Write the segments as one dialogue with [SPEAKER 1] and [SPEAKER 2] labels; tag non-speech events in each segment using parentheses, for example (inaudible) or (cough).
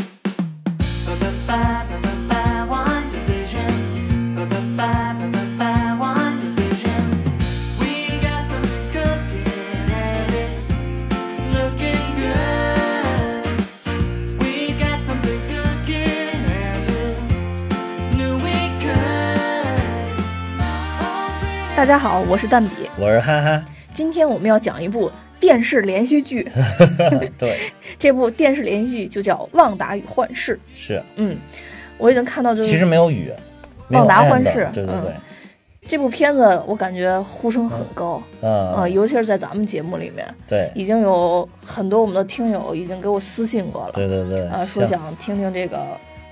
[SPEAKER 1] 啊
[SPEAKER 2] One division. One division. We got something cooking and it's looking good. We got something cooking and you knew we could. Oh,
[SPEAKER 3] 大家好，我是蛋比。
[SPEAKER 1] 我是憨憨，
[SPEAKER 3] (laughs) 今天我们要讲一部电视连续剧，
[SPEAKER 1] (laughs) 对，
[SPEAKER 3] 这部电视连续剧就叫《旺达与幻视》。
[SPEAKER 1] 是，
[SPEAKER 3] 嗯，我已经看到，就
[SPEAKER 1] 其
[SPEAKER 3] 是
[SPEAKER 1] 实没有
[SPEAKER 3] 嗯
[SPEAKER 1] 雨，没有
[SPEAKER 3] 旺达
[SPEAKER 1] and，
[SPEAKER 3] 幻哦视
[SPEAKER 1] 对对对，
[SPEAKER 3] 这部片子，我感觉呼声很高
[SPEAKER 1] 嗯，
[SPEAKER 3] 啊、尤其是在咱们节目里面，
[SPEAKER 1] 对，
[SPEAKER 3] 已经有很多我们的听友已经给我私信过了，
[SPEAKER 1] 对对对，
[SPEAKER 3] 啊、说
[SPEAKER 1] 像
[SPEAKER 3] 想听听这个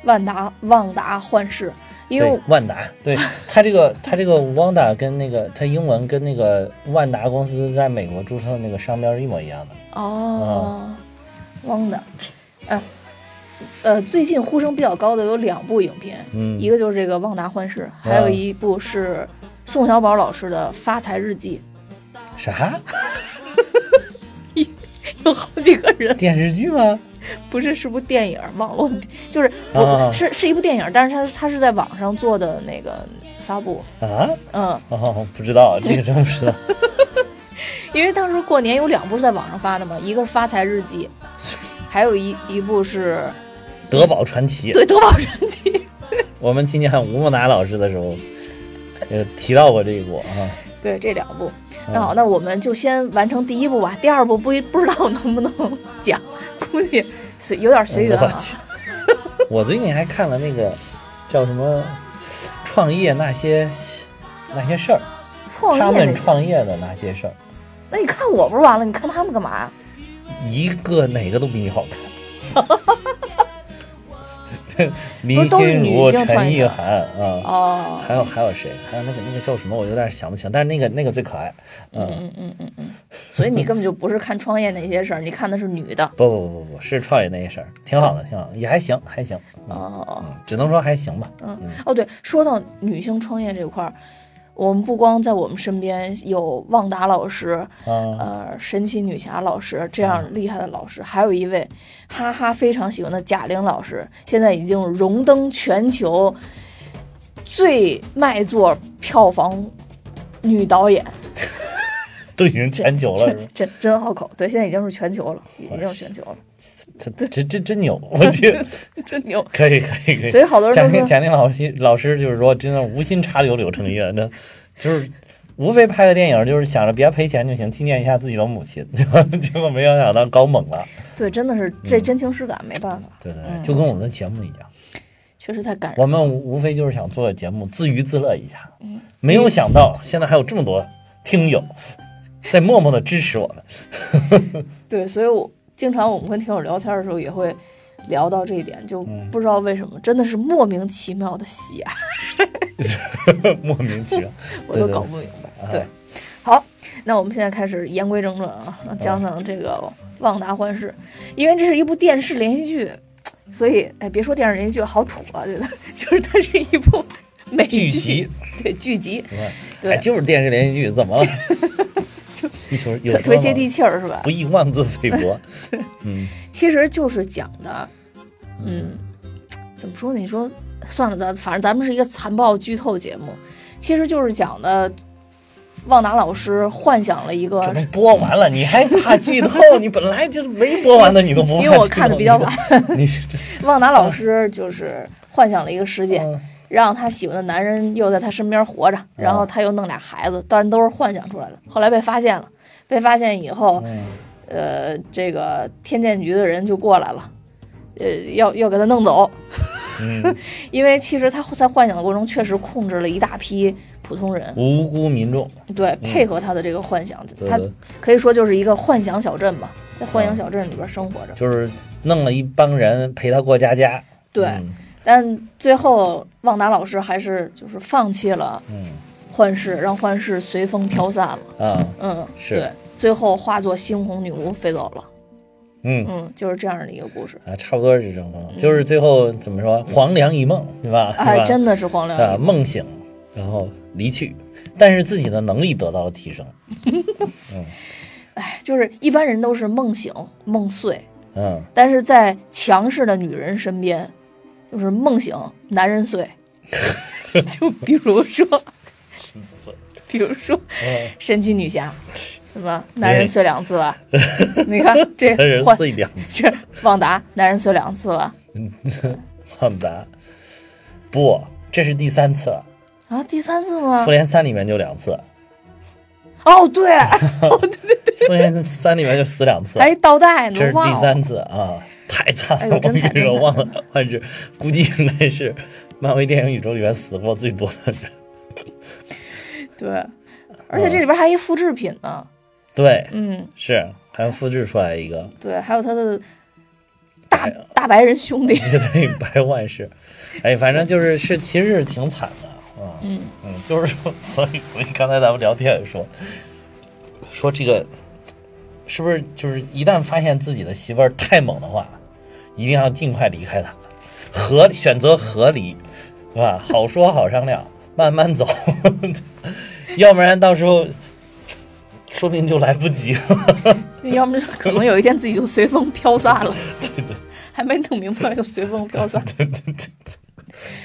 [SPEAKER 3] 万达旺达幻视，因为
[SPEAKER 1] 对万达，
[SPEAKER 3] (laughs)
[SPEAKER 1] 对他这个他这个 Wanda 跟那个他英文跟那个万达公司在美国注册的那个商标是一模一样的，
[SPEAKER 3] 哦，
[SPEAKER 1] 啊
[SPEAKER 3] 汪的，哎，呃，最近呼声比较高的有两部影片，
[SPEAKER 1] 嗯
[SPEAKER 3] 一个就是这个《旺达幻视》，还有一部是宋小宝老师的《发财日记》，
[SPEAKER 1] 啥
[SPEAKER 3] 有好几个人，
[SPEAKER 1] 电视剧吗？
[SPEAKER 3] 不是是部电影，网络就是不、
[SPEAKER 1] 啊
[SPEAKER 3] 是是一部电影，但是它是它是在网上做的那个发布，
[SPEAKER 1] 啊，
[SPEAKER 3] 嗯，
[SPEAKER 1] 哦，不
[SPEAKER 3] (laughs)
[SPEAKER 1] 知道，这个真不知道，
[SPEAKER 3] 因为当时过年有两部是在网上发的嘛，一个是《发财日记》，
[SPEAKER 1] (laughs)
[SPEAKER 3] 还有一一部是
[SPEAKER 1] 德宝传奇，
[SPEAKER 3] 对夺宝神奇。
[SPEAKER 1] 我们今年吴孟达老师的时候，呃，提到过这一部啊，
[SPEAKER 3] (laughs) 对，这两部。
[SPEAKER 1] 嗯
[SPEAKER 3] 那好，那我们就先完成第一部吧。第二部不一不知道能不能讲，估计随有点随缘
[SPEAKER 1] (laughs) 我
[SPEAKER 3] 啊。
[SPEAKER 1] 去，我最近还看了那个叫什么“创业那些那些事儿”，
[SPEAKER 3] 创业
[SPEAKER 1] 他
[SPEAKER 3] 那个，
[SPEAKER 1] 们创业的那些事儿，
[SPEAKER 3] 那你看我不是完了？你看他们干嘛？
[SPEAKER 1] 一个哪个都比你好
[SPEAKER 3] (laughs)
[SPEAKER 1] 看。
[SPEAKER 3] 不
[SPEAKER 1] 林
[SPEAKER 3] 是都是
[SPEAKER 1] 心
[SPEAKER 3] 女
[SPEAKER 1] 如、
[SPEAKER 3] 性创
[SPEAKER 1] 陈
[SPEAKER 3] 业
[SPEAKER 1] 意
[SPEAKER 3] 的
[SPEAKER 1] 涵啊，
[SPEAKER 3] 哦，
[SPEAKER 1] 还有还有谁？还有那个那个叫什么？我有点想不起来，但是那个那个最可爱。嗯，
[SPEAKER 3] 嗯嗯嗯嗯。所以你根本就不是看创业那些事儿，你看的是女的。
[SPEAKER 1] 不不不不不，是创业那些事儿，挺好的，挺好的，也还行，还行。嗯，
[SPEAKER 3] 哦
[SPEAKER 1] 嗯只能说还行吧。
[SPEAKER 3] 哦，对，说到女性创业这块儿，我们不光在我们身边有旺达老师，
[SPEAKER 1] 啊，
[SPEAKER 3] 呃，神奇女侠老师这样厉害的老师，还有一位哈哈非常喜欢的贾玲老师，现在已经荣登全球最卖座票房女导演，
[SPEAKER 1] 都已经全球了，是吧
[SPEAKER 3] 真真真拗口。对，现在已经是全球了，已经是全球了，
[SPEAKER 1] 这这这真真牛！我去，
[SPEAKER 3] (laughs) 真牛。
[SPEAKER 1] 可以可以可以。
[SPEAKER 3] 所以好多
[SPEAKER 1] 贾
[SPEAKER 3] 人都
[SPEAKER 1] 玲
[SPEAKER 3] 说，
[SPEAKER 1] 贾玲老师老师就是说，真的无心插柳柳成荫，那就是无非拍个电影，就是想着别赔钱就行，纪念一下自己的母亲，对吧？结果没有想到搞猛了，
[SPEAKER 3] 对，真的是
[SPEAKER 1] 嗯
[SPEAKER 3] 这真情实感，没办法，
[SPEAKER 1] 对对
[SPEAKER 3] 嗯
[SPEAKER 1] 对，就跟我们的节目一样，
[SPEAKER 3] 确实太感人。
[SPEAKER 1] 我们无无非就是想做个节目自娱自乐一下，
[SPEAKER 3] 嗯
[SPEAKER 1] 没有想到现在还有这么多听友在默默的支持我们，
[SPEAKER 3] 对，所以我经常我们跟听友聊天的时候也会聊到这一点，就
[SPEAKER 1] 嗯
[SPEAKER 3] 不知道为什么，真的是莫名其妙的喜爱，
[SPEAKER 1] (laughs) 莫名其妙，
[SPEAKER 3] (laughs) 我都
[SPEAKER 1] 对对啊
[SPEAKER 3] 搞不明白。
[SPEAKER 1] 对
[SPEAKER 3] 对，好，那我们现在开始言归正传啊，讲讲这个《旺达幻视》，因为这是一部电视连续剧，所以哎，别说电视连续剧好土啊，觉得就是它是一部美
[SPEAKER 1] 剧
[SPEAKER 3] 剧，
[SPEAKER 1] 集，
[SPEAKER 3] 对剧集，
[SPEAKER 1] 你看，
[SPEAKER 3] 对
[SPEAKER 1] 哎，就是电视连续剧，怎么了？
[SPEAKER 3] (laughs)
[SPEAKER 1] 就是有
[SPEAKER 3] 特特别接
[SPEAKER 1] 时候
[SPEAKER 3] 地气儿是吧
[SPEAKER 1] 不？易妄自菲薄，嗯。
[SPEAKER 3] 其实就是讲的，嗯，怎么说呢？你说算了咱，反正咱们是一个残暴剧透节目，其实就是讲的旺达老师幻想了一个，
[SPEAKER 1] 这都播完了，你还怕剧透？你本来就是没播完的，你都不怕
[SPEAKER 3] 因为我看得比较晚
[SPEAKER 1] 剧 (laughs) 透。你这
[SPEAKER 3] 旺达老师就是幻想了一个世界，
[SPEAKER 1] 嗯
[SPEAKER 3] 让他喜欢的男人又在他身边活着，然后他又弄俩孩子，当然都是幻想出来的。后来被发现了，被发现以后，
[SPEAKER 1] 嗯
[SPEAKER 3] 呃，这个天剑局的人就过来了，呃，要要给他弄走，
[SPEAKER 1] 嗯，
[SPEAKER 3] 因为其实他在幻想的过程中确实控制了一大批普通人，
[SPEAKER 1] 无辜民众，
[SPEAKER 3] 对，配合他的这个幻想，
[SPEAKER 1] 嗯对
[SPEAKER 3] 他
[SPEAKER 1] 对嗯
[SPEAKER 3] 可以说就是一个幻想小镇嘛，在幻想小镇里边生活着。
[SPEAKER 1] 就是弄了一帮人陪他过家家。
[SPEAKER 3] 对，
[SPEAKER 1] 嗯
[SPEAKER 3] 但最后旺达老师还是就是放弃了
[SPEAKER 1] 嗯
[SPEAKER 3] 幻视，让幻视随风飘散了。
[SPEAKER 1] 啊，
[SPEAKER 3] 嗯，
[SPEAKER 1] 是
[SPEAKER 3] 对，最后化作猩红女巫飞走了。
[SPEAKER 1] 嗯
[SPEAKER 3] 嗯，就是这样的一个故事，
[SPEAKER 1] 啊，差不多是这么，就是最后怎么说，黄粱一梦，对吧？
[SPEAKER 3] 嗯哎，
[SPEAKER 1] 是吧
[SPEAKER 3] 真的是荒凉。
[SPEAKER 1] 啊，梦醒，然后离去，但是自己的能力得到了提升。
[SPEAKER 3] 哎，就是一般人都是梦醒梦碎，
[SPEAKER 1] 嗯，
[SPEAKER 3] 但是在强势的女人身边，就是梦醒男人碎， (laughs) 就比如说，比如说
[SPEAKER 1] (laughs) 嗯
[SPEAKER 3] 神奇女侠，什么男人碎两次了，你看这
[SPEAKER 1] 男人
[SPEAKER 3] 换
[SPEAKER 1] 碎两
[SPEAKER 3] 这旺达男人碎两次了
[SPEAKER 1] 万达，不，这是第三次了，
[SPEAKER 3] 啊，第三次吗
[SPEAKER 1] 复？联三里面就两次，
[SPEAKER 3] 哦，对，
[SPEAKER 1] (laughs) 复联三里面就死两次，
[SPEAKER 3] 还倒带
[SPEAKER 1] 这
[SPEAKER 3] 呢，
[SPEAKER 1] 是
[SPEAKER 3] 忘
[SPEAKER 1] 第
[SPEAKER 3] 了。
[SPEAKER 1] 三次啊，太惨
[SPEAKER 3] 哎呦
[SPEAKER 1] 了，我
[SPEAKER 3] 真
[SPEAKER 1] 跟你
[SPEAKER 3] 惨
[SPEAKER 1] 说，
[SPEAKER 3] 真惨
[SPEAKER 1] 忘了，幻之估计应该是漫威电影宇宙里面死过最多的人，
[SPEAKER 3] 对，而且这里边还一复制品呢。
[SPEAKER 1] 对，
[SPEAKER 3] 嗯，
[SPEAKER 1] 是还复制出来一个，
[SPEAKER 3] 对，还有他的大
[SPEAKER 1] 哎
[SPEAKER 3] 大白人兄弟。
[SPEAKER 1] 对，白万事，哎，反正就是是其实是挺惨的啊，
[SPEAKER 3] 嗯
[SPEAKER 1] 嗯，就是说，所以所以刚才咱们聊天也说，说这个是不是就是一旦发现自己的媳妇儿太猛的话，一定要尽快离开她，合选择合理，是吧？好说好商量，慢慢走， (laughs) 要不然到时候说不定就来不及了。 (laughs)
[SPEAKER 3] 要么就可能有一天自己就随风飘散了，
[SPEAKER 1] (laughs) 对对
[SPEAKER 3] 还没弄明白就随风飘
[SPEAKER 1] (laughs)
[SPEAKER 3] 散。
[SPEAKER 1] 对对对对，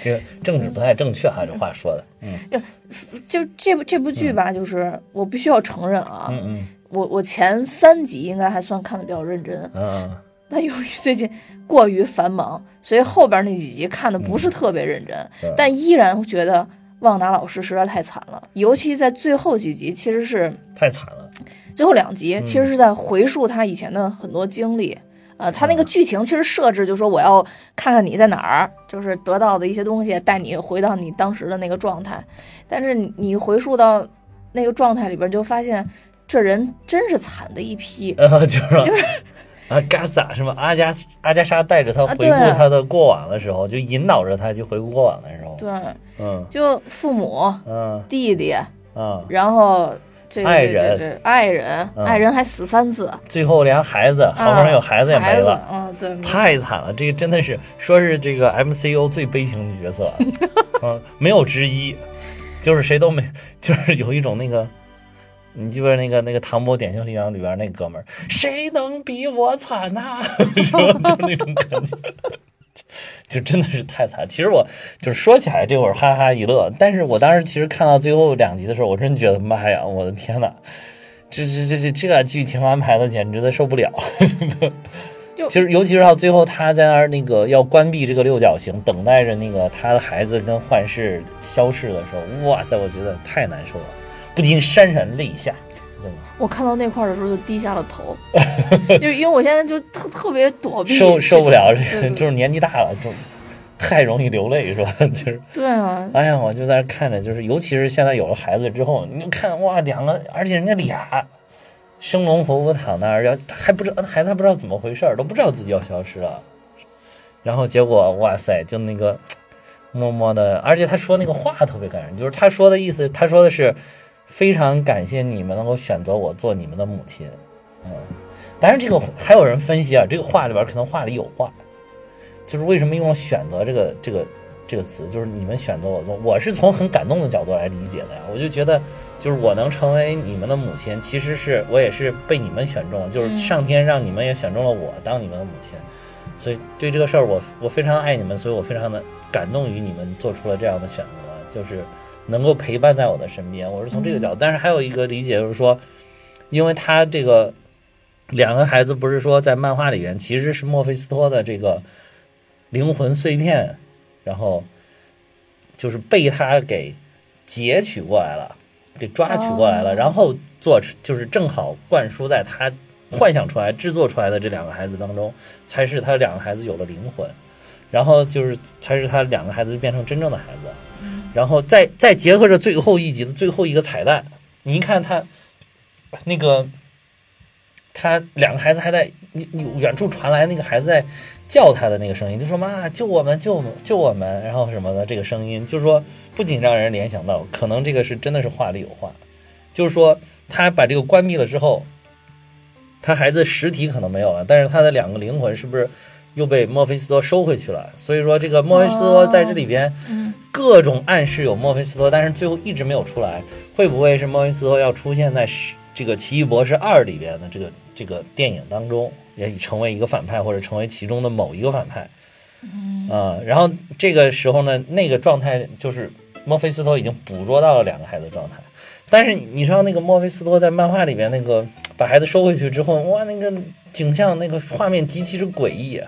[SPEAKER 1] 这个政治不太正确啊，这话说的，嗯
[SPEAKER 3] 就这部这部剧吧，就是我必须要承认啊，
[SPEAKER 1] 嗯嗯
[SPEAKER 3] 我我前三集应该还算看的比较认真，
[SPEAKER 1] 嗯嗯，
[SPEAKER 3] 但由于最近过于繁忙，所以后边那几集看的不是特别认真，
[SPEAKER 1] 嗯对
[SPEAKER 3] 但依然觉得旺达老师实在太惨了，尤其在最后几集，其实是
[SPEAKER 1] 太惨了， (laughs)
[SPEAKER 3] 最后两
[SPEAKER 1] 嗯
[SPEAKER 3] 集其实是在回溯他以前的很多经历。呃，他
[SPEAKER 1] 嗯
[SPEAKER 3] 那个剧情其实设置就说我要看看你在哪儿，就是得到的一些东西，带你回到你当时的那个状态。但是你回溯到那个状态里边，就发现这人真是惨的一批。
[SPEAKER 1] 呃，就是
[SPEAKER 3] 就
[SPEAKER 1] 啊，嘎萨什么阿加阿加莎带着他
[SPEAKER 3] 啊
[SPEAKER 1] 回
[SPEAKER 3] 对
[SPEAKER 1] 顾他的过往的时候，就引导着他去回顾过往的时候，
[SPEAKER 3] 对，
[SPEAKER 1] 嗯
[SPEAKER 3] 就父母、
[SPEAKER 1] 嗯
[SPEAKER 3] 弟弟，
[SPEAKER 1] 啊，
[SPEAKER 3] 然后这个
[SPEAKER 1] 爱人
[SPEAKER 3] 这个爱人，
[SPEAKER 1] 嗯
[SPEAKER 3] 爱人还死三次，
[SPEAKER 1] 最后连孩子，
[SPEAKER 3] 啊
[SPEAKER 1] 好不容易有孩子也没了。
[SPEAKER 3] 了。嗯，对，
[SPEAKER 1] (laughs) 太惨了，这个真的是说是这个 MCU 最悲情的角色，嗯，没有之一，就是谁都没，就是有一种那个，你记不记得那个那个《唐伯点秋香》里边那哥们儿，谁能比我惨呐、 (laughs) 是吧？就是那种感觉， (laughs) 就真的是太惨。其实我就是说起来这会儿哈哈一乐，但是我当时其实看到最后两集的时候，我真觉得妈呀，我的天呐！这这这这这个剧情安排的简直的受不了， (laughs) 其实，尤其是到最后，他在那儿那个要关闭这个六角形，等待着那个他的孩子跟幻视消逝的时候，哇塞，我觉得太难受了，不禁潸然泪下。
[SPEAKER 3] 我看到那块儿的时候就低下了
[SPEAKER 1] (laughs)
[SPEAKER 3] 头，就是因为我现在就特特别躲避这
[SPEAKER 1] 受
[SPEAKER 3] 种，
[SPEAKER 1] 受不了，这个
[SPEAKER 3] 对
[SPEAKER 1] 就是年纪大了，就太容易流泪，是吧？ (laughs) 就是，
[SPEAKER 3] 对啊，
[SPEAKER 1] 哎呀，我就在那看着，就是尤其是现在有了孩子之后，你就看哇，两个，而且人家俩生龙活虎躺那儿，然后还不知道孩子还不知道怎么回事儿，都不知道自己要消失了，然后结果哇塞，就那个默默的，而且他说那个话特别感人，就是他说的意思，他说的是非常感谢你们能够选择我做你们的母亲，嗯，当然这个还有人分析啊，这个话里边可能话里有话，就是为什么用“选择”这个这个这个词，就是你们选择我做，我是从很感动的角度来理解的呀，我就觉得就是我能成为你们的母亲，其实是我也是被你们选中了，就是
[SPEAKER 3] 嗯
[SPEAKER 1] 上天让你们也选中了我当你们的母亲。所以对这个事儿，我我非常爱你们，所以我非常的感动于你们做出了这样的选择，就是能够陪伴在我的身边。我是从这个角度，但是还有一个理解就是说，因为他这个两个孩子不是说在漫画里边其实是墨菲斯托的这个灵魂碎片，然后就是被他给截取过来了，给抓取过来了，
[SPEAKER 3] 哦
[SPEAKER 1] 然后做出就是正好灌输在他幻想出来、制作出来的这两个孩子当中，才是他两个孩子有了灵魂，然后就是才是他两个孩子就变成真正的孩子，然后再再结合着最后一集的最后一个彩蛋，你一看他那个他两个孩子还在，你你远处传来那个孩子在叫他的那个声音，就说妈救我们救我们救我们，然后什么的这个声音，就是说不仅让人联想到，可能这个是真的是话里有话，就是说他把这个关闭了之后，他孩子实体可能没有了，但是他的两个灵魂是不是又被墨菲斯托收回去了？所以说这个墨菲斯托在这里边。
[SPEAKER 3] 嗯，
[SPEAKER 1] 各种暗示有墨菲斯托，但是最后一直没有出来，会不会是墨菲斯托要出现在是这个《奇异博士二》里边的这个这个电影当中，也成为一个反派，或者成为其中的某一个反派？
[SPEAKER 3] 嗯
[SPEAKER 1] 啊、然后这个时候呢，那个状态就是墨菲斯托已经捕捉到了两个孩子的状态，但是你你知道那个墨菲斯托在漫画里边那个把孩子收回去之后，哇，那个景象那个画面极其之诡异啊。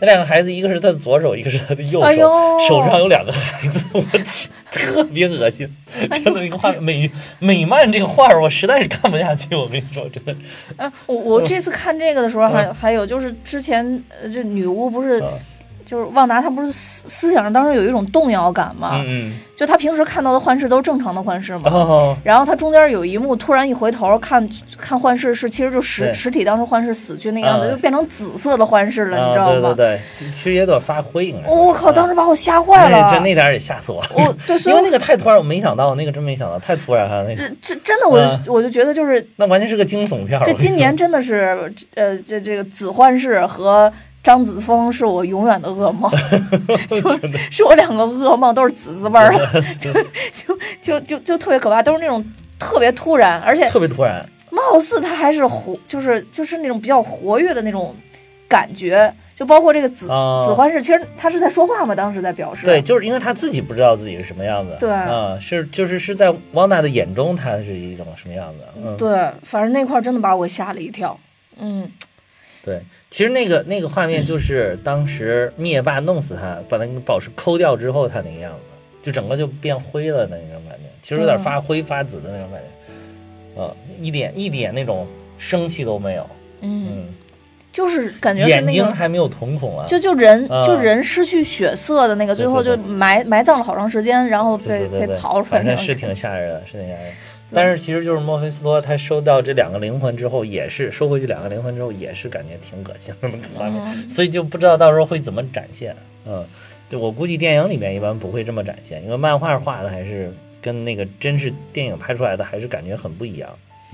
[SPEAKER 1] 那两个孩子，一个是他的左手，一个是他的右手，
[SPEAKER 3] 哎呦
[SPEAKER 1] 手上有两个孩子，我 (laughs) 去，特别恶心。真的那个画美美漫这个画儿，我实在是看不下去。我跟你说，真的，
[SPEAKER 3] 哎，我
[SPEAKER 1] 嗯
[SPEAKER 3] 我这次看这个的时候还、还有就是之前呃，这女巫不是、
[SPEAKER 1] 嗯
[SPEAKER 3] 就是旺达，她不是思思想上当时有一种动摇感嘛？
[SPEAKER 1] 嗯
[SPEAKER 3] 就她平时看到的幻视都是正常的幻视嘛。
[SPEAKER 1] 嗯，哦，
[SPEAKER 3] 然后她中间有一幕，突然一回头看看幻视是，其实就实
[SPEAKER 1] 对
[SPEAKER 3] 实体当时幻视死去那个样子，
[SPEAKER 1] 嗯
[SPEAKER 3] 就变成紫色的幻视了，
[SPEAKER 1] 啊
[SPEAKER 3] 你知道吗？
[SPEAKER 1] 对对对，其其实也得发灰应该是。
[SPEAKER 3] 哦我靠，当时把我吓坏了。
[SPEAKER 1] 那哎这那点儿也吓死我了。 (laughs)
[SPEAKER 3] 我对，所以
[SPEAKER 1] 因为
[SPEAKER 3] 我
[SPEAKER 1] 那个太突然，我没想到，那个真没想到，太突然了，那个
[SPEAKER 3] 这这真的我就、
[SPEAKER 1] 嗯
[SPEAKER 3] 我就觉得就是
[SPEAKER 1] 那完全是个惊悚片儿。
[SPEAKER 3] 这
[SPEAKER 1] 我跟你
[SPEAKER 3] 今年真的是，呃，这这个子幻视和张子枫是我永远的噩
[SPEAKER 1] (laughs)
[SPEAKER 3] 梦，就是是我两个噩梦都是子字辈儿的， (laughs) 就就就就特别可怕，都是那种特别突然，而且
[SPEAKER 1] 说特别突然，
[SPEAKER 3] 貌似他还是活，就是就是那种比较活跃的那种感觉，就包括这个子、
[SPEAKER 1] 哦
[SPEAKER 3] 子幻视，其实他是在说话嘛，当时在表示，
[SPEAKER 1] 对，就是因为他自己不知道自己是什么样子，
[SPEAKER 3] 对
[SPEAKER 1] 啊，是就是是在汪娜的眼中，他是一种什么样子，嗯，
[SPEAKER 3] 对，反正那块儿真的把我吓了一跳，嗯，
[SPEAKER 1] 对，其实那个那个画面就是当时灭霸弄死他，把那个宝石抠掉之后，他那个样子，就整个就变灰了的那种感觉，其实有
[SPEAKER 3] 嗯
[SPEAKER 1] 点发灰发紫的那种感觉，啊，一点一点那种生气都没有，
[SPEAKER 3] 嗯，
[SPEAKER 1] 嗯，
[SPEAKER 3] 就是感觉是
[SPEAKER 1] 眼
[SPEAKER 3] 那
[SPEAKER 1] 睛
[SPEAKER 3] 个。
[SPEAKER 1] 还没有瞳孔啊，
[SPEAKER 3] 就就人、
[SPEAKER 1] 啊
[SPEAKER 3] 就人失去血色的那个，
[SPEAKER 1] 对
[SPEAKER 3] 最后就
[SPEAKER 1] 对对
[SPEAKER 3] 埋埋葬了好长时间，然后
[SPEAKER 1] 对
[SPEAKER 3] 被
[SPEAKER 1] 对对
[SPEAKER 3] 被
[SPEAKER 1] 对，
[SPEAKER 3] 刨出来
[SPEAKER 1] 反
[SPEAKER 3] 那
[SPEAKER 1] 正
[SPEAKER 3] 种。
[SPEAKER 1] 是挺吓人的，是挺吓人的。但是其实就是墨菲斯托他收到这两个灵魂之后，也是收回去两个灵魂之后，也是感觉挺恶心的那个画面，
[SPEAKER 3] 嗯
[SPEAKER 1] (laughs) 所以就不知道到时候会怎么展现。嗯，对我估计电影里面一般不会这么展现，因为漫画画的还是跟那个真实电影拍出来的还是感觉很不一样。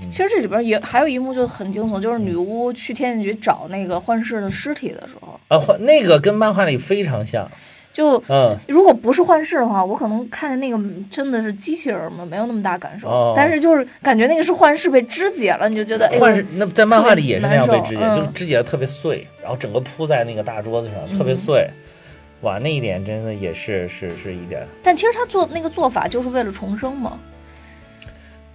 [SPEAKER 3] 其实这里边也还有一幕就很惊悚，就是女
[SPEAKER 1] 嗯
[SPEAKER 3] 巫去天线局找那个幻视的尸体的时候，
[SPEAKER 1] 啊，画那个跟漫画里非常像，
[SPEAKER 3] 就
[SPEAKER 1] 嗯，
[SPEAKER 3] 如果不是幻视的话，我可能看见那个真的是机器人嘛，没有那么大感受。
[SPEAKER 1] 哦
[SPEAKER 3] 但是就是感觉那个是幻视被肢解了，你就觉得哎呦，
[SPEAKER 1] 幻视那在漫画里也是那样
[SPEAKER 3] 特别
[SPEAKER 1] 被
[SPEAKER 3] 难受
[SPEAKER 1] 肢解，就
[SPEAKER 3] 嗯
[SPEAKER 1] 肢解的特别碎，然后整个铺在那个大桌子上，特别碎。哇，那一点真的也是是是一点，
[SPEAKER 3] 但其实他做那个做法就是为了重生嘛。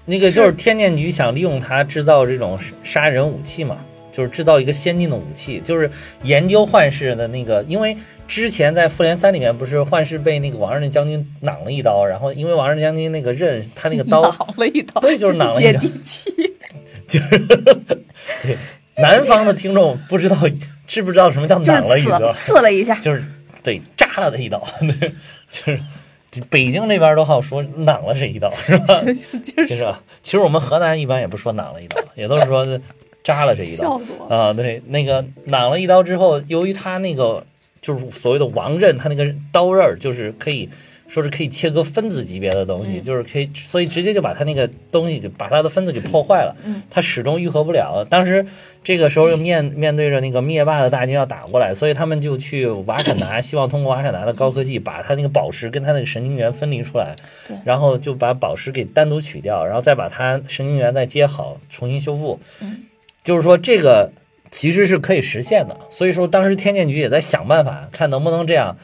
[SPEAKER 1] 那个就是
[SPEAKER 3] 是
[SPEAKER 1] 天剑局想利用它制造这种杀杀人武器嘛，就是制造一个先进的武器，就是研究幻视的那个，因为之前在复联三里面不是幻视被那个王二那将军攮了一刀，然后因为王二那将军那个刃，他那
[SPEAKER 3] (laughs)
[SPEAKER 1] 个刀
[SPEAKER 3] 攮了一刀，
[SPEAKER 1] 哦对就是攮了一
[SPEAKER 3] 接
[SPEAKER 1] 刀
[SPEAKER 3] 地
[SPEAKER 1] (laughs)
[SPEAKER 3] 气。
[SPEAKER 1] 南方的听众不知道知不知道什么叫
[SPEAKER 3] 就是
[SPEAKER 1] 攮了一刀
[SPEAKER 3] 刺，刺了一
[SPEAKER 1] (laughs)
[SPEAKER 3] 下，
[SPEAKER 1] 就是对扎了他一刀， (laughs) 对，就是北京这边都好说攮了谁一刀，是吧？
[SPEAKER 3] 就
[SPEAKER 1] 就是是啊其实我们河南一般也不说攮了一刀，也都是说扎了谁一
[SPEAKER 3] 笑
[SPEAKER 1] 刀
[SPEAKER 3] 死我了。
[SPEAKER 1] 啊。对，那个攮了一刀之后，由于他那个就是所谓的王刃，他那个刀刃儿就是可以。说是可以切割分子级别的东西，
[SPEAKER 3] 嗯
[SPEAKER 1] 就是可以，所以直接就把他那个东西给把他的分子给破坏了，
[SPEAKER 3] 嗯
[SPEAKER 1] 他始终愈合不了。当时这个时候又面面对着那个灭霸的大军要打过来，所以他们就去瓦坎达，希望通过瓦坎达的高科技把他那个宝石跟他那个神经元分离出来
[SPEAKER 3] 对，
[SPEAKER 1] 然后就把宝石给单独取掉，然后再把它神经元再接好，重新修复。
[SPEAKER 3] 嗯
[SPEAKER 1] 就是说这个其实是可以实现的。所以说当时天剑局也在想办法，看能不能这样，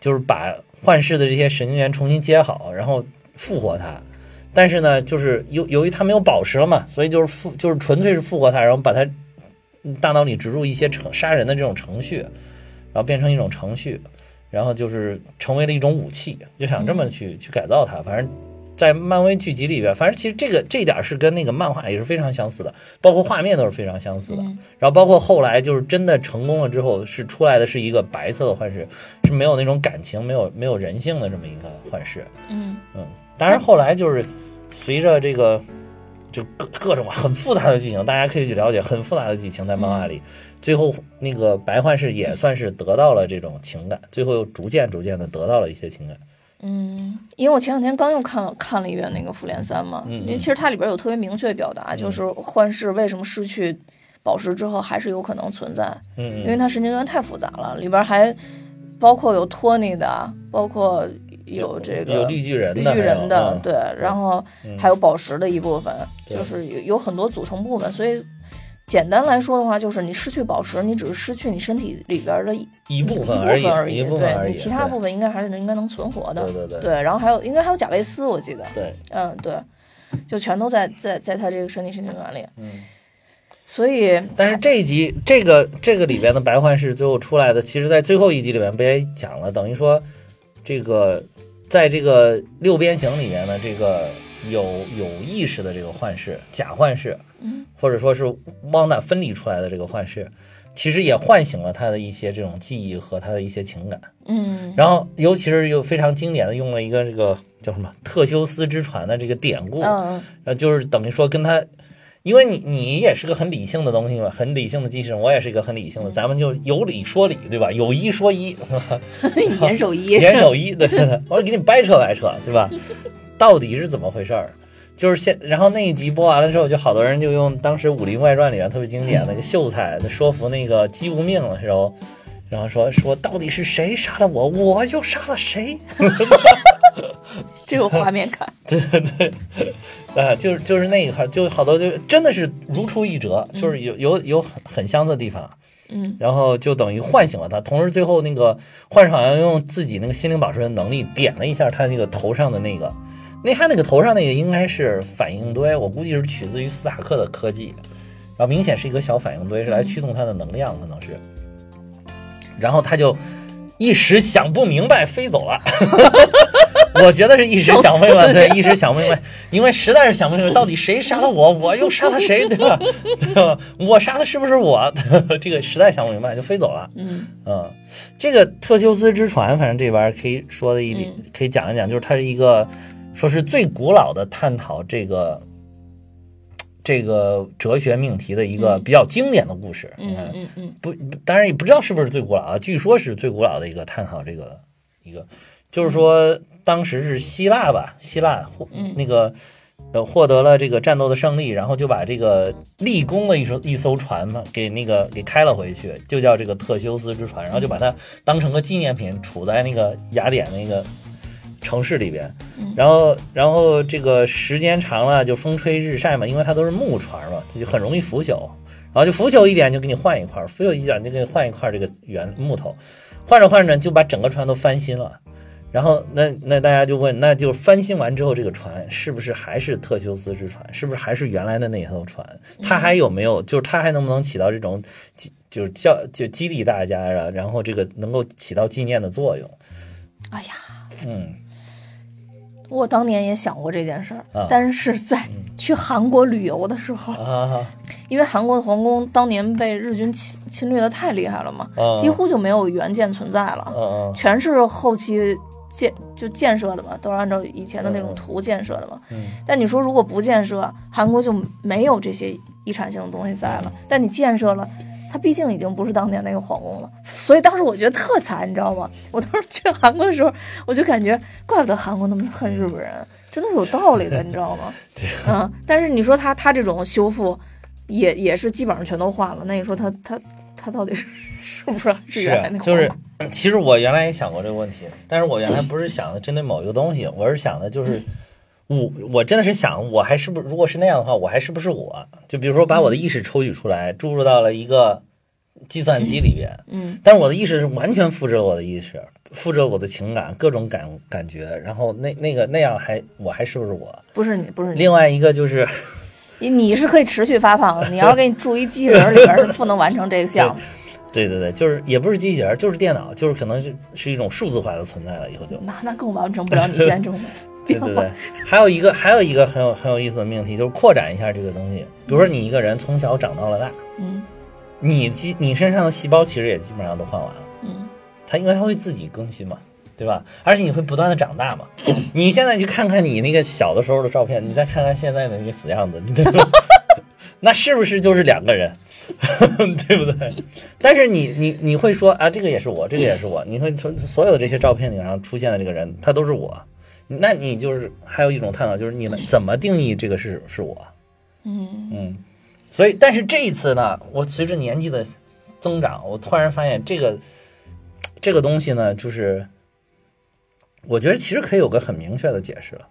[SPEAKER 1] 就是把幻视的这些神经元重新接好，然后复活它。但是呢，就是由由于它没有宝石了嘛，所以就是复就是纯粹是复活它，然后把它嗯大脑里植入一些程杀人的这种程序，然后变成一种程序，然后就是成为了一种武器，就想这么去去改造它。反正，在漫威剧集里边，反正其实这个这一点是跟那个漫画也是非常相似的，包括画面都是非常相似的。
[SPEAKER 3] 嗯
[SPEAKER 1] 然后包括后来就是真的成功了之后，是出来的是一个白色的幻视，是没有那种感情、没有没有人性的这么一个幻视。
[SPEAKER 3] 嗯，
[SPEAKER 1] 嗯，当然后来就是随着这个就各各种啊很复杂的剧情，大家可以去了解很复杂的剧情在漫画里，
[SPEAKER 3] 嗯
[SPEAKER 1] 最后那个白幻视也算是得到了这种情感，最后又逐渐逐渐的得到了一些情感。
[SPEAKER 3] 嗯，因为我前两天刚又看看了一遍那个《复联三》嘛，
[SPEAKER 1] 嗯嗯嗯
[SPEAKER 3] 因为其实它里边有特别明确的表达，就是幻视为什么失去宝石之后还是有可能存在，
[SPEAKER 1] 嗯
[SPEAKER 3] 因为
[SPEAKER 1] 嗯，
[SPEAKER 3] 它神经元太复杂了，里边还包括有托尼的，包括有这个
[SPEAKER 1] 有绿巨人
[SPEAKER 3] 绿
[SPEAKER 1] 的，
[SPEAKER 3] 巨人
[SPEAKER 1] 还有
[SPEAKER 3] 的，
[SPEAKER 1] 嗯
[SPEAKER 3] 对，然后还有宝石的一部分，
[SPEAKER 1] 对
[SPEAKER 3] 就是有有很多组成部分，所以简单来说的话，就是你失去宝石，你只是失去你身体里边的一
[SPEAKER 1] 一部分
[SPEAKER 3] 而
[SPEAKER 1] 而已，一部分
[SPEAKER 3] 对
[SPEAKER 1] 而已，
[SPEAKER 3] 你其他
[SPEAKER 1] 对
[SPEAKER 3] 部分应该还是应该能存活的。
[SPEAKER 1] 对对对
[SPEAKER 3] 然后还有应该还有贾维斯，我记得，
[SPEAKER 1] 对，
[SPEAKER 3] 嗯，对，就全都在在在他这个身体神经元里，
[SPEAKER 1] 嗯。
[SPEAKER 3] 所以
[SPEAKER 1] 但是这一集这个这个里边的白幻视最后出来的，其实在最后一集里面不也讲了，等于说这个在这个六边形里面的这个有有意识的这个幻视假幻视，
[SPEAKER 3] 嗯
[SPEAKER 1] 或者说是汪娜分离出来的这个幻视，其实也唤醒了他的一些这种记忆和他的一些情感。
[SPEAKER 3] 嗯
[SPEAKER 1] 然后尤其是又非常经典的用了一个这个叫什么特修斯之船的这个典故，
[SPEAKER 3] 嗯
[SPEAKER 1] 呃，就是等于说跟他，因为你你也是个很理性的东西嘛，很理性的机器人，我也是一个很理性的，咱们就有理说理，对吧？有一说一，
[SPEAKER 3] 严守 (laughs) 一，
[SPEAKER 1] 严守一，对对对，我给你掰扯掰扯，对吧？到底是怎么回事儿？就是现，然后那一集播完了之后，就好多人就用当时《武林外传》里面特别经典那个秀才在说服那个姬无命的时候，然后说说到底是谁杀了我，我又杀了谁，
[SPEAKER 3] 这有画面感，
[SPEAKER 1] 啊，就是就是那一块儿，就好多就真的是如出一辙，就是有有有很很相似的地方，啊
[SPEAKER 3] 嗯
[SPEAKER 1] 然后就等于唤醒了他，同时最后那个幻视好像用自己那个心灵宝石的能力点了一下他那个头上的那个，那他那个头上那个应该是反应堆，我估计是取自于斯塔克的科技，然后明显是一个小反应堆，是来驱动它的能量，可能是，然后他就一时想不明白飞走了。 (laughs) 我觉得是一时想不明白，对，一时想不明白，因为实在是想不明白到底谁杀了我，我又杀了谁，对吧？对吧？ (laughs) 我杀的是不是我？ (laughs) 这个实在想不明白，就飞走了。
[SPEAKER 3] 嗯
[SPEAKER 1] 嗯，这个特修斯之船，反正这边可以说的一点，
[SPEAKER 3] 嗯
[SPEAKER 1] 可以讲一讲，就是它是一个说是最古老的探讨这个这个哲学命题的一个
[SPEAKER 3] 嗯
[SPEAKER 1] 比较经典的故事。
[SPEAKER 3] 嗯嗯嗯
[SPEAKER 1] 不，当然也不知道是不是最古老啊，据说是最古老的一个探讨这个的一个，就是说当时是希腊吧，希腊获、
[SPEAKER 3] 嗯
[SPEAKER 1] 那个呃获得了这个战斗的胜利，然后就把这个立功的一艘一艘船嘛给那个给开了回去，就叫这个特修斯之船，然后就把它当成个纪念品处在那个雅典那个城市里边
[SPEAKER 3] 嗯，
[SPEAKER 1] 然后然后这个时间长了就风吹日晒嘛，因为它都是木船嘛，就很容易腐朽。然后就腐朽一点就给你换一块儿，腐朽一点就给你换一块儿这个原木头，换着换着就把整个船都翻新了。然后那那大家就问，那就翻新完之后，这个船是不是还是特修斯之船？是不是还是原来的那艘船？它还有没有？就是它还能不能起到这种激，就是叫就激励大家啊，然后这个能够起到纪念的作用？
[SPEAKER 3] 哎呀，
[SPEAKER 1] 嗯，
[SPEAKER 3] 我当年也想过这件事儿
[SPEAKER 1] 啊，
[SPEAKER 3] 但是在去韩国旅游的时候，
[SPEAKER 1] 啊，
[SPEAKER 3] 因为韩国的皇宫当年被日军侵侵略的太厉害了嘛，
[SPEAKER 1] 嗯
[SPEAKER 3] 几乎就没有原件存在了，
[SPEAKER 1] 嗯
[SPEAKER 3] 全是后期建就建设的嘛，都是按照以前的那
[SPEAKER 1] 嗯
[SPEAKER 3] 种
[SPEAKER 1] 嗯
[SPEAKER 3] 图建设的嘛。
[SPEAKER 1] 嗯
[SPEAKER 3] 但你说如果不建设，韩国就没有这些遗产性的东西在了。但你建设了。它毕竟已经不是当年那个皇宫了，所以当时我觉得特惨，你知道吗？ (laughs) 我当时去韩国的时候，我就感觉，怪不得韩国那么恨日本人，真的是有道理的，你知道
[SPEAKER 1] (laughs)
[SPEAKER 3] 吗？嗯，但是你说他他这种修复也，也是基本上全都换了，那你说他他他到底是是不是
[SPEAKER 1] 是
[SPEAKER 3] 原来那个
[SPEAKER 1] 就是
[SPEAKER 3] 皇宫，
[SPEAKER 1] 其实我原来也想过这个问题，但是我原来不是想的针对某一个东西，我是想的就是，我我真的是想，我还是不如果是那样的话，我还是不是我？就比如说把我的意识抽取出来，注入到了一个计算机里边，
[SPEAKER 3] 嗯，
[SPEAKER 1] 但是我的意识是完全复制了我的意识，复制了我的情感，各种感感觉，然后那那个那样还我还是不是我？
[SPEAKER 3] 不是你，不是你，
[SPEAKER 1] 另外一个就是。
[SPEAKER 3] 你你是可以持续发胖的。你要是给你注一机器人儿里边儿是不能完成这个项目，
[SPEAKER 1] 对对对，就是也不是机器人，就是电脑，就是可能是是一种数字化的存在了，以后就。
[SPEAKER 3] 那那更完成不了你现在这种。
[SPEAKER 1] (laughs) 对对对，还有一个还有一个很有很有意思的命题，就是扩展一下这个东西。比如说你一个人从小长到了大，
[SPEAKER 3] 嗯
[SPEAKER 1] 你基你身上的细胞其实也基本上都换完了，
[SPEAKER 3] 嗯
[SPEAKER 1] 它因为它会自己更新嘛，对吧？而且你会不断的长
[SPEAKER 3] (clears throat)
[SPEAKER 1] 大嘛。你现在去看看你那个小的时候的照片，你再看看现在的那个死样子，你对吧？ (laughs) 那是不是就是两个人， (laughs) 对不对？但是你你你会说啊，这个也是我，这个也是我，你会从所有的这些照片里上出现的这个人，他都是我。那你就是还有一种探讨，就是你们怎么定义这个是是我？
[SPEAKER 3] 嗯，
[SPEAKER 1] 嗯，所以但是这一次呢，我随着年纪的增长，我突然发现这个这个东西呢，就是我觉得其实可以有个很明确的解释了，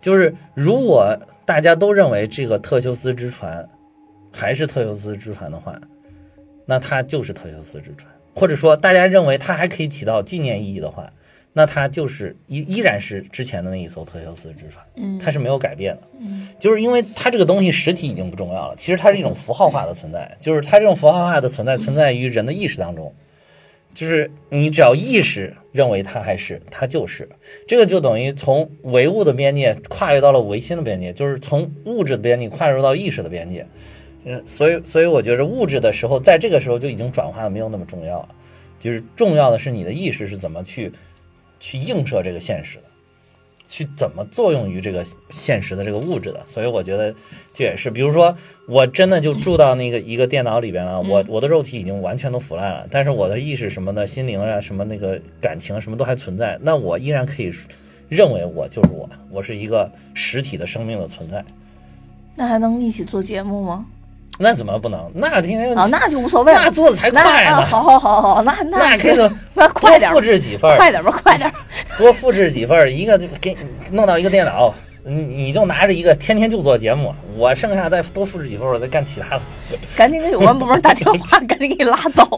[SPEAKER 1] 就是如果大家都认为这个特修斯之船还是特修斯之船的话，那它就是特修斯之船，或者说大家认为它还可以起到纪念意义的话，那它就是依依然是之前的那一艘特修斯之船，
[SPEAKER 3] 嗯
[SPEAKER 1] 它是没有改变的。
[SPEAKER 3] 嗯
[SPEAKER 1] 就是因为它这个东西实体已经不重要了，其实它是一种符号化的存在，就是它这种符号化的存在存在于人的意识当中，就是你只要意识认为它还是它就是，这个就等于从唯物的边界跨越到了唯心的边界，就是从物质的边界跨入到意识的边界，嗯，所以所以我觉得物质的时候，在这个时候就已经转化的没有那么重要了，就是重要的是你的意识是怎么去去映射这个现实的。去怎么作用于这个现实的这个物质的，所以我觉得这也是，比如说我真的就住到那个一个电脑里边
[SPEAKER 3] 嗯
[SPEAKER 1] 了，我我的肉体已经完全都腐烂了，但是我的意识什么的、心灵啊、什么那个感情什么都还存在，那我依然可以认为我就是我，我是一个实体的生命的存在，
[SPEAKER 3] 那还能一起做节目吗？
[SPEAKER 1] 那怎么不能？那天天
[SPEAKER 3] 啊，那就无所谓了。
[SPEAKER 1] 那做的才
[SPEAKER 3] 那
[SPEAKER 1] 快
[SPEAKER 3] 啊
[SPEAKER 1] 呢，
[SPEAKER 3] 好好好好，那那
[SPEAKER 1] (laughs) 那可以
[SPEAKER 3] 是
[SPEAKER 1] 多
[SPEAKER 3] 那快点儿
[SPEAKER 1] 复，制几份儿，
[SPEAKER 3] 快点吧，快点儿。
[SPEAKER 1] 多复制几份儿，一个就给你弄到一个电脑，你你就拿着一个，天天就做节目。我剩下再多复制几份儿，我再干其他的。
[SPEAKER 3] 赶紧给有关部门打电话，赶紧给你拉走。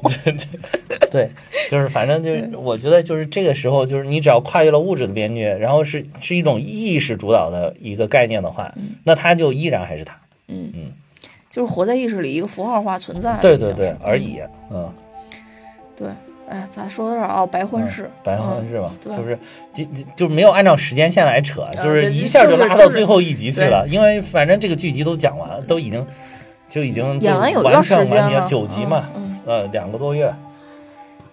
[SPEAKER 3] (laughs)
[SPEAKER 1] 对，就是反正就是，我觉得就是这个时候，就是你只要跨越了物质的边界，然后是是一种意识主导的一个概念的话，
[SPEAKER 3] 嗯
[SPEAKER 1] 那它就依然还是它。
[SPEAKER 3] 就是活在意识里一个符号化存在。
[SPEAKER 1] 对对
[SPEAKER 3] 这
[SPEAKER 1] 对
[SPEAKER 3] 样，
[SPEAKER 1] 而已。嗯，
[SPEAKER 3] 对。哎，咋说到这儿啊？白婚事
[SPEAKER 1] 嗯，白婚是吧？
[SPEAKER 3] 嗯对
[SPEAKER 1] 就是就就就没有按照时间线来扯，就
[SPEAKER 3] 对
[SPEAKER 1] 是一下
[SPEAKER 3] 就是
[SPEAKER 1] 拉
[SPEAKER 3] 就
[SPEAKER 1] 到
[SPEAKER 3] 是
[SPEAKER 1] 最后一集去了，因为反正这个剧集都讲完了，都已经就已经就
[SPEAKER 3] 演完有一
[SPEAKER 1] 完
[SPEAKER 3] 段时
[SPEAKER 1] 全完
[SPEAKER 3] 间
[SPEAKER 1] 结
[SPEAKER 3] 了，
[SPEAKER 1] 九集嘛，
[SPEAKER 3] 嗯，
[SPEAKER 1] 呃，两个多月，
[SPEAKER 3] 嗯
[SPEAKER 1] 就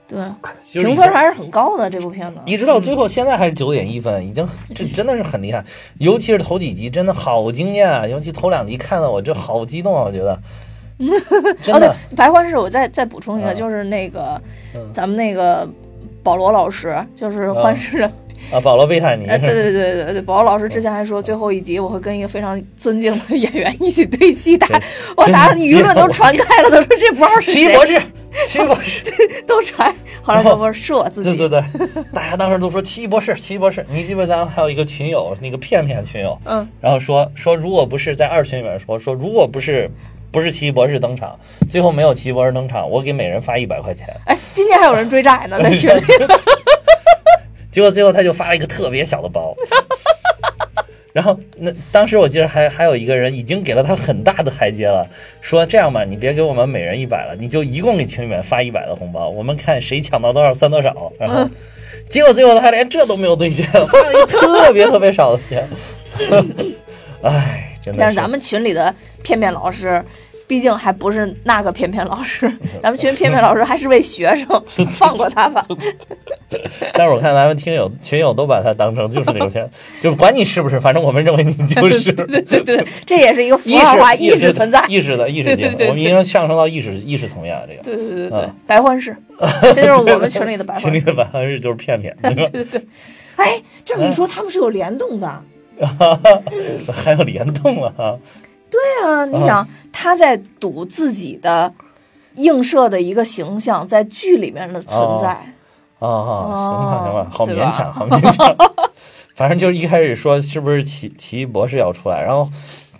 [SPEAKER 3] 对，
[SPEAKER 1] 是
[SPEAKER 3] 评
[SPEAKER 1] 已
[SPEAKER 3] 分
[SPEAKER 1] 经
[SPEAKER 3] 还是很高的这部片子。啊
[SPEAKER 1] 一直到最后，现在还是九点一分，已经这真的是很厉害，尤其是头几集，真的好惊艳啊！尤其头两集看的我这好激动啊，我
[SPEAKER 3] (laughs)
[SPEAKER 1] 觉得，真
[SPEAKER 3] 哦，对
[SPEAKER 1] 的，，
[SPEAKER 3] 白婚事我再再补充一个，
[SPEAKER 1] 啊
[SPEAKER 3] 就是那个
[SPEAKER 1] 嗯
[SPEAKER 3] 咱们那个保罗老师，就是欢事的
[SPEAKER 1] 啊，保罗·贝塔尼，
[SPEAKER 3] 哎，对对对对对，保罗
[SPEAKER 1] 嗯
[SPEAKER 3] 老师之前还说，最后一集我会跟一个非常尊敬的演员一起对戏，大家
[SPEAKER 1] 对
[SPEAKER 3] 哇，大家
[SPEAKER 1] 真的
[SPEAKER 3] 舆论都传开了，都说这不知道是
[SPEAKER 1] 奇异
[SPEAKER 3] 谁，
[SPEAKER 1] 博士，
[SPEAKER 3] (laughs)
[SPEAKER 1] 奇异博士，
[SPEAKER 3] 都传。好了，
[SPEAKER 1] 然后
[SPEAKER 3] 不不是我自己，
[SPEAKER 1] 对对对，大家当时都说奇异博士，奇异博士，你记不记得咱们还有一个群友，那个片片群友，
[SPEAKER 3] 嗯，
[SPEAKER 1] 然后说说如果不是在二群里面说说如果不是不是奇异博士登场，最后没有奇异博士登场，我给每人发一百块钱。
[SPEAKER 3] 哎，今天还有人追债 (laughs) 呢，在群
[SPEAKER 1] (laughs)
[SPEAKER 3] 里。
[SPEAKER 1] 结果最后他就发了一个特别小的包。 (laughs) 然后那当时我记得还还有一个人已经给了他很大的台阶了，说这样吧，你别给我们每人一百了，你就一共给群里面发一百的红包，我们看谁抢到多少算多少。然
[SPEAKER 3] 嗯
[SPEAKER 1] 后结果最后他连这都没有兑现，发了一个特别特别少的
[SPEAKER 3] (laughs)
[SPEAKER 1] 钱。唉，真的。
[SPEAKER 3] 但是咱们群里的片片老师，毕竟还不是那个片片老师，
[SPEAKER 1] 嗯
[SPEAKER 3] 咱们群片片老师还是位学
[SPEAKER 1] (laughs)
[SPEAKER 3] 生，放过他吧。
[SPEAKER 1] 但是我看咱们听友群友都把他当成就是那个片， (laughs) 就是管你是不是，反正我们认为你就是。
[SPEAKER 3] 对 (laughs) 对对，这也是一个符
[SPEAKER 1] 意
[SPEAKER 3] 号化
[SPEAKER 1] 识
[SPEAKER 3] 意识存在。
[SPEAKER 1] 意识的意识
[SPEAKER 3] 对
[SPEAKER 1] 阶
[SPEAKER 3] 对对
[SPEAKER 1] 层，我们已经上升到意识意识层面了。这个
[SPEAKER 3] 对对对对对
[SPEAKER 1] 嗯，
[SPEAKER 3] 白幻
[SPEAKER 1] (laughs)
[SPEAKER 3] 视，这就是我们群里的白
[SPEAKER 1] 群
[SPEAKER 3] 幻
[SPEAKER 1] 里
[SPEAKER 3] 视。
[SPEAKER 1] 的百分之就是骗
[SPEAKER 3] (laughs)
[SPEAKER 1] 骗，对吧
[SPEAKER 3] 哎，这么一说，他们是有联动的。
[SPEAKER 1] 咋还有联动了啊？
[SPEAKER 3] 对啊，你想他在赌自己的映射的一个形象在剧里面的存在，
[SPEAKER 1] 啊啊，行吧行吧，好
[SPEAKER 3] 对
[SPEAKER 1] 勉
[SPEAKER 3] 吧
[SPEAKER 1] 强，好勉强。反正就是一开始说是不是奇奇异博士要出来，然后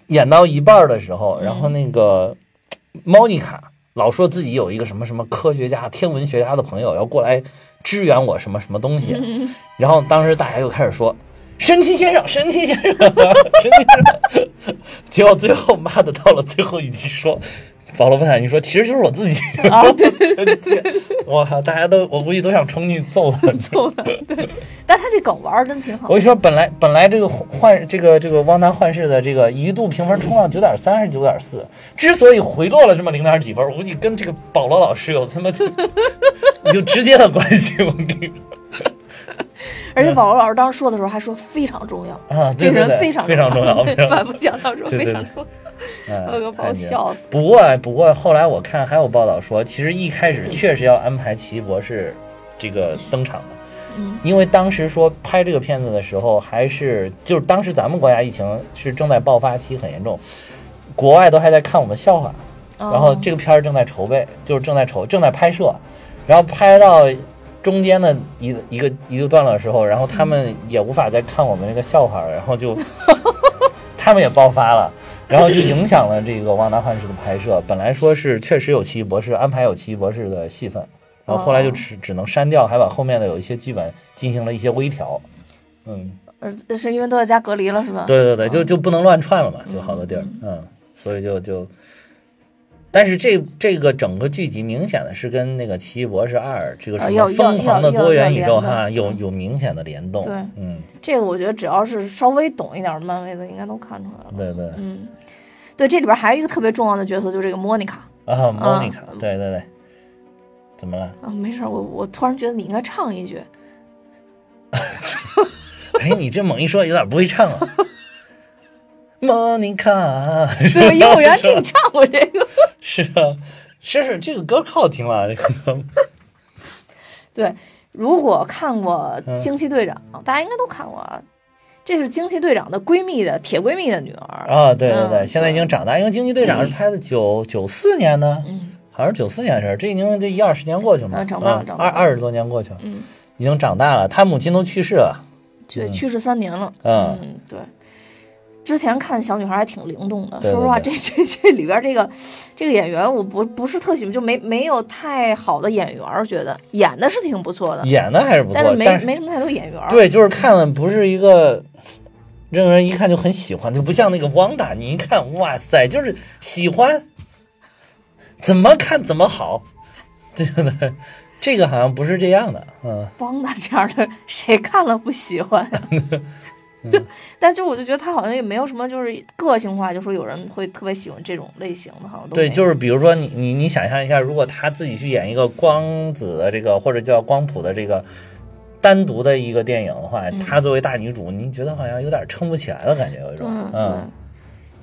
[SPEAKER 1] 演到一半儿的时候，然后那个莫妮卡老说自己有一个什么什么科学家、天文学家的朋友要过来支援我什么什么东西，然后当时大家又开始说。神奇先生，神奇先生，神奇先生， (laughs) 结果最后妈的到了最后一集说，保罗·布坦尼说其实就是我自己，
[SPEAKER 3] 啊，对对
[SPEAKER 1] 神奇，我靠，大家都我估计都想冲进去揍他，
[SPEAKER 3] (laughs) 对对，但他这梗玩儿真挺好
[SPEAKER 1] 我。跟你说，本来本来这个幻这个这个汪达幻视的这个一度评分冲到九点三还是九点四，之所以回落了这么零点几分，我估计跟这个保罗老师有他妈 (laughs) 有直接的关系。我跟你说
[SPEAKER 3] 而且保罗老师当时说的时候还说非常重要，
[SPEAKER 1] 啊，
[SPEAKER 3] 这个
[SPEAKER 1] 嗯对对
[SPEAKER 3] 人
[SPEAKER 1] 对，
[SPEAKER 3] 非
[SPEAKER 1] 非
[SPEAKER 3] 常
[SPEAKER 1] 常重要，非
[SPEAKER 3] 对，
[SPEAKER 1] 常
[SPEAKER 3] 反复强调说
[SPEAKER 1] 对
[SPEAKER 3] 非
[SPEAKER 1] 对
[SPEAKER 3] 常
[SPEAKER 1] 对
[SPEAKER 3] 重要。
[SPEAKER 1] 哎
[SPEAKER 3] (laughs) 我给我把
[SPEAKER 1] 太
[SPEAKER 3] 我
[SPEAKER 1] 牛
[SPEAKER 3] 笑死
[SPEAKER 1] 不过不过后来我看还有报道说，其实一开始确实要安排奇异博士这个登场的，
[SPEAKER 3] 嗯
[SPEAKER 1] 因为当时说拍这个片子的时候，还是就是当时咱们国家疫情是正在爆发期，很严重，国外都还在看我们笑话，
[SPEAKER 3] 嗯哦
[SPEAKER 1] 然后这个片儿正在筹备，就是正在筹正在拍摄，然后拍到中间的一一个一个段落的时候，然后他们也无法再看我们这个笑话了，然后就他们也爆发了，然后就影响了这个《旺达幻视》的拍摄。本来说是确实有奇异博士安排有奇异博士的戏份，然后后来就只只能删掉，还把后面的有一些剧本进行了一些微调。嗯，
[SPEAKER 3] 呃，是因为都在家隔离了是吧？，
[SPEAKER 1] 对对对，就就不能乱串了嘛，就好多地儿，嗯，所以就就，但是这这个整个剧集明显的是跟那个《奇异博士二》这个
[SPEAKER 3] 啊
[SPEAKER 1] 什
[SPEAKER 3] 要
[SPEAKER 1] 么疯狂的
[SPEAKER 3] 要要
[SPEAKER 1] 多元宇
[SPEAKER 3] 要
[SPEAKER 1] 宙
[SPEAKER 3] 联动嗯
[SPEAKER 1] 哈，有有明显的联动
[SPEAKER 3] 对，
[SPEAKER 1] 嗯，
[SPEAKER 3] 这个我觉得只要是稍微懂一点漫威的，应该都看出来了。
[SPEAKER 1] 对对
[SPEAKER 3] 嗯，对，这里边还有一个特别重要的角色，就是这个莫妮卡
[SPEAKER 1] 啊，Monica，对对对，怎么了？
[SPEAKER 3] 啊，没事儿，我我突然觉得你应该唱
[SPEAKER 1] (laughs)
[SPEAKER 3] 一句，
[SPEAKER 1] 哎，你这猛一说有点不会唱啊。莫妮卡， (laughs)
[SPEAKER 3] 对，幼儿园给你唱过这个。
[SPEAKER 1] 是啊，是是，这个歌好听啊，这个歌
[SPEAKER 3] 对，如果看过
[SPEAKER 1] 嗯
[SPEAKER 3] 《惊奇队长》大家应该都看过啊。这是惊奇队长的闺蜜的铁闺蜜的女儿。
[SPEAKER 1] 啊，对对对，
[SPEAKER 3] 嗯
[SPEAKER 1] 现在已经长大，因为《惊奇队长》是拍的九九四年呢，
[SPEAKER 3] 嗯，
[SPEAKER 1] 好像是九四年的事儿，这已经这一二十年过去了嘛，
[SPEAKER 3] 嗯长大了
[SPEAKER 1] 嗯
[SPEAKER 3] 长大
[SPEAKER 1] 二
[SPEAKER 3] 了
[SPEAKER 1] 二十多年过去了，
[SPEAKER 3] 嗯
[SPEAKER 1] 已经长大了，他母亲都去世了，
[SPEAKER 3] 去
[SPEAKER 1] 嗯
[SPEAKER 3] 去世三年了。
[SPEAKER 1] 嗯
[SPEAKER 3] 嗯，对。之前看小女孩还挺灵动的，
[SPEAKER 1] 对对
[SPEAKER 3] 说实话，这
[SPEAKER 1] 对
[SPEAKER 3] 这这里边这个这个演员，我不不是特喜欢，就没没有太好的演员儿，觉得演的是挺不错的，
[SPEAKER 1] 演的还嗯是不
[SPEAKER 3] 啊
[SPEAKER 1] 错，
[SPEAKER 3] 但是没
[SPEAKER 1] 但是
[SPEAKER 3] 没什么太多演员儿。
[SPEAKER 1] 对，就是看了不是一个任何人一看就很喜欢，就不像那个汪达，你一看哇塞，就是喜欢，怎么看怎么好， (laughs) 对不对？这个好像不是这样的，嗯，
[SPEAKER 3] 帮他这样的，谁看了不喜
[SPEAKER 1] (laughs)
[SPEAKER 3] 欢？就，
[SPEAKER 1] 嗯
[SPEAKER 3] 但就我就觉得他好像也没有什么就是个性化，就说有人会特别喜欢这种类型的，好像都
[SPEAKER 1] 对，
[SPEAKER 3] 没有
[SPEAKER 1] 就是比如说你你你想象一下，如果他自己去演一个光子的这个或者叫光谱的这个。单独的一个电影的话，
[SPEAKER 3] 嗯
[SPEAKER 1] 她作为大女主，你觉得好像有点撑不起来的感觉，有一种，
[SPEAKER 3] 嗯对
[SPEAKER 1] 嗯，。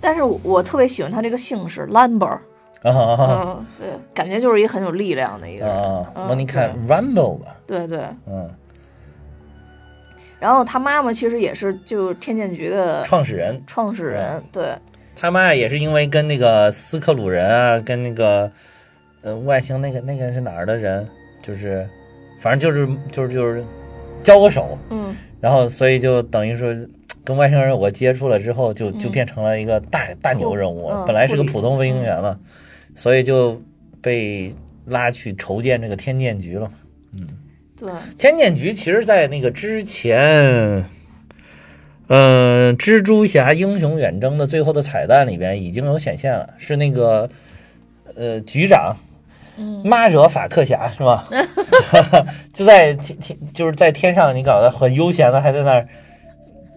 [SPEAKER 3] 但是我我特别喜欢他这个姓氏 Lambert，
[SPEAKER 1] 啊啊啊
[SPEAKER 3] 嗯，对，感觉就是一个很有力量的一个
[SPEAKER 1] 啊
[SPEAKER 3] 人，
[SPEAKER 1] 啊！
[SPEAKER 3] 嗯
[SPEAKER 1] 莫妮卡 Rambo 吧，
[SPEAKER 3] 对对。
[SPEAKER 1] 嗯，
[SPEAKER 3] 然后他妈妈其实也是就天剑局的
[SPEAKER 1] 创始人，
[SPEAKER 3] 创始人，对，
[SPEAKER 1] 他妈也是因为跟那个斯克鲁人啊，跟那个呃外星那个那个是哪儿的人，就是反正就是就是就是交过手，
[SPEAKER 3] 嗯，
[SPEAKER 1] 然后所以就等于说跟外星人我接触了之后就，就
[SPEAKER 3] 嗯
[SPEAKER 1] 变成了一个大大牛人物，
[SPEAKER 3] 嗯
[SPEAKER 1] 本来是个
[SPEAKER 3] 护理
[SPEAKER 1] 普通飞行员嘛，所以就被拉去筹建这个天剑局了。
[SPEAKER 3] 对，
[SPEAKER 1] 天剑局其实，在那个之前，嗯、蜘蛛侠英雄远征的最后的彩蛋里边已经有显现了，是那个呃局长。
[SPEAKER 3] 嗯
[SPEAKER 1] 妈惹法克侠是吧？就在天天就是在天上，你搞得很悠闲的，还在那儿，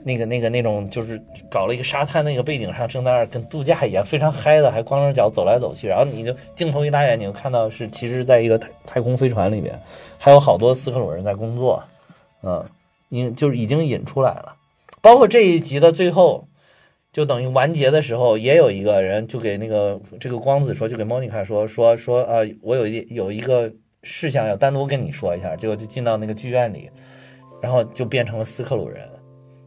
[SPEAKER 1] 那个那个那种就是搞了一个沙滩那个背景上，正在那儿跟度假一样，非常嗨的，还光着脚走来走去。然后你就镜头一拉远，你就看到是其实在一个太太空飞船里边，还有好多斯克鲁人在工作，嗯，因就是已经引出来了。包括这一集的最后，就等于完结的时候，也有一个人就给那个这个光子说，就给莫妮卡说说说呃，我有一有一个事项要单独跟你说一下，结果就进到那个剧院里，然后就变成了斯克鲁人，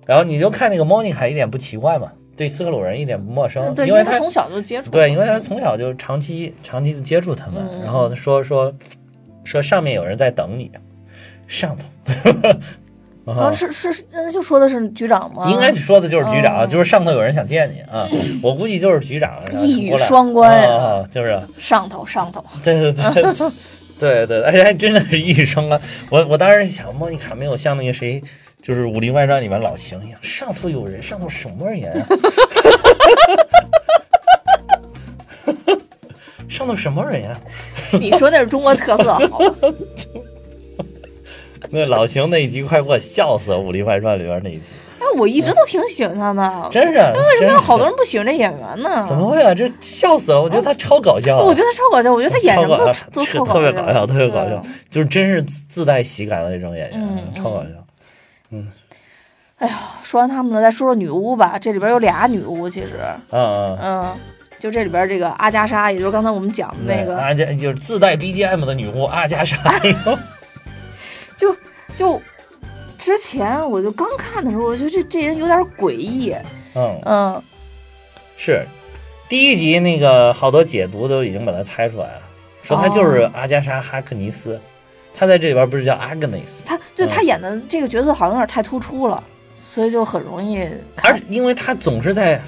[SPEAKER 1] 然后你就看那个莫妮卡一点不奇怪嘛，对斯克鲁人一点不陌生，
[SPEAKER 3] 对，
[SPEAKER 1] 嗯因
[SPEAKER 3] 因
[SPEAKER 1] 为
[SPEAKER 3] 他
[SPEAKER 1] 他
[SPEAKER 3] 从小就接触，
[SPEAKER 1] 对，因为他从小就长期长期的接触他们，
[SPEAKER 3] 嗯
[SPEAKER 1] 然后他说说说上面有人在等你，上头， (laughs) 然
[SPEAKER 3] 啊，是是，是那就说的是局长吗？
[SPEAKER 1] 嗯应该说的就是局长，
[SPEAKER 3] 哦
[SPEAKER 1] 就是上头有人想见你啊，我估计就是局长，然后
[SPEAKER 3] 嗯一语
[SPEAKER 1] 过来
[SPEAKER 3] 双关呀
[SPEAKER 1] 啊，啊就是
[SPEAKER 3] 上头上头， (laughs)
[SPEAKER 1] (laughs) 对对对对对，而且还真的是一语双关。我我当时想，莫妮卡没有像那个谁，就是《武林外传》里面老邢一样，上头有人，上头什么人啊？上头什么人啊呀、
[SPEAKER 3] 你说那是中国特色，好
[SPEAKER 1] (laughs)
[SPEAKER 3] 吧？
[SPEAKER 1] 那老邢那一集快给我笑死了，《武林外传》里边那一集，
[SPEAKER 3] 但哎我一直都挺喜欢他的，
[SPEAKER 1] 真是啊
[SPEAKER 3] 为什么
[SPEAKER 1] 真是
[SPEAKER 3] 有好多人不喜欢这演员呢？
[SPEAKER 1] 怎么会啊？这笑死了！我觉得他超搞笑啊、
[SPEAKER 3] 我觉得他超搞笑，我觉得他演什么
[SPEAKER 1] 超搞
[SPEAKER 3] 都
[SPEAKER 1] 笑
[SPEAKER 3] 都
[SPEAKER 1] 是
[SPEAKER 3] 超
[SPEAKER 1] 特别搞笑，特别
[SPEAKER 3] 对
[SPEAKER 1] 搞笑，就是真是自自带喜感的那种演员，
[SPEAKER 3] 嗯
[SPEAKER 1] 超搞笑。
[SPEAKER 3] 说完他们了，再说说女巫吧。这里边有俩女巫，其实，
[SPEAKER 1] 嗯嗯，
[SPEAKER 3] 嗯，就这里边这个阿加莎，也就是刚才我们讲的那个，
[SPEAKER 1] 阿加就是自带 BGM 的女巫阿加莎，
[SPEAKER 3] (laughs) 就就之前我就刚看的时候，我觉得这这人有点诡异，
[SPEAKER 1] 嗯，
[SPEAKER 3] 嗯，
[SPEAKER 1] 是第一集那个好多解读都已经把她猜出来了，说
[SPEAKER 3] 哦
[SPEAKER 1] 她就是阿加莎哈克尼斯，她在这里边不是叫 Agnes，
[SPEAKER 3] 他就
[SPEAKER 1] 嗯
[SPEAKER 3] 他演的这个角色好像有点太突出了，所以就很容易
[SPEAKER 1] 而
[SPEAKER 3] 看， (laughs)
[SPEAKER 1] 因为她总是在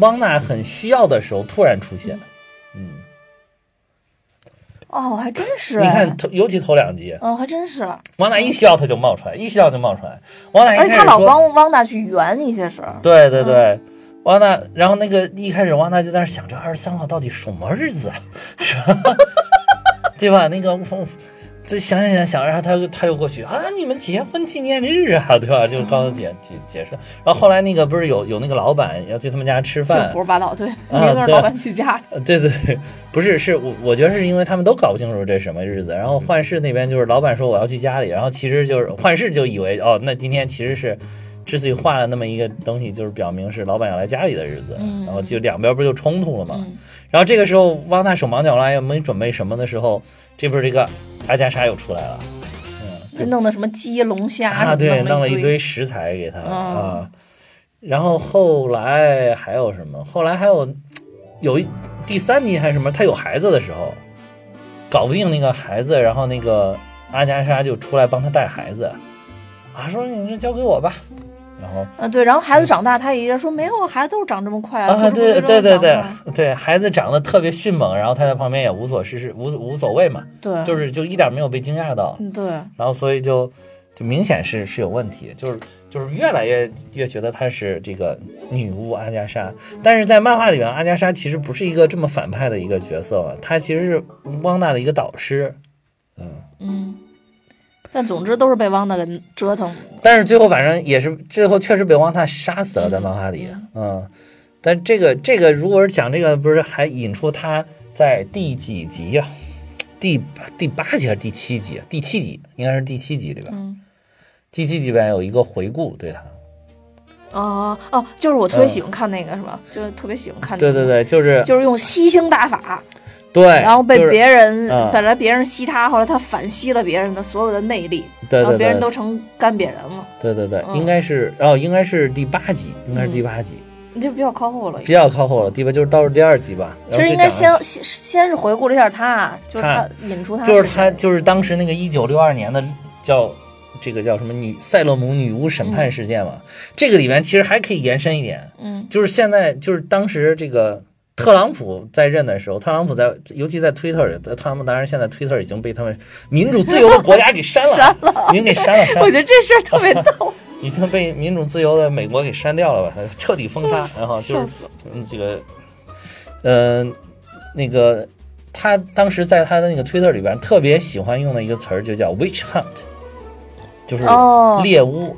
[SPEAKER 1] 汪娜很需要的时候突然出现。嗯，
[SPEAKER 3] 哦，还真是
[SPEAKER 1] 你
[SPEAKER 3] 哎，
[SPEAKER 1] 看，头尤其头两集，
[SPEAKER 3] 嗯，还真是，
[SPEAKER 1] 汪娜一需要她就冒出来，一需要就冒出来。汪娜
[SPEAKER 3] 而
[SPEAKER 1] 一
[SPEAKER 3] 且
[SPEAKER 1] 开
[SPEAKER 3] 他
[SPEAKER 1] 始
[SPEAKER 3] 老
[SPEAKER 1] 说，
[SPEAKER 3] 帮汪娜去圆一些事儿，
[SPEAKER 1] 对对对，汪娜，然后那个一开始汪娜就在那想着二十三号到底什么日子啊， (laughs) 是吧对吧？那个这想想想想，然后他又他又过去啊，你们结婚纪念日啊，对吧？就刚刚解解解释，然后后来那个不是有有那个老板要去他们家吃
[SPEAKER 3] 就
[SPEAKER 1] 饭
[SPEAKER 3] 胡，说八道，对，没跟着
[SPEAKER 1] 啊对
[SPEAKER 3] 老板去家，
[SPEAKER 1] 呃，对对对，不是，是我我觉得是因为他们都搞不清楚这是什么日子，然后幻视那边就是老板说我要去家里，然后其实就是幻视就以为哦，那今天其实是之所以画了那么一个东西，就是表明是老板要来家里的日子，
[SPEAKER 3] 嗯
[SPEAKER 1] 然后就两边不就冲突了嘛。
[SPEAKER 3] 嗯
[SPEAKER 1] 然后这个时候汪娜手忙脚乱又没准备什么的时候，这不是这个阿加莎又出来了，嗯，
[SPEAKER 3] 就弄的什么鸡龙虾
[SPEAKER 1] 啊，对，弄了
[SPEAKER 3] 一
[SPEAKER 1] 一堆食材给他、
[SPEAKER 3] 嗯
[SPEAKER 1] 啊。然后后来还有什么？后来还有有一第三集还是什么？他有孩子的时候，搞不定那个孩子，然后那个阿加莎就出来帮他带孩子，啊，说你这交给我吧。然后
[SPEAKER 3] 啊，对，然后孩子长大，他爷爷说没有，孩子都是长这么快
[SPEAKER 1] 啊，
[SPEAKER 3] 不是不
[SPEAKER 1] 对
[SPEAKER 3] 是
[SPEAKER 1] 对
[SPEAKER 3] 这
[SPEAKER 1] 对
[SPEAKER 3] 么
[SPEAKER 1] 对
[SPEAKER 3] 长大
[SPEAKER 1] (laughs) 对，孩子长得特别迅猛，然后他在旁边也无所事事，无无所谓嘛，
[SPEAKER 3] 对，
[SPEAKER 1] 就是是就一点没有被惊讶到。
[SPEAKER 3] 嗯对，
[SPEAKER 1] 然后所以就就明显是是有问题，就是就是越来越越觉得她是这个女巫阿加莎，但是在漫画里面，阿加莎其实不是一个这么反派的一个角色嘛，她其实是汪娜的一个导师，嗯，
[SPEAKER 3] 嗯，但总之都是被汪娜给折腾，
[SPEAKER 1] 但是最后反正也是最后确实被汪娜杀死了，在漫画里，嗯，但这个这个如果是讲这个，不是还引出她在第几集呀、第第八集还是第七集啊？第七集应该是第七集里边，
[SPEAKER 3] 嗯。
[SPEAKER 1] 第七集里边有一个回顾对她，
[SPEAKER 3] 哦哦，就是我特别
[SPEAKER 1] 嗯
[SPEAKER 3] 喜欢看那个，是吧？就是特别喜欢看，
[SPEAKER 1] 对对，对，就是
[SPEAKER 3] 就是用吸星大法，
[SPEAKER 1] 对，
[SPEAKER 3] 然后被
[SPEAKER 1] 就是
[SPEAKER 3] 别人
[SPEAKER 1] 嗯
[SPEAKER 3] 本来别人吸他，后来他反吸了别人的所有的内力，
[SPEAKER 1] 对
[SPEAKER 3] 然后
[SPEAKER 1] 对
[SPEAKER 3] 别人都
[SPEAKER 1] 对
[SPEAKER 3] 成干瘪人了，
[SPEAKER 1] 对对对，
[SPEAKER 3] 嗯
[SPEAKER 1] 应该是哦，应该是第八集，应该是第八集，
[SPEAKER 3] 你这比较靠后了。
[SPEAKER 1] 比较靠后了，第八就是倒数第二集吧。
[SPEAKER 3] 其实
[SPEAKER 1] 然后
[SPEAKER 3] 应该
[SPEAKER 1] 这两
[SPEAKER 3] 先
[SPEAKER 1] 个
[SPEAKER 3] 先先是回顾了一下他，就是他引出他
[SPEAKER 1] 就是
[SPEAKER 3] 谁
[SPEAKER 1] 他就是当时那个一九六二年的叫这个叫什么女塞勒姆女巫审判事件嘛，这个里面其实还可以延伸一点，
[SPEAKER 3] 嗯
[SPEAKER 1] 就是现在就是当时这个。特朗普在任的时候，特朗普在，尤其在推特里，特朗普当然现在推特已经被他们民主自由的国家给删
[SPEAKER 3] (laughs)
[SPEAKER 1] 了，
[SPEAKER 3] 删了。
[SPEAKER 1] 已经给删了，删
[SPEAKER 3] (laughs)
[SPEAKER 1] 了。
[SPEAKER 3] 我觉得这事儿特别逗，
[SPEAKER 1] 已经被民主自由的美国给删掉了吧？它彻底封杀，然后就是
[SPEAKER 3] 哎笑死了。
[SPEAKER 1] 嗯这个，呃，那个他当时在他的那个推特里边特别喜欢用的一个词儿就叫 witch hunt，就是
[SPEAKER 3] 哦
[SPEAKER 1] 猎巫。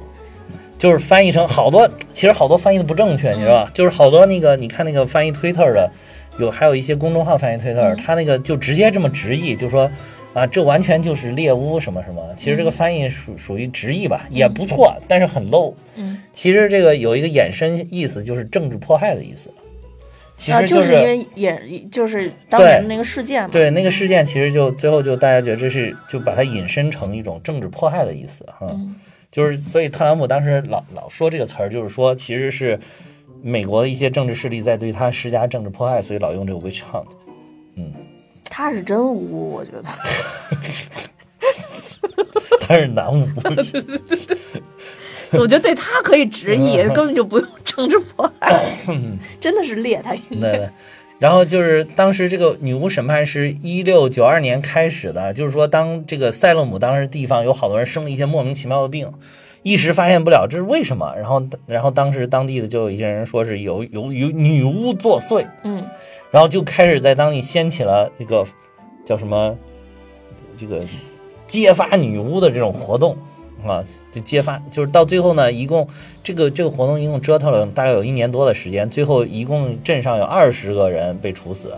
[SPEAKER 1] 就是翻译成好多，其实好多翻译的不正确，你知
[SPEAKER 3] 嗯
[SPEAKER 1] 道吧？就是好多那个，你看那个翻译推特的，有还有一些公众号翻译推
[SPEAKER 3] 嗯
[SPEAKER 1] 特，他那个就直接这么直译，就说啊，这完全就是猎巫什么什么。其实
[SPEAKER 3] 嗯
[SPEAKER 1] 这个翻译属属于直译吧，也不错，但是很 low。
[SPEAKER 3] 嗯
[SPEAKER 1] 其实这个有一个衍生意思，就是政治迫害的意思。 (laughs) 其
[SPEAKER 3] 啊，
[SPEAKER 1] 实、
[SPEAKER 3] 就是是因为也就是当年的那个事件嘛。
[SPEAKER 1] 对那个事件，其实就最后就大家觉得这是就把它引申成一种政治迫害的意思哈、
[SPEAKER 3] 嗯
[SPEAKER 1] 就是所以特朗普当时老老说这个词儿，就是说其实是美国的一些政治势力在对他施加政治迫害，所以老用这个 witch hunt。
[SPEAKER 3] 他是真污，我觉得。
[SPEAKER 1] 他是男巫，
[SPEAKER 3] (laughs) 我觉得对他可以直译，
[SPEAKER 1] 嗯
[SPEAKER 3] 根本就不用政治迫害，真的是猎他应该。
[SPEAKER 1] (laughs) 对。然后就是当时这个女巫审判是一六九二年开始的，就是说当这个塞勒姆当时地方有好多人生了一些莫名其妙的病，一时发现不了这是为什么。然后然后当时当地的就有一些人说是有有有女巫作祟，
[SPEAKER 3] 嗯，
[SPEAKER 1] 然后就开始在当地掀起了这个叫什么这个揭发女巫的这种活动啊，就揭发，就是到最后呢，一共这个这个活动一共折腾了大概有一年多的时间，最后一共镇上有二十个人被处死，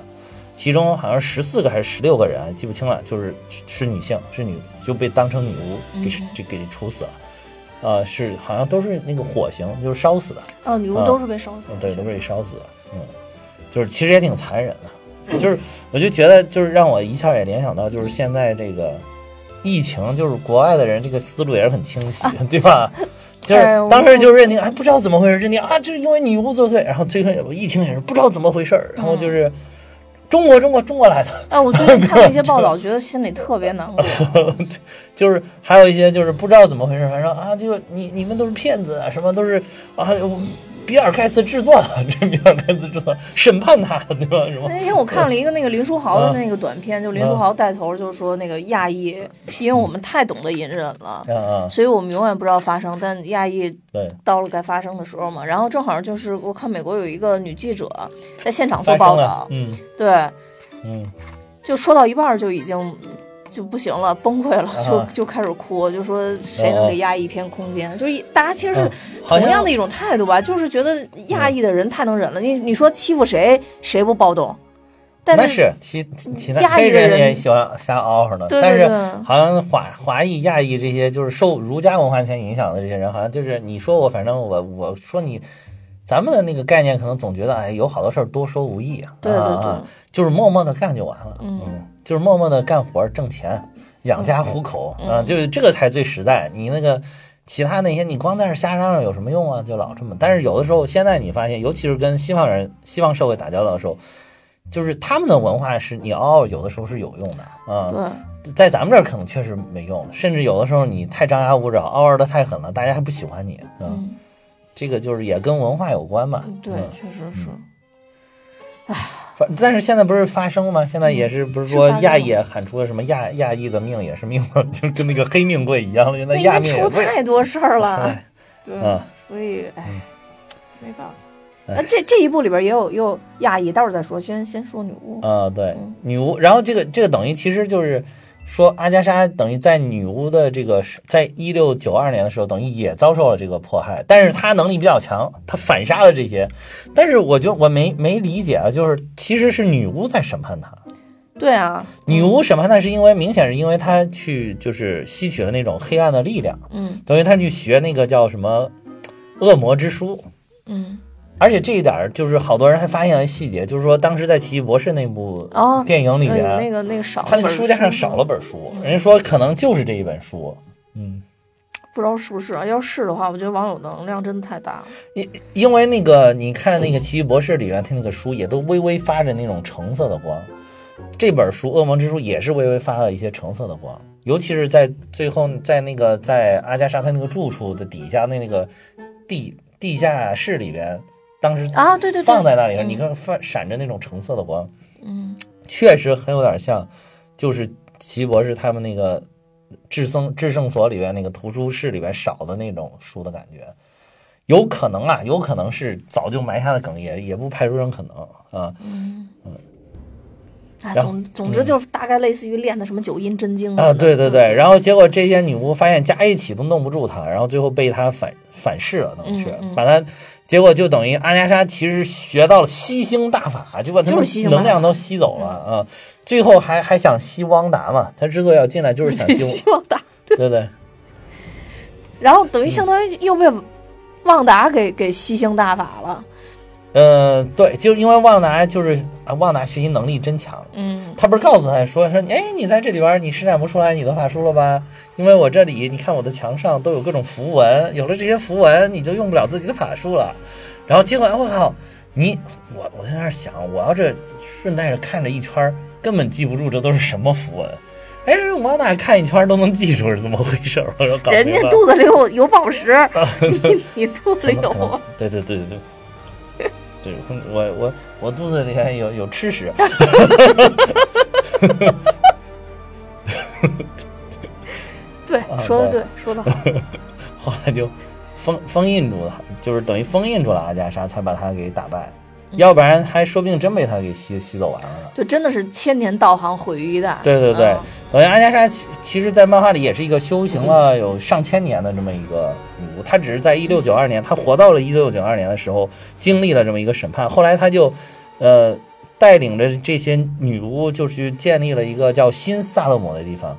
[SPEAKER 1] 其中好像十四个还是十六个人，记不清了，就是是女性，是女就被当成女巫给就给处死了。呃，是好像都是那个火刑，就是烧死的。
[SPEAKER 3] 哦，女巫
[SPEAKER 1] 啊
[SPEAKER 3] 都是被烧死的。
[SPEAKER 1] 对，都被烧死了。嗯，就是其实也挺残忍的，就是我就觉得就是让我一下也联想到就是现在这个疫情，就是国外的人这个思路也是很清晰，对吧？就是
[SPEAKER 3] 哎我
[SPEAKER 1] 当时就认定，哎，不知道怎么回事，认定啊，这是因为女巫作祟，然后最后疫情也是不知道怎么回事儿，然后
[SPEAKER 3] 嗯
[SPEAKER 1] 就是中国中国中国来的，
[SPEAKER 3] 哎，我最近看了一些报
[SPEAKER 1] (laughs)
[SPEAKER 3] 道，觉得心里特别难过。
[SPEAKER 1] 就是还有一些就是不知道怎么回事，反正啊，就你你们都是骗子啊，什么都是啊，我比尔盖茨制作的，这比尔盖茨制作审判他的，对吧？什
[SPEAKER 3] (laughs)
[SPEAKER 1] 么
[SPEAKER 3] 那天我看了一个那个林书豪
[SPEAKER 1] 嗯
[SPEAKER 3] 的那个短片，就林书豪带头就说那个亚裔，
[SPEAKER 1] 嗯
[SPEAKER 3] 因为我们太懂得隐忍了，
[SPEAKER 1] 啊啊，
[SPEAKER 3] 所以我们永远不知道发生，但亚裔
[SPEAKER 1] 对，
[SPEAKER 3] 到了该发生的时候嘛。然后正好就是我看美国有一个女记者在现场做
[SPEAKER 1] 发
[SPEAKER 3] 报
[SPEAKER 1] 生了
[SPEAKER 3] 道，，
[SPEAKER 1] 嗯
[SPEAKER 3] 对，
[SPEAKER 1] 嗯，
[SPEAKER 3] 就说到一半儿就已经就不行了，崩溃了，就
[SPEAKER 1] 啊哦
[SPEAKER 3] 就开始哭，就说谁能给亚裔一片空间？就是一大家其实是
[SPEAKER 1] 嗯好
[SPEAKER 3] 同
[SPEAKER 1] 像嗯
[SPEAKER 3] 样的一种态度吧，就是觉得亚裔的人太能忍了，你你说欺负谁谁不暴动？
[SPEAKER 1] 那
[SPEAKER 3] 但
[SPEAKER 1] 是其其其他
[SPEAKER 3] 亚
[SPEAKER 1] 黑
[SPEAKER 3] 裔的
[SPEAKER 1] 人也
[SPEAKER 3] 人
[SPEAKER 1] 喜欢瞎嗷嗷的，
[SPEAKER 3] 对
[SPEAKER 1] 但
[SPEAKER 3] 对
[SPEAKER 1] 是
[SPEAKER 3] 对
[SPEAKER 1] 好像华华裔、亚裔这些就是受儒家文化圈影响的这些人，好像就是你说我，反正我我说你，咱们的那个概念可能总觉得哎，有好多事儿多说无益啊，
[SPEAKER 3] 对对对
[SPEAKER 1] 啊，就是默默的干就完了，
[SPEAKER 3] 嗯
[SPEAKER 1] 就是默默的干活儿挣钱养家糊口、
[SPEAKER 3] 嗯
[SPEAKER 1] 啊，就是这个才最实在，你那个。其他那些你光在那儿瞎嚷嚷有什么用啊？就老这么。但是有的时候，现在你发现，尤其是跟西方人、西方社会打交道的时候，就是他们的文化是你嗷嗷有的时候是有用的啊。
[SPEAKER 3] 对，
[SPEAKER 1] 在咱们这儿可能确实没用，甚至有的时候你太张牙舞爪、嗷嗷的太狠了，大家还不喜欢你。嗯，
[SPEAKER 3] 嗯，
[SPEAKER 1] 这个就是也跟文化有关嘛。
[SPEAKER 3] 对
[SPEAKER 1] 嗯，
[SPEAKER 3] 确实是。
[SPEAKER 1] 反但是现在不是发生吗？现在也是不是说
[SPEAKER 3] 嗯是发生
[SPEAKER 1] 亚
[SPEAKER 3] 了
[SPEAKER 1] 裔也喊出了什么亚亚裔的命也是命了，就跟那个黑命贵一样了，现在
[SPEAKER 3] 那
[SPEAKER 1] 亚
[SPEAKER 3] 因
[SPEAKER 1] 命
[SPEAKER 3] 为
[SPEAKER 1] 也
[SPEAKER 3] 出
[SPEAKER 1] 贵。
[SPEAKER 3] 太多事儿了，对
[SPEAKER 1] 嗯，
[SPEAKER 3] 所以哎，没办法。
[SPEAKER 1] 哎
[SPEAKER 3] 那这这一部里边也有也有亚裔，待会儿再说，先先说女巫。
[SPEAKER 1] 啊、对，女巫。然后这个这个等于其实就是说，阿加莎等于在女巫的这个是在一六九二年的时候，等于也遭受了这个迫害，但是她能力比较强，她反杀了这些。但是我就我没没理解啊，就是其实是女巫在审判她。
[SPEAKER 3] 对啊，
[SPEAKER 1] 女巫审判她是因为明显是因为她去就是吸取了那种黑暗的力量，
[SPEAKER 3] 嗯
[SPEAKER 1] 等于她去学那个叫什么恶魔之书，
[SPEAKER 3] 嗯，
[SPEAKER 1] 而且这一点儿就是好多人还发现了细节，就是说当时在《奇异博士》那部
[SPEAKER 3] 哦
[SPEAKER 1] 电影里
[SPEAKER 3] 那
[SPEAKER 1] 边，
[SPEAKER 3] 有那个那个少，
[SPEAKER 1] 他那个书架上少了，本书，人家说可能就是这一本书。嗯，
[SPEAKER 3] 不知道是不是啊？要是的话，我觉得网友能量真的太大了。
[SPEAKER 1] 因因为那个你看那个《奇异博士》里面，他那个书也都微微发着那种橙色的光。这本书《恶魔之书》也是微微发了一些橙色的光，尤其是在最后在那个在阿加莎她那个住处的底下那那个地地下室里边，当时
[SPEAKER 3] 啊对对对
[SPEAKER 1] 放在那里边，
[SPEAKER 3] 嗯
[SPEAKER 1] 你看放闪着那种橙色的光，
[SPEAKER 3] 嗯，
[SPEAKER 1] 确实很有点像，就是奇异博士他们那个至圣至圣所里边那个图书室里边少的那种书的感觉，有可能啊，有可能是早就埋下的梗，也也不排除这种可能啊。
[SPEAKER 3] 嗯哎，
[SPEAKER 1] 然后嗯
[SPEAKER 3] 总总之就是大概类似于练的什么九阴真经
[SPEAKER 1] 啊，对对
[SPEAKER 3] (laughs)
[SPEAKER 1] 对，
[SPEAKER 3] 后
[SPEAKER 1] 然后结果这些女巫发现加一起都弄不住她，然后最后被她反反噬了，等于是
[SPEAKER 3] 嗯嗯
[SPEAKER 1] 把她，结果就等于阿加莎其实学到了吸星大法，就把她
[SPEAKER 3] 就
[SPEAKER 1] 们
[SPEAKER 3] 是吸星大法
[SPEAKER 1] 能量都吸走了啊，最后还还想吸汪达嘛，她之所以要进来就是想吸汪，
[SPEAKER 3] 希望达，
[SPEAKER 1] 对不对？
[SPEAKER 3] 然后等于相当于又被旺达给给吸星大法了。
[SPEAKER 1] 呃，对，就因为旺达就是啊，旺达学习能力真强。
[SPEAKER 3] 嗯
[SPEAKER 1] 他不是告诉他说说，哎，你在这里边儿你施展不出来你的法术了吧？因为我这里你看我的墙上都有各种符文，有了这些符文你就用不了自己的法术了。然后结果哎我靠，你我我在那儿想，我要这顺带着看着一圈儿，根本记不住这都是什么符文。哎，往哪看一圈儿都能记住是怎么回事儿？我说搞
[SPEAKER 3] 人
[SPEAKER 1] 明白
[SPEAKER 3] 家
[SPEAKER 1] 了
[SPEAKER 3] 肚子里有有宝
[SPEAKER 1] (laughs)
[SPEAKER 3] 石，你你肚子里
[SPEAKER 1] 可能可能
[SPEAKER 3] 有，
[SPEAKER 1] 对对对对对，对我我我肚子里还有有吃食，
[SPEAKER 3] 对
[SPEAKER 1] 啊，
[SPEAKER 3] 说的
[SPEAKER 1] 对
[SPEAKER 3] 对，说的好，
[SPEAKER 1] (laughs) 后来就封封印住了，就是等于封印住了阿加莎，才把他给打败，要不然还说不定真被他给吸吸走完了呢。
[SPEAKER 3] 就真的是千年道行毁于一旦。
[SPEAKER 1] 对对对
[SPEAKER 3] 啊，
[SPEAKER 1] 等于阿加莎其其实，在漫画里也是一个修行了有上千年的这么一个女巫，她只是在一六九二年，她活到了一六九二年的时候，经历了这么一个审判，后来她就，呃，带领着这些女巫就去建立了一个叫新萨勒姆的地方，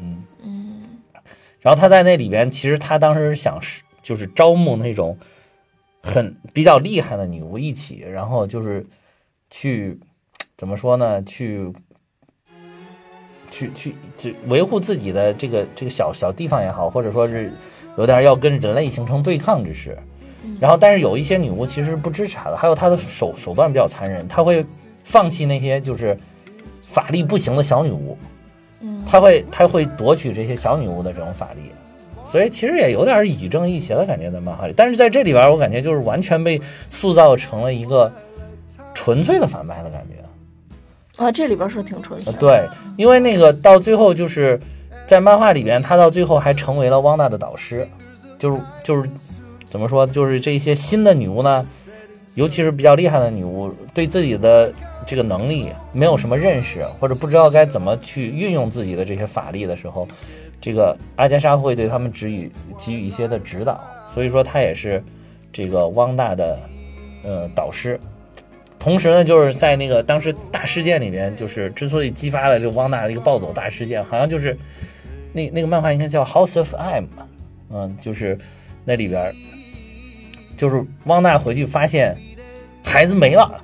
[SPEAKER 1] 嗯，
[SPEAKER 3] 嗯
[SPEAKER 1] 然后她在那里边，其实她当时是想是就是招募那种很比较厉害的女巫一起，然后就是去怎么说呢？去去去去维护自己的这个这个小小地方也好，或者说是有点要跟人类形成对抗之势。然后，但是有一些女巫其实不支持她的，还有她的手手段比较残忍，她会放弃那些就是法力不行的小女巫，
[SPEAKER 3] 嗯
[SPEAKER 1] 她会她会夺取这些小女巫的这种法力，所以其实也有点以正易邪的感觉在漫画里，但是在这里边儿，我感觉就是完全被塑造成了一个纯粹的反派的感觉。
[SPEAKER 3] 啊，这里边是挺纯粹
[SPEAKER 1] 呃，
[SPEAKER 3] 的，
[SPEAKER 1] 对，因为那个到最后就是在漫画里边，他到最后还成为了汪娜的导师，就是就是怎么说，就是这些新的女巫呢，尤其是比较厉害的女巫，对自己的这个能力没有什么认识，或者不知道该怎么去运用自己的这些法力的时候，这个阿加莎会对他们给予给予一些的指导，所以说她也是这个汪娜的呃导师。同时呢，就是在那个当时大事件里面，就是之所以激发了这个汪娜的一个暴走大事件，好像就是那那个漫画应该叫《House of M》吧，嗯，就是那里边儿就是汪娜回去发现孩子没了，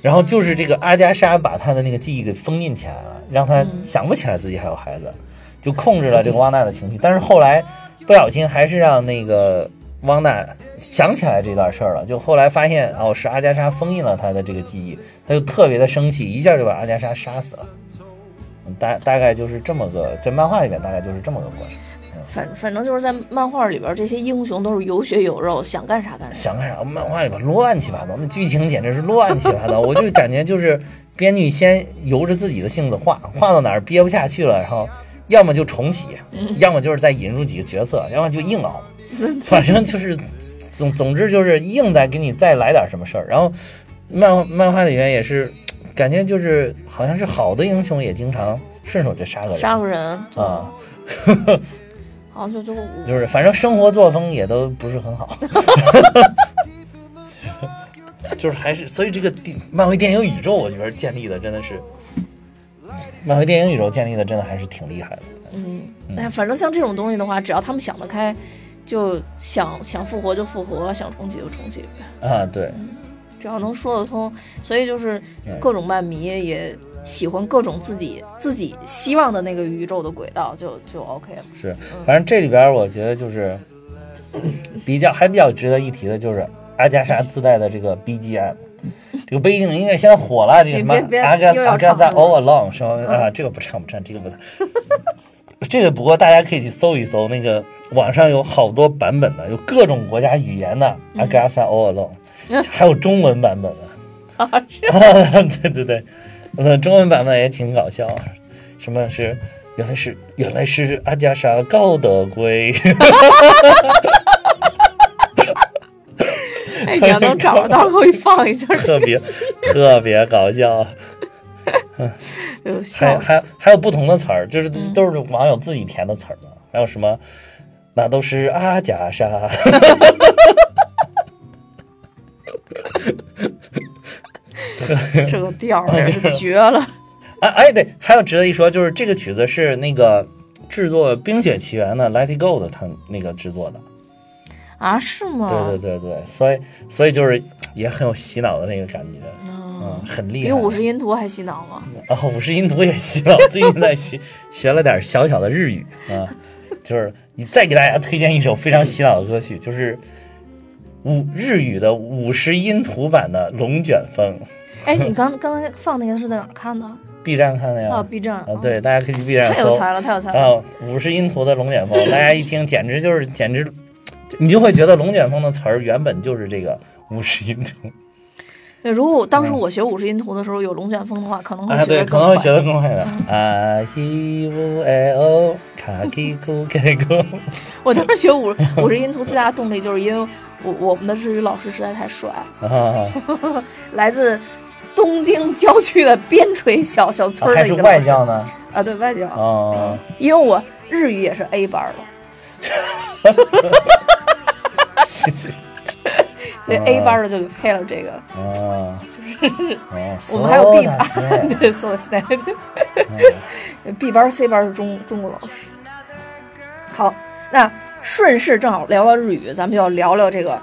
[SPEAKER 1] 然后就是这个阿加莎把她的那个记忆给封印起来了，让她想不起来自己还有孩子，就控制了这个汪娜的情绪。但是后来不小心还是让那个汪娜想起来这段事儿了，就后来发现哦是阿加莎封印了她的这个记忆，她就特别的生气，一下就把阿加莎杀死了。嗯大大概就是这么个，在漫画里面大概就是这么个过程。
[SPEAKER 3] 反反正就是在漫画里边，这些英雄都是有血有肉，想干啥干啥。
[SPEAKER 1] 想干啥？漫画里边乱七八糟，那剧情简直是乱七八糟。 (laughs) 我就感觉就是编剧先由着自己的性子画，画到哪儿憋不下去了，然后要么就重启，要么就是再引入几个角色，要么就硬熬。反正就是总总之就是硬再给你再来点什么事儿。然后漫漫画里面也是，感觉就是好像是好的英雄也经常顺手就杀个人
[SPEAKER 3] 杀个人，对
[SPEAKER 1] 啊，
[SPEAKER 3] 好像就就
[SPEAKER 1] 就是反正生活作风也都不是很好， (laughs) 就是还是所以这个电漫威电影宇宙，我觉得建立的真的是，漫威电影宇宙建立的真的还是挺厉害的。
[SPEAKER 3] 嗯，哎呀，反正像这种东西的话，只要他们想得开，就想想复活就复活，想重启就重启呗，
[SPEAKER 1] 啊，对，
[SPEAKER 3] 只要能说得通。所以就是各种漫迷也喜欢各种自己自己希望的那个宇宙的轨道，就就 OK 了。
[SPEAKER 1] 是，反正这里边我觉得就是 (clears throat) 比较还比较值得一提的就是阿加莎自带的这个 BGM，这个背景音乐现在火了，这个什么
[SPEAKER 3] 你别别
[SPEAKER 1] 阿加
[SPEAKER 3] 又要
[SPEAKER 1] 阿加
[SPEAKER 3] 唱嗯
[SPEAKER 1] 莎
[SPEAKER 3] 了
[SPEAKER 1] All Along 什么啊，这个不唱不唱，这个不唱， (laughs) 这个不过大家可以去搜一搜，那个网上有好多版本的，有各种国家语言的
[SPEAKER 3] 嗯
[SPEAKER 1] 阿加莎 All Along，还有中文版本的。
[SPEAKER 3] 啊，这
[SPEAKER 1] (laughs) 对对对，呃，中文版本也挺搞笑，啊什么是原来是原来是阿加莎高德贵，
[SPEAKER 3] 哎，你要能找着，到时候给你放一下，
[SPEAKER 1] (laughs) 特别特别搞笑，
[SPEAKER 3] 哎呦，
[SPEAKER 1] 还
[SPEAKER 3] 笑死。
[SPEAKER 1] 还还有不同的词儿，就是都是网友自己填的词儿嘛，还有什么那都是阿加莎，啊
[SPEAKER 3] 这个调儿也是绝了。
[SPEAKER 1] 哎哎对，还有值得一说就是这个曲子是那个制作《冰雪奇缘》的《Let It Go》的他那个制作的。
[SPEAKER 3] 啊，是吗？
[SPEAKER 1] 对对对对，所以所以就是也很有洗脑的那个感觉，嗯，很厉害。
[SPEAKER 3] 比五十音图还洗脑吗？
[SPEAKER 1] (laughs) 啊，五十音图也洗脑，最近在学学了点小小的日语啊，就是你再给大家推荐一首非常洗脑的歌曲，就是五日语的五十音图版的《龙卷风
[SPEAKER 3] 哎，你刚刚才放那个是在哪儿看的？》
[SPEAKER 1] ，B 站看的呀。
[SPEAKER 3] 啊，B 站哦
[SPEAKER 1] 啊，对，大家可以去 B 站
[SPEAKER 3] 太有
[SPEAKER 1] 搜
[SPEAKER 3] 才了，太有才了。
[SPEAKER 1] 啊，五十音图的《龙卷风》，大家一听简直就是简直，你就会觉得《龙卷风》的词儿原本就是这个五十音图。
[SPEAKER 3] 对，如果我当时我学五十音图的时候有龙卷风的话，可能会
[SPEAKER 1] 嗯啊，
[SPEAKER 3] 学
[SPEAKER 1] 对，
[SPEAKER 3] 得
[SPEAKER 1] 可
[SPEAKER 3] 更
[SPEAKER 1] 能会
[SPEAKER 3] 快
[SPEAKER 1] 学得更快的。
[SPEAKER 3] 嗯
[SPEAKER 1] 啊西乌哎哦，卡基库盖库。
[SPEAKER 3] 我当时学五五十音图最大的动力就是因为我我们的日语老师实在太帅，
[SPEAKER 1] 啊，
[SPEAKER 3] 来自东京郊区的边陲小小村儿
[SPEAKER 1] 啊还
[SPEAKER 3] 的
[SPEAKER 1] 是
[SPEAKER 3] 一个
[SPEAKER 1] 外
[SPEAKER 3] 老师
[SPEAKER 1] 教呢？
[SPEAKER 3] 啊，对外教，
[SPEAKER 1] 啊，
[SPEAKER 3] 因为我日语也是 A 班儿的， (laughs)
[SPEAKER 1] 其实
[SPEAKER 3] 所以 A 班儿的就给配了这个。
[SPEAKER 1] 啊，哦就是
[SPEAKER 3] (laughs) 我们还有 B
[SPEAKER 1] 班
[SPEAKER 3] (laughs) 班，对，所以现在
[SPEAKER 1] 嗯
[SPEAKER 3] (laughs) B 班、C 班是中中国老师。好，那顺势正好聊到日语，咱们就要聊聊这个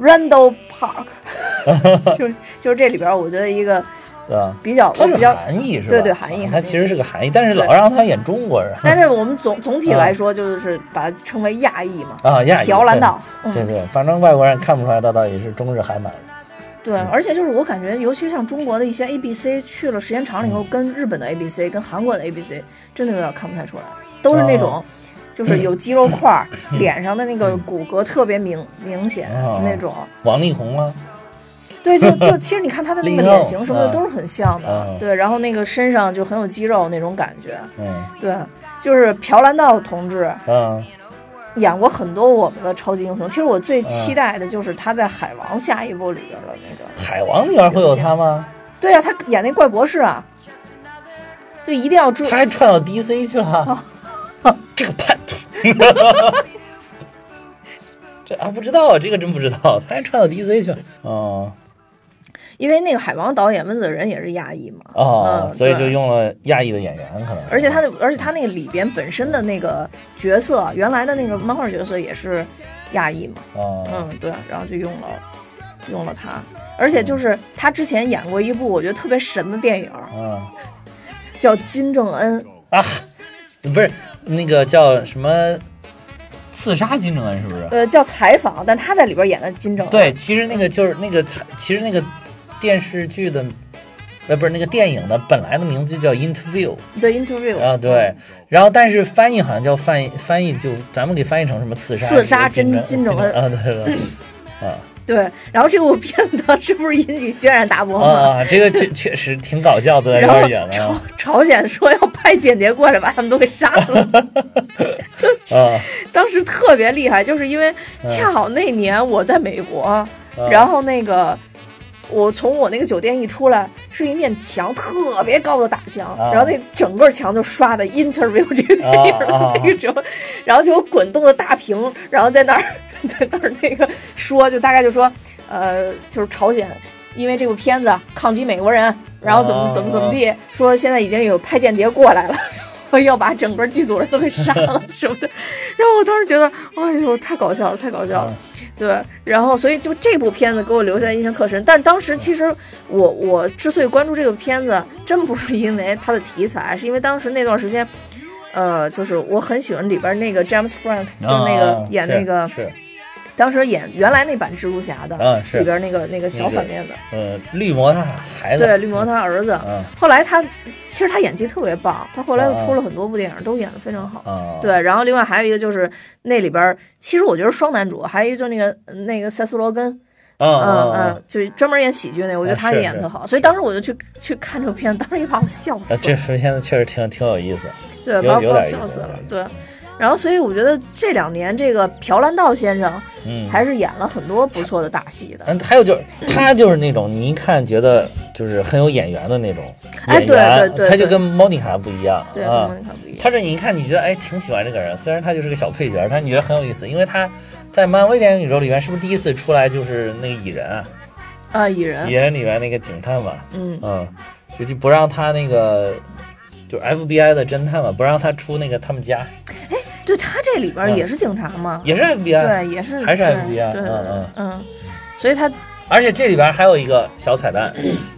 [SPEAKER 3] Randall Park，就是就是这里边我觉得一个
[SPEAKER 1] 对吧？
[SPEAKER 3] 比较
[SPEAKER 1] 它
[SPEAKER 3] 我
[SPEAKER 1] 是
[SPEAKER 3] 比较，
[SPEAKER 1] 韩裔是吧？
[SPEAKER 3] 对对韩裔
[SPEAKER 1] 啊
[SPEAKER 3] 韩
[SPEAKER 1] 它
[SPEAKER 3] 裔
[SPEAKER 1] 其实是个韩裔，但是老让他演中国人
[SPEAKER 3] 但是我们总总体来说就是把它称为亚裔嘛，
[SPEAKER 1] (laughs) 嗯啊，亚裔
[SPEAKER 3] 朴兰岛，
[SPEAKER 1] 对对
[SPEAKER 3] 嗯，
[SPEAKER 1] 对，反正外国人看不出来他到底是中日韩哪的。
[SPEAKER 3] 对，
[SPEAKER 1] 嗯
[SPEAKER 3] 而且就是我感觉，尤其像中国的一些 A B C 去
[SPEAKER 1] 嗯哦
[SPEAKER 3] 了时间长了以后，跟日本的 A B C、跟韩国的 A B C 真的有点看不太出来，都是那种就是有肌肉块儿，脸上的那个骨骼特别明明显
[SPEAKER 1] 嗯哦
[SPEAKER 3] 那种。
[SPEAKER 1] 王力宏啊，
[SPEAKER 3] 对，就就其实你看他的
[SPEAKER 1] (laughs)
[SPEAKER 3] 那个
[SPEAKER 1] 利用
[SPEAKER 3] 脸型什么的
[SPEAKER 1] 嗯
[SPEAKER 3] 都是很像的
[SPEAKER 1] 嗯，
[SPEAKER 3] 对，然后那个身上就很有肌肉那种感觉，
[SPEAKER 1] 嗯
[SPEAKER 3] 对，就是朴兰道同志
[SPEAKER 1] 嗯
[SPEAKER 3] 演过很多我们的超级英雄，其实我最
[SPEAKER 1] 嗯
[SPEAKER 3] 期待的就是他在《海王》下一部里边的那个，
[SPEAKER 1] 海王里边会有他吗？
[SPEAKER 3] 对啊，他演那怪博士啊，就一定要追
[SPEAKER 1] 他，还串到 DC 去了，
[SPEAKER 3] 哦
[SPEAKER 1] (laughs) 这个叛徒。这啊，不知道啊，这个真不知道，他还串到 DC 去了。哦
[SPEAKER 3] 因为那个海王导演温子仁也是亚裔嘛，
[SPEAKER 1] 哦，
[SPEAKER 3] 嗯
[SPEAKER 1] 所以就
[SPEAKER 3] 对
[SPEAKER 1] 用了亚裔的演员，可能。
[SPEAKER 3] 而且他的，而且他那个里边本身的那个角色，原来的那个漫画角色也是亚裔嘛，
[SPEAKER 1] 哦，
[SPEAKER 3] 嗯，对，然后就用了用了他，而且就是他之前演过一部我觉得特别神的电影，
[SPEAKER 1] 嗯
[SPEAKER 3] 叫《金正恩》，
[SPEAKER 1] 啊，不是那个叫什么刺杀金正恩是不是？
[SPEAKER 3] 呃，叫采访，但他在里边演的金正恩，
[SPEAKER 1] 对，其实那个就是那个，其实那个电视剧的，呃，不是那个电影的本来的名字就叫 Interview
[SPEAKER 3] The Interview
[SPEAKER 1] 啊，对，然后但是翻译好像叫翻译翻译就咱们给翻译成什么刺杀
[SPEAKER 3] 刺杀
[SPEAKER 1] 金
[SPEAKER 3] 真金正恩
[SPEAKER 1] 啊，对对
[SPEAKER 3] (laughs)
[SPEAKER 1] 对，啊
[SPEAKER 3] 对，然后这部片子是不是引起轩然大波嘛？
[SPEAKER 1] 啊，啊这个确确实挺搞笑的，有
[SPEAKER 3] 然后
[SPEAKER 1] 点远
[SPEAKER 3] 朝
[SPEAKER 1] 哎了啊
[SPEAKER 3] 朝 (laughs) 鲜说要派间谍过来把他们都给杀
[SPEAKER 1] (laughs)
[SPEAKER 3] 了，
[SPEAKER 1] 啊，
[SPEAKER 3] 当时特别厉害，就是因为
[SPEAKER 1] 嗯
[SPEAKER 3] 恰好那年我在美国，然后那个我从我那个酒店一出来，是一面墙特别高的大墙，
[SPEAKER 1] 啊
[SPEAKER 3] 然后那整个墙就刷的 interview 这个电影
[SPEAKER 1] 啊啊
[SPEAKER 3] 的 (laughs) 那个什么，然后就有滚动的大屏，然后在那儿 (laughs) 在那儿那个说，就大概就说，呃，就是朝鲜因为这部片子抗击美国人，然后怎么怎么怎么
[SPEAKER 1] 哦
[SPEAKER 3] 地，说现在已经有派间谍过来了。 (laughs) 要把整个剧组人都给杀了什么
[SPEAKER 1] (laughs)
[SPEAKER 3] 的，然后我当时觉得，哎呦，太搞笑了，太搞笑了。
[SPEAKER 1] 嗯
[SPEAKER 3] 对，然后所以就这部片子给我留下印象特深。但是当时其实我我之所以关注这个片子，真不是因为它的题材，是因为当时那段时间，呃，就是我很喜欢里边那个 James Frank，就是那个、
[SPEAKER 1] 啊
[SPEAKER 3] 演
[SPEAKER 1] 是
[SPEAKER 3] 那个，
[SPEAKER 1] 是
[SPEAKER 3] 当时演原来那版蜘蛛侠的、
[SPEAKER 1] 啊是
[SPEAKER 3] 里边那个那个小
[SPEAKER 1] 那个
[SPEAKER 3] 反面的，
[SPEAKER 1] 呃绿魔他孩子
[SPEAKER 3] 对，绿魔他儿子。
[SPEAKER 1] 啊
[SPEAKER 3] 后来他其实他演技特别棒，他后来又
[SPEAKER 1] 啊
[SPEAKER 3] 出了很多部电影，都演得非常好。
[SPEAKER 1] 啊
[SPEAKER 3] 对，然后另外还有一个就是那里边儿，其实我觉得双男主，还有一个就是那个那个塞斯罗根，
[SPEAKER 1] 啊
[SPEAKER 3] 嗯
[SPEAKER 1] 啊
[SPEAKER 3] 嗯，就是专门演喜剧那个，我觉得
[SPEAKER 1] 啊
[SPEAKER 3] 他
[SPEAKER 1] 是
[SPEAKER 3] 演
[SPEAKER 1] 是
[SPEAKER 3] 特好，所以当时我就去去看这个片，当时也把我笑
[SPEAKER 1] 啊，
[SPEAKER 3] 死
[SPEAKER 1] 这
[SPEAKER 3] 了，
[SPEAKER 1] 片子确实挺挺有意思，
[SPEAKER 3] 对，
[SPEAKER 1] 有
[SPEAKER 3] 把我把
[SPEAKER 1] 有
[SPEAKER 3] 我
[SPEAKER 1] 点意
[SPEAKER 3] 笑死
[SPEAKER 1] 思有
[SPEAKER 3] 了
[SPEAKER 1] 点意，思
[SPEAKER 3] 对。然后，所以我觉得这两年这个朴兰道先生
[SPEAKER 1] 嗯，
[SPEAKER 3] 还是演了很多不错的大戏的。
[SPEAKER 1] 嗯，还有就是他就是那种你一看觉得就是很有眼缘的那种
[SPEAKER 3] 哎
[SPEAKER 1] 演员，
[SPEAKER 3] 对对对
[SPEAKER 1] 他就
[SPEAKER 3] 对
[SPEAKER 1] 跟莫妮卡不一样
[SPEAKER 3] 对，
[SPEAKER 1] 啊
[SPEAKER 3] 和。莫妮卡不一样。
[SPEAKER 1] 他这你一看，你觉得哎挺喜欢这个人，虽然他就是个小配角，但你觉得很有意思，因为他在漫威电影宇宙里面是不是第一次出来就是那个蚁人啊？
[SPEAKER 3] 啊，蚁
[SPEAKER 1] 蚁
[SPEAKER 3] 人，
[SPEAKER 1] 人里面那个警探嘛，
[SPEAKER 3] 嗯，
[SPEAKER 1] 嗯，就就不让他那个就是 FBI 的侦探嘛，不让他出那个他们家，
[SPEAKER 3] 对他这里边儿
[SPEAKER 1] 嗯
[SPEAKER 3] 也是警察嘛，
[SPEAKER 1] 也是 FBI，
[SPEAKER 3] 嗯对，也是
[SPEAKER 1] 还是
[SPEAKER 3] 对
[SPEAKER 1] FBI
[SPEAKER 3] 对，
[SPEAKER 1] 嗯嗯
[SPEAKER 3] 嗯，所以他
[SPEAKER 1] 而且这里边还有一个小彩蛋，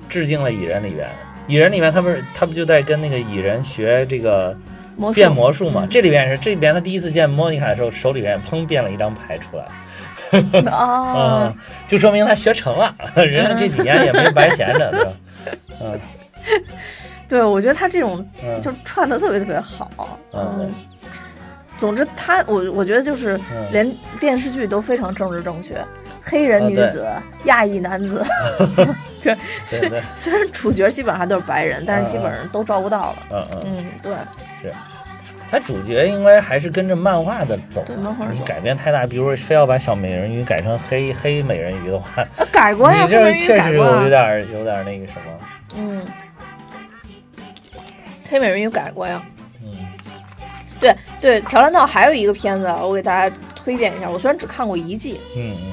[SPEAKER 1] 致敬了蚁人里边。蚁人里面他不是他不就在跟那个蚁人学这个
[SPEAKER 3] 魔术嗯
[SPEAKER 1] 变魔术嘛？这里边也是，这里边他第一次见莫妮卡的时候，手里边砰变了一张牌出来，
[SPEAKER 3] 啊哦
[SPEAKER 1] 嗯，，就说明他学成了， (laughs) 人家这几年也没白闲着，对吧？嗯
[SPEAKER 3] 对，我觉得他这种
[SPEAKER 1] 嗯
[SPEAKER 3] 就串的特别特别好，
[SPEAKER 1] 嗯对
[SPEAKER 3] 嗯。总之他，我我觉得就是
[SPEAKER 1] 嗯啊
[SPEAKER 3] 连电视剧都非常政治正确，黑人女子、亚裔男
[SPEAKER 1] (laughs)
[SPEAKER 3] 子，对，
[SPEAKER 1] 对
[SPEAKER 3] 虽
[SPEAKER 1] 对
[SPEAKER 3] 虽然主角基本上都是白人，但是基本上都照顾到了。
[SPEAKER 1] 嗯嗯，
[SPEAKER 3] 嗯，对，
[SPEAKER 1] 他主角应该还是跟着漫画的走，
[SPEAKER 3] 对漫画走
[SPEAKER 1] 你改变太大，比如说非要把小美人鱼改成黑黑美人鱼的话，
[SPEAKER 3] 啊，改过呀，
[SPEAKER 1] 你
[SPEAKER 3] 黑美
[SPEAKER 1] 这
[SPEAKER 3] 人鱼
[SPEAKER 1] 确
[SPEAKER 3] 改
[SPEAKER 1] 实
[SPEAKER 3] 过
[SPEAKER 1] 有
[SPEAKER 3] 啊，
[SPEAKER 1] 点儿有点儿那个什么，
[SPEAKER 3] 嗯，黑美人鱼改过呀。
[SPEAKER 1] 嗯
[SPEAKER 3] 对对，朴兰道还有一个片子，啊我给大家推荐一下。我虽然只看过一季，
[SPEAKER 1] 嗯嗯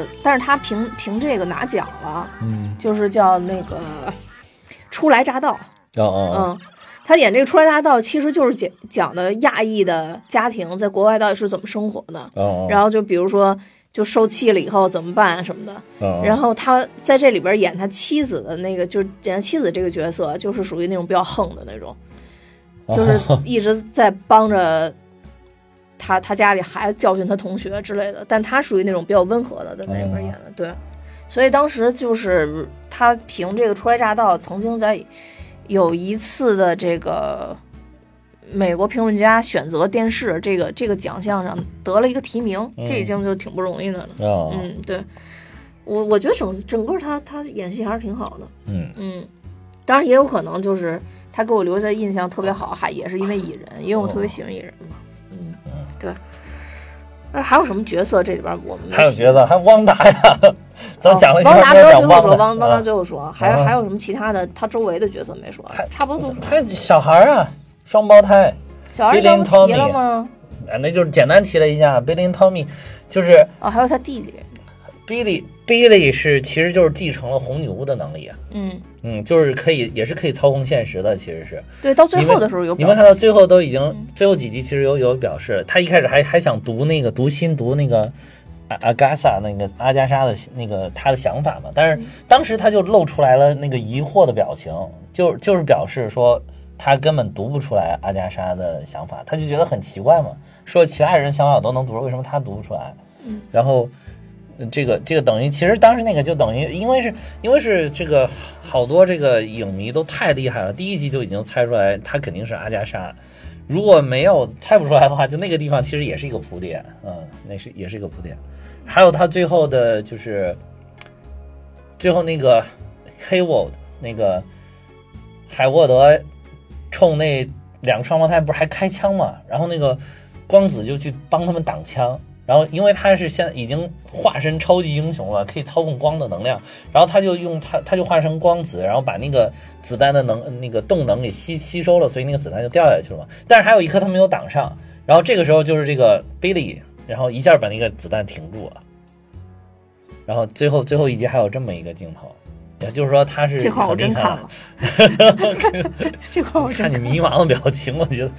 [SPEAKER 3] 呃，但是他凭凭这个拿奖了，
[SPEAKER 1] 嗯，
[SPEAKER 3] 就是叫那个《初来乍到》。
[SPEAKER 1] 哦哦，
[SPEAKER 3] 嗯，他演这个《初来乍到》，其实就是讲讲的亚裔的家庭在国外到底是怎么生活的，
[SPEAKER 1] 哦哦，
[SPEAKER 3] 然后就比如说就受气了以后怎么办啊什么的。
[SPEAKER 1] 哦
[SPEAKER 3] 然后他在这里边演他妻子的那个，就是演他妻子这个角色，就是属于那种比较横的那种，
[SPEAKER 1] 哦
[SPEAKER 3] 就是一直在帮着。他他家里还教训他同学之类的，但他属于那种比较温和的，在那里边演的，对。所以当时就是他凭这个初来乍到，曾经在有一次的这个美国评论家选择电视这个这个奖项上得了一个提名，
[SPEAKER 1] 嗯
[SPEAKER 3] 这已经就挺不容易的了。
[SPEAKER 1] 啊，
[SPEAKER 3] 嗯，对，我我觉得整整个他他演戏还是挺好的。
[SPEAKER 1] 嗯
[SPEAKER 3] 嗯，当然也有可能就是他给我留下印象特别好，还也是因为蚁人，因为我特别喜欢蚁人嘛。嗯，
[SPEAKER 1] 嗯
[SPEAKER 3] 对。那还有什么角色这里边我们没
[SPEAKER 1] 还有
[SPEAKER 3] 提
[SPEAKER 1] 角色，还有汪达呀， (laughs) 咱讲了一
[SPEAKER 3] 哦汪
[SPEAKER 1] 下
[SPEAKER 3] 达
[SPEAKER 1] 没
[SPEAKER 3] 没
[SPEAKER 1] 有
[SPEAKER 3] 有
[SPEAKER 1] 讲
[SPEAKER 3] 最后说，
[SPEAKER 1] 汪
[SPEAKER 3] 汪
[SPEAKER 1] 达
[SPEAKER 3] 达
[SPEAKER 1] 啊，
[SPEAKER 3] 最后说，还有
[SPEAKER 1] 啊
[SPEAKER 3] 还有什么其他的他周围的角色没说
[SPEAKER 1] 还，
[SPEAKER 3] 差不多都
[SPEAKER 1] 他小孩儿啊，双胞胎，
[SPEAKER 3] 小孩刚不提了吗？
[SPEAKER 1] 啊，那就是简单提了一下 Billy and Tommy，就是
[SPEAKER 3] 哦，还有他弟弟，
[SPEAKER 1] Billy Billy 是其实就是继承了红牛的能力啊，
[SPEAKER 3] 嗯，
[SPEAKER 1] 嗯，就是可以也是可以操控现实的，其实是
[SPEAKER 3] 对，到最
[SPEAKER 1] 你们
[SPEAKER 3] 后的时候有
[SPEAKER 1] 你们
[SPEAKER 3] 表嗯
[SPEAKER 1] 看到最后都已经最后几集其实有有表示，他一开始还还想读那个读心读那个。啊阿阿加莎那个阿加莎的那个他的想法嘛，但
[SPEAKER 3] 嗯
[SPEAKER 1] 是当时他就露出来了那个疑惑的表情，就就是表示说他根本读不出来阿加莎的想法，他就觉得很奇怪嘛，说其他人想法我都能读，为什么他读不出来？
[SPEAKER 3] 嗯
[SPEAKER 1] 然后呃这个这个等于其实当时那个就等于，因为是因为是这个好多这个影迷都太厉害了，第一集就已经猜出来他肯定是阿加莎。如果没有猜不出来的话，就那个地方其实也是一个铺垫，嗯，那是也是一个铺垫。还有他最后的就是最后那个 Hayward 那个海沃德冲那两个双胞胎不是还开枪嘛，然后那个光子就去帮他们挡枪。然后，因为他是现在已经化身超级英雄了，可以操控光的能量，然后他就用他他就化身光子，然后把那个子弹的能那个动能给吸吸收了，所以那个子弹就掉下去了嘛。但是还有一颗他没有挡上，然后这个时候就是这个 Billy，然后一下把那个子弹停住了。然后最后最后一集还有这么一个镜头，也就是说他是
[SPEAKER 3] 这块儿我
[SPEAKER 1] 很厉
[SPEAKER 3] 真
[SPEAKER 1] 害
[SPEAKER 3] 看了，
[SPEAKER 1] (laughs)
[SPEAKER 3] (laughs) 这块儿我真
[SPEAKER 1] 看你
[SPEAKER 3] 看了。
[SPEAKER 1] 迷茫的表情，我
[SPEAKER 3] (laughs)
[SPEAKER 1] 觉得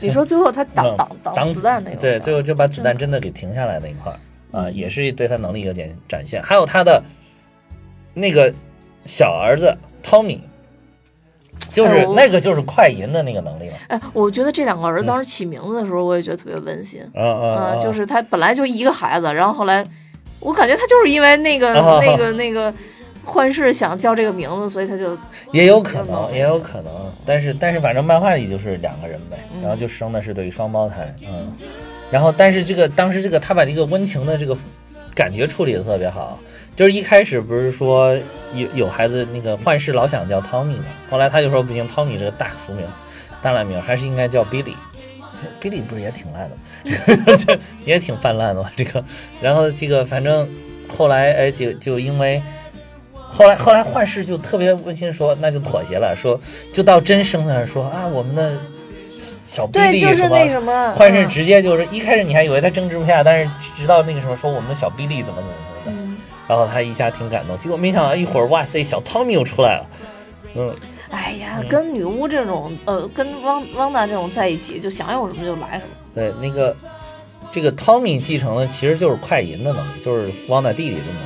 [SPEAKER 3] 你说最后他挡
[SPEAKER 1] 嗯
[SPEAKER 3] 挡
[SPEAKER 1] 挡
[SPEAKER 3] 子弹那个，
[SPEAKER 1] 对，最后就把子弹
[SPEAKER 3] 嗯
[SPEAKER 1] 真的给停下来那一块儿啊，
[SPEAKER 3] 嗯
[SPEAKER 1] 也是对他能力一个展展现。还有他的那个小儿子 Tommy，就
[SPEAKER 3] 哎
[SPEAKER 1] 是
[SPEAKER 3] 呦
[SPEAKER 1] 那个就是快银的那个能力嘛，
[SPEAKER 3] 哎，我觉得这两个儿子当时起名字的时候，我也觉得特别温馨。
[SPEAKER 1] 嗯嗯
[SPEAKER 3] 嗯，
[SPEAKER 1] 嗯，
[SPEAKER 3] 就是他本来就一个孩子，然后后来我感觉他就是因为那个、
[SPEAKER 1] 啊
[SPEAKER 3] 那个那个幻视想叫这个名字，所以他就
[SPEAKER 1] 也有可
[SPEAKER 3] 嗯
[SPEAKER 1] 能，也有可能，但是但是反正漫画里就是两个人呗，
[SPEAKER 3] 嗯
[SPEAKER 1] 然后就生的是对于双胞胎，嗯，然后但是这个当时这个他把这个温情的这个感觉处理的特别好，就是一开始不是说有有孩子那个幻视老想叫汤米嘛，后来他就说不行，汤米这个大俗名、大烂名还是应该叫 Billy。其实 Billy 不是也挺烂的吗？ (laughs) 这也挺泛滥的嘛，这个，然后这个反正后来哎就就因为后来后来幻视就特别温馨说，那就妥协了，说就到真生那儿说啊，我们的小 b
[SPEAKER 3] 对，
[SPEAKER 1] i
[SPEAKER 3] 就是
[SPEAKER 1] 什
[SPEAKER 3] 那
[SPEAKER 1] 么。
[SPEAKER 3] 什么
[SPEAKER 1] 幻视
[SPEAKER 3] 嗯
[SPEAKER 1] 直接就是一开始你还以为他争执不下，但是直到那个时候说我们的小 b i 怎么怎么怎么的，
[SPEAKER 3] 嗯
[SPEAKER 1] 然后他一下挺感动，结果没想到一会儿哇塞，小汤米又出来了，嗯，
[SPEAKER 3] 哎呀
[SPEAKER 1] 嗯，
[SPEAKER 3] 跟女巫这种呃，跟汪汪娜这种在一起，就想有什么就来什么。
[SPEAKER 1] 对，那个这个汤米继承的其实就是快银的能力，就是汪的弟弟的能力。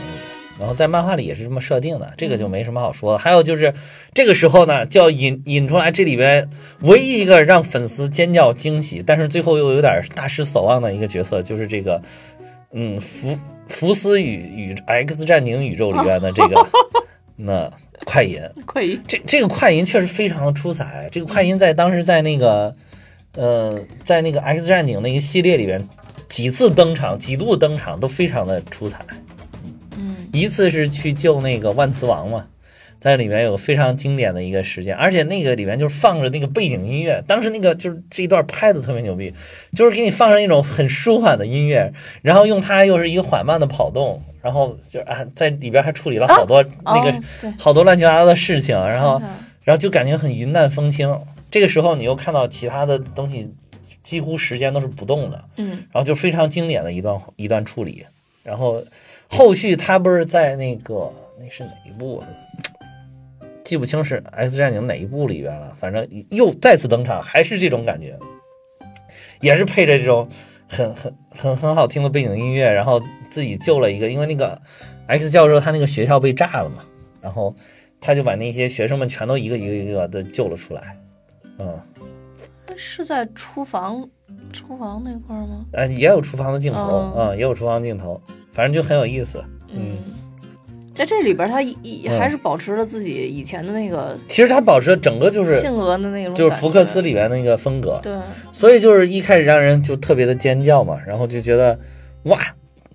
[SPEAKER 1] 然后在漫画里也是这么设定的，这个就没什么好说的。还有就是，这个时候呢，就要引引出来这里边唯一一个让粉丝尖叫惊喜，但是最后又有点大失所望的一个角色，就是这个，嗯，福福斯与与 X 战警宇宙里边的这个，那快银，
[SPEAKER 3] 快一
[SPEAKER 1] 这这个快银确实非常的出彩。这个快银在当时在那个，呃，在那个 X 战警那个系列里边，几次登场，几度登场都非常的出彩。
[SPEAKER 3] 嗯，
[SPEAKER 1] 一次是去救那个万磁王嘛，在里面有非常经典的一个时间，而且那个里面就是放着那个背景音乐，当时那个就是这一段拍的特别牛逼，就是给你放上一种很舒缓的音乐，然后用它又是一个缓慢的跑动，然后就啊在里边还处理了好多那个、啊
[SPEAKER 3] 哦对
[SPEAKER 1] 好多乱七八糟的事情，然后。
[SPEAKER 3] 嗯
[SPEAKER 1] 然后就感觉很云淡风轻。这个时候你又看到其他的东西，几乎时间都是不动的，
[SPEAKER 3] 嗯，
[SPEAKER 1] 然后就非常经典的一段一段处理。然后后续他不是在那个那是哪一部啊？记不清是《X 战警》哪一部里边了，反正又再次登场，还是这种感觉，也是配着这种很很很很好听的背景音乐，然后自己救了一个，因为那个 X 教授他那个学校被炸了嘛，然后他就把那些学生们全都一个一个一个的救了出来，嗯，
[SPEAKER 3] 是在厨房厨房那块儿吗？
[SPEAKER 1] 啊，也有厨房的镜头，
[SPEAKER 3] 哦
[SPEAKER 1] 嗯，也有厨房镜头，反正就很有意思，嗯，
[SPEAKER 3] 在这里边儿他一一
[SPEAKER 1] 嗯
[SPEAKER 3] 还是保持了自己以前的那个
[SPEAKER 1] 其实他保持了整个就是
[SPEAKER 3] 性格的那种，
[SPEAKER 1] 就是福克斯，里边那个风格，
[SPEAKER 3] 对，
[SPEAKER 1] 所以就是一开始让人就特别的尖叫嘛，然后就觉得哇，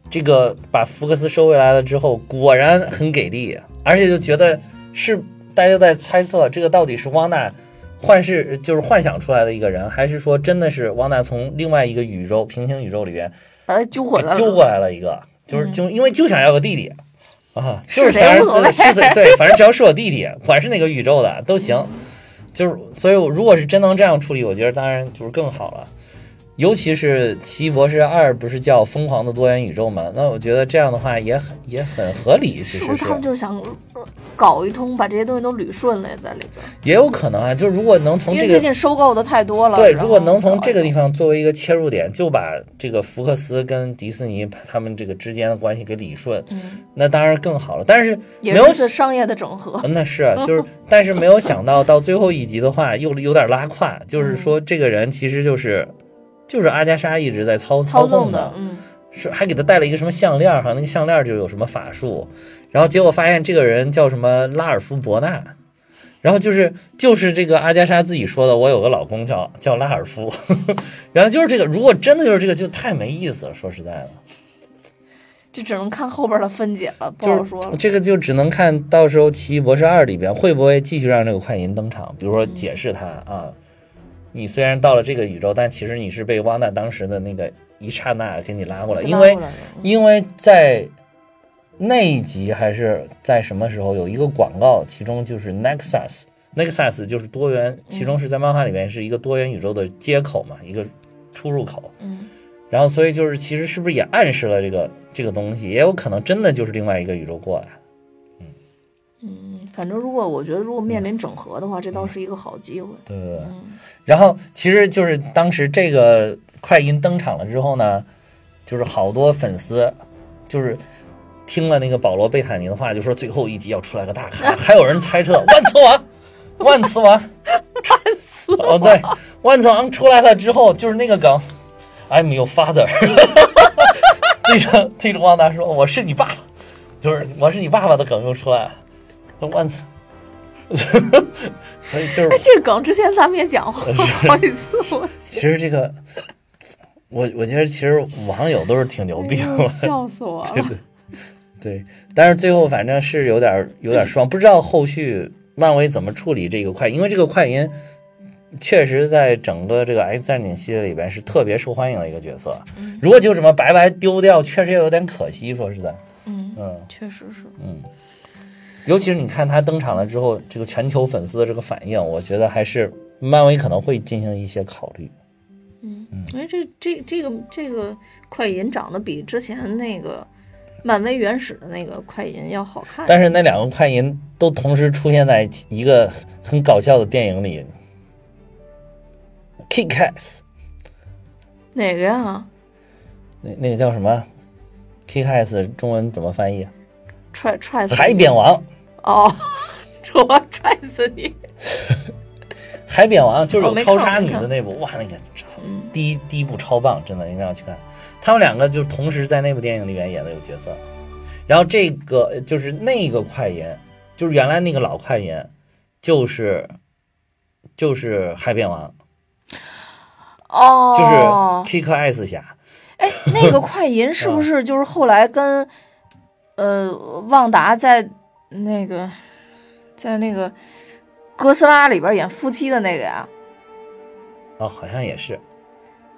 [SPEAKER 1] 这个把福克斯收回来了之后，果然很给力，而且就觉得是大家都在猜测这个到底是汪娜幻视就是幻想出来的一个人，还是说真的是汪娜从另外一个宇宙平行宇宙里边
[SPEAKER 3] 把他揪回来了，
[SPEAKER 1] 揪过来了一个，就是
[SPEAKER 3] 嗯
[SPEAKER 1] 就因为就想要个弟弟。啊，
[SPEAKER 3] 是
[SPEAKER 1] 就是
[SPEAKER 3] 谁
[SPEAKER 1] 想
[SPEAKER 3] 无所
[SPEAKER 1] 让
[SPEAKER 3] 谓
[SPEAKER 1] 自己是最对，反正只要是我弟弟，管是哪个宇宙的都行。就是，所以我如果是真能这样处理，我觉得当然就是更好了。尤其是《奇异博士二》不是叫《疯狂的多元宇宙》吗？那我觉得这样的话也很也很合理，其
[SPEAKER 3] 是
[SPEAKER 1] 实
[SPEAKER 3] 不是他们就是想搞一通，把这些东西都捋顺了在里边儿？
[SPEAKER 1] 也有可能啊。就是如果能从
[SPEAKER 3] 因
[SPEAKER 1] 这
[SPEAKER 3] 为最
[SPEAKER 1] 个
[SPEAKER 3] 近收购的太多了，
[SPEAKER 1] 对，
[SPEAKER 3] 然
[SPEAKER 1] 如果
[SPEAKER 3] 后
[SPEAKER 1] 能从这个地
[SPEAKER 3] 搞
[SPEAKER 1] 方作为一个切入点，就把这个福克斯跟迪士尼他们这个之间的关系给理顺，
[SPEAKER 3] 一通，嗯，
[SPEAKER 1] 那当然更好了。但是
[SPEAKER 3] 也
[SPEAKER 1] 没有
[SPEAKER 3] 是一次商业的整合，
[SPEAKER 1] 嗯那是啊
[SPEAKER 3] (laughs)
[SPEAKER 1] 就是，但是没有想到到最后一集的话，又有点拉胯，
[SPEAKER 3] 嗯
[SPEAKER 1] 就是说这个人其实就是就是阿加莎一直在操
[SPEAKER 3] 操
[SPEAKER 1] 纵
[SPEAKER 3] 纵
[SPEAKER 1] 的，
[SPEAKER 3] 嗯，
[SPEAKER 1] 是还给他戴了一个什么项链儿，好像那个项链儿就有什么法术，然后结果发现这个人叫什么拉尔夫伯纳。然后就是就是这个阿加莎自己说的，我有个老公叫叫拉尔夫， (laughs) 然后就是这个，如果真的就是这个，就太没意思了。说实在的，
[SPEAKER 3] 就只能看后边的分解了，不
[SPEAKER 1] 就是
[SPEAKER 3] 好说了。
[SPEAKER 1] 这个就只能看到时候《奇异博士二》里边会不会继续让这个快银登场，比如
[SPEAKER 3] 嗯
[SPEAKER 1] 说解释他啊，你虽然到了这个宇宙，但其实你是被汪娜当时的那个一刹那给你拉过来，因为
[SPEAKER 3] 拉过来了嗯
[SPEAKER 1] 因为在那一集还是在什么时候有一个广告，其中就是 Nexus。Nexus 就是多元，其中是在漫画里面是一个多元宇宙的接口嘛，一个出入口。
[SPEAKER 3] 嗯，
[SPEAKER 1] 然后所以就是其实是不是也暗示了这个这个东西，也有可能真的就是另外一个宇宙过来。
[SPEAKER 3] 嗯，反正如果我觉得如果面临整合的话，这倒是一个好机会。 (laughs)
[SPEAKER 1] 对对对。
[SPEAKER 3] 嗯，
[SPEAKER 1] 然后其实就是当时这个快银登场了之后呢，就是好多粉丝就是听了那个保罗贝塔尼的话，就说最后一集要出来个大咖，还有人猜测万磁王，万磁王，哦对，万磁王出来了之后就是那个梗，I'm your father，对着对着汪达说我是你爸爸，就是我是你爸爸的梗又出来了，万磁， (laughs) 所以就是
[SPEAKER 3] 哎，这个梗之前咱们也讲过好几次，
[SPEAKER 1] (laughs)
[SPEAKER 3] 我
[SPEAKER 1] 其实这个，我我觉得其实网友都是挺牛逼的，
[SPEAKER 3] 笑死
[SPEAKER 1] (laughs)
[SPEAKER 3] 我了。
[SPEAKER 1] 对。但是最后反正是有点儿有点儿失望，不知道后续漫威怎么处理这个快，因为这个快银确实在整个这个 X 战警系列里边是特别受欢迎的一个角色。如果就这么白白丢掉，确实也有点可惜。说实在，
[SPEAKER 3] 嗯，
[SPEAKER 1] 嗯
[SPEAKER 3] 确实是。
[SPEAKER 1] 嗯。尤其是你看他登场了之后，这个全球粉丝的这个反应，我觉得还是漫威可能会进行一些考虑。
[SPEAKER 3] 嗯，因为这这这个这个快银长得比之前那个漫威原始的那个快银要好看，
[SPEAKER 1] 但是那两个快银都同时出现在一个很搞笑的电影里，《Kick Ass》
[SPEAKER 3] 哪个呀？
[SPEAKER 1] 那那个叫什么？《Kick Ass》中文怎么翻译？啊
[SPEAKER 3] 踹踹死你
[SPEAKER 1] 海扁王，
[SPEAKER 3] 哦， (laughs) 我踹死你！
[SPEAKER 1] 海扁王就是
[SPEAKER 3] 哦
[SPEAKER 1] 有
[SPEAKER 3] 没
[SPEAKER 1] 超
[SPEAKER 3] 看
[SPEAKER 1] 杀女
[SPEAKER 3] 没
[SPEAKER 1] 的
[SPEAKER 3] 看
[SPEAKER 1] 那部，哇，那个超
[SPEAKER 3] 嗯
[SPEAKER 1] 第一第一部超棒，真的一定要去看。他们两个就同时在那部电影里面演的有角色，然后这个就是那个快银，就是原来那个老快银，就是就是海扁王，就是
[SPEAKER 3] 哦，
[SPEAKER 1] Kick Ass 侠。
[SPEAKER 3] 哎，那个快银是
[SPEAKER 1] (laughs) 啊
[SPEAKER 3] 不是就是后来跟呃旺达在那个在那个哥斯拉里边演夫妻的那个呀？
[SPEAKER 1] 哦，好像也是，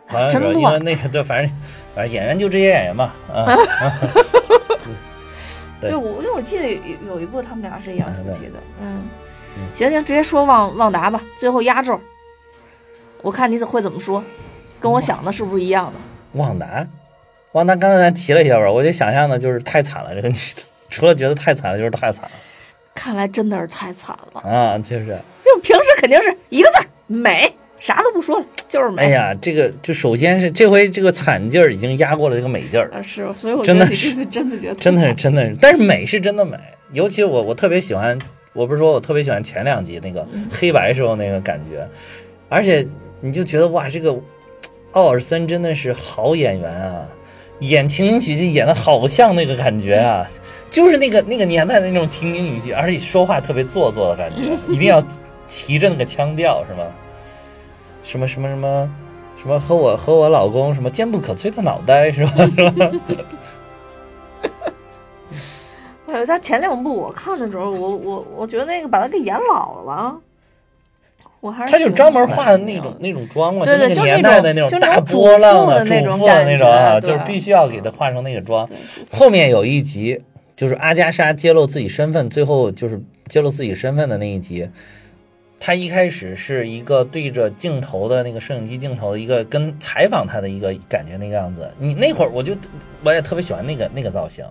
[SPEAKER 1] 好像
[SPEAKER 3] 啊真
[SPEAKER 1] 是因
[SPEAKER 3] 乱
[SPEAKER 1] 为那个对，反正反正演员就这些演员嘛，啊，对
[SPEAKER 3] 对，我因为我记得有有一部他们俩是演夫妻的，嗯
[SPEAKER 1] 嗯，
[SPEAKER 3] 行行，直接说旺旺达吧，最后压轴，我看你怎会怎么说，跟我想的是不是一样的？
[SPEAKER 1] 旺达，旺达刚才咱提了一下吧，我就想象的就是太惨了，这个女的， (laughs) 除了觉得太惨了，就是太惨了
[SPEAKER 3] 看来真的是太惨了，
[SPEAKER 1] 啊，就
[SPEAKER 3] 因
[SPEAKER 1] 是，
[SPEAKER 3] 为平时肯定是一个字儿美，啥都不说了，就是美。
[SPEAKER 1] 哎呀，这个就首先是这回这个惨劲儿已经压过了这个美劲儿，
[SPEAKER 3] 啊，是，所以我觉
[SPEAKER 1] 真
[SPEAKER 3] 得
[SPEAKER 1] 的
[SPEAKER 3] 你
[SPEAKER 1] 是
[SPEAKER 3] 这次真的觉得
[SPEAKER 1] 真的是真的是，但是美是真的美，尤其我我特别喜欢，我不是说我特别喜欢前两集那个黑白时候那个感觉，而且你就觉得哇，这个奥尔森真的是好演员啊，演情景喜剧演的好像那个感觉啊，就是那个那个年代的那种情景语句，而且说话特别做作的感觉，一定要提着那个腔调，是吗？什么什么什么什么和我和我老公什么坚不可摧的脑袋是吧？是吧？
[SPEAKER 3] 呃，但前两部我看的时候，我我我觉得那个把他给演老了，我还是
[SPEAKER 1] 他就
[SPEAKER 3] 喜欢
[SPEAKER 1] 专门
[SPEAKER 3] 看
[SPEAKER 1] 化的
[SPEAKER 3] 那
[SPEAKER 1] 那
[SPEAKER 3] 个
[SPEAKER 1] 种那种妆嘛，
[SPEAKER 3] 对对
[SPEAKER 1] 那个
[SPEAKER 3] 就是那
[SPEAKER 1] 年代的
[SPEAKER 3] 种
[SPEAKER 1] 种
[SPEAKER 3] 就那
[SPEAKER 1] 大
[SPEAKER 3] 种主
[SPEAKER 1] 波浪
[SPEAKER 3] 妇
[SPEAKER 1] 的
[SPEAKER 3] 的那
[SPEAKER 1] 主
[SPEAKER 3] 种
[SPEAKER 1] 妇的
[SPEAKER 3] 感
[SPEAKER 1] 那
[SPEAKER 3] 觉
[SPEAKER 1] 种啊，就
[SPEAKER 3] 对
[SPEAKER 1] 是必须要给他化成那个妆。后面有一集就是阿加莎揭露自己身份，最后就是揭露自己身份的那一集。他一开始是一个对着镜头的那个摄影机镜头的一个跟采访他的一个感觉那个样子。你那会儿我就我也特别喜欢那个那个造型，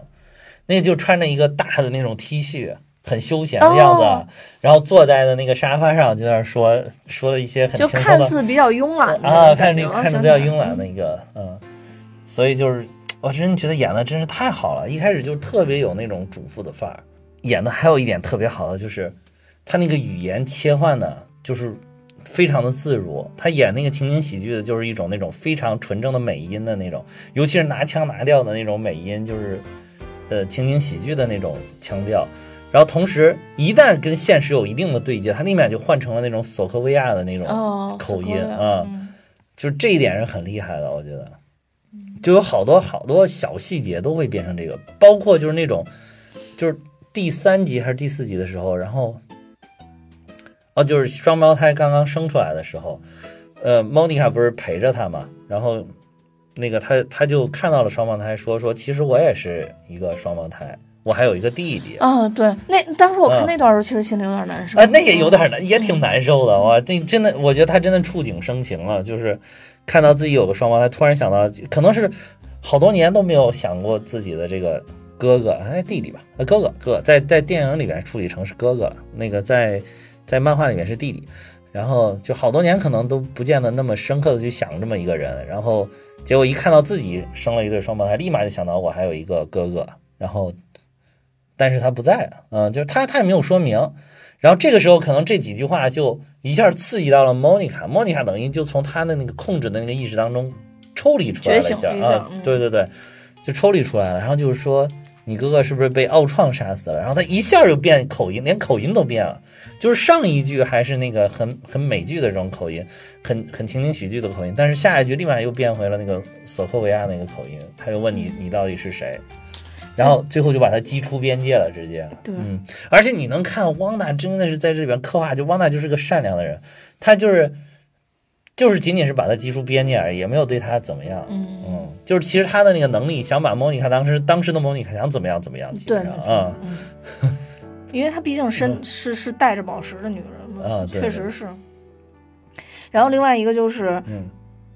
[SPEAKER 1] 那个就穿着一个大的那种 T 恤，很休闲的样子，啊
[SPEAKER 3] 哦
[SPEAKER 1] 然后坐在的那个沙发上就在那儿说说了一些很
[SPEAKER 3] 就
[SPEAKER 1] 轻松的
[SPEAKER 3] 看似比较慵懒的
[SPEAKER 1] 啊，
[SPEAKER 3] 感
[SPEAKER 1] 看着
[SPEAKER 3] 觉
[SPEAKER 1] 看着比较慵懒的一个，嗯，所以就是我真觉得演的真是太好了，一开始就特别有那种主妇的范儿。演的还有一点特别好的就是，他那个语言切换呢，就是非常的自如。他演那个情景喜剧的，就是一种那种非常纯正的美音的那种，尤其是拿腔拿调的那种美音，就是呃情景喜剧的那种腔调。然后同时，一旦跟现实有一定的对接，他立马就换成了那种索科维亚的那种
[SPEAKER 3] 哦
[SPEAKER 1] 口音
[SPEAKER 3] 索科维亚
[SPEAKER 1] 啊、就是这一点是很厉害的，我觉得，就有好多好多小细节都会变成这个，包括就是那种，就是第三集还是第四集的时候，然后，哦，就是双胞胎刚刚生出来的时候，呃，莫妮卡不是陪着他嘛，然后那个他他就看到了双胞胎说，说其实我也是一个双胞胎，我还有一个弟弟。
[SPEAKER 3] 啊，对，那当时我看
[SPEAKER 1] 嗯
[SPEAKER 3] 那段儿的时候，其实心里有点难受
[SPEAKER 1] 啊，那也有点难，也挺难受的哇！这真的，我觉得他真的触景生情了，就是看到自己有个双胞胎，突然想到，可能是好多年都没有想过自己的这个哥哥，哎，弟弟吧，呃，哥哥，哥，在在电影里面处理成是哥哥了，那个在在漫画里面是弟弟，然后就好多年可能都不见得那么深刻的去想这么一个人，然后结果一看到自己生了一对双胞胎，立马就想到我还有一个哥哥，然后但是他不在了，嗯，就是他他也没有说明，然后这个时候可能这几句话就一下刺激到了 Monica，Monica 等于就从他的那个控制的那个意识当中抽离出来了一
[SPEAKER 3] 觉
[SPEAKER 1] 下
[SPEAKER 3] 醒了一下
[SPEAKER 1] 啊
[SPEAKER 3] 嗯，
[SPEAKER 1] 对对对，就抽离出来了，然后就是说你哥哥是不是被奥创杀死了？然后他一下就变口音，连口音都变了。就是上一句还是那个很很美剧的这种口音，很很情景喜剧的口音，但是下一句立马又变回了那个索科维亚那个口音，他又问你
[SPEAKER 3] 嗯
[SPEAKER 1] 你到底是谁，然后最后就把他激出边界了，直接。
[SPEAKER 3] 对
[SPEAKER 1] 嗯，而且你能看汪达真的是在这里边刻画，就汪达就是个善良的人，他就是就是仅仅是把他激出边界而已，也没有对他怎么样。
[SPEAKER 3] 嗯
[SPEAKER 1] 嗯，就是其实他的那个能力，想把莫妮卡当时当时的莫妮卡想怎么样怎么样，基本
[SPEAKER 3] 对
[SPEAKER 1] 上
[SPEAKER 3] 没
[SPEAKER 1] 啊。嗯
[SPEAKER 3] (laughs) 因为她毕竟身、
[SPEAKER 1] 嗯
[SPEAKER 3] 是是带着宝石的女人嘛，
[SPEAKER 1] 啊对
[SPEAKER 3] 确实是。然后另外一个就是，
[SPEAKER 1] 嗯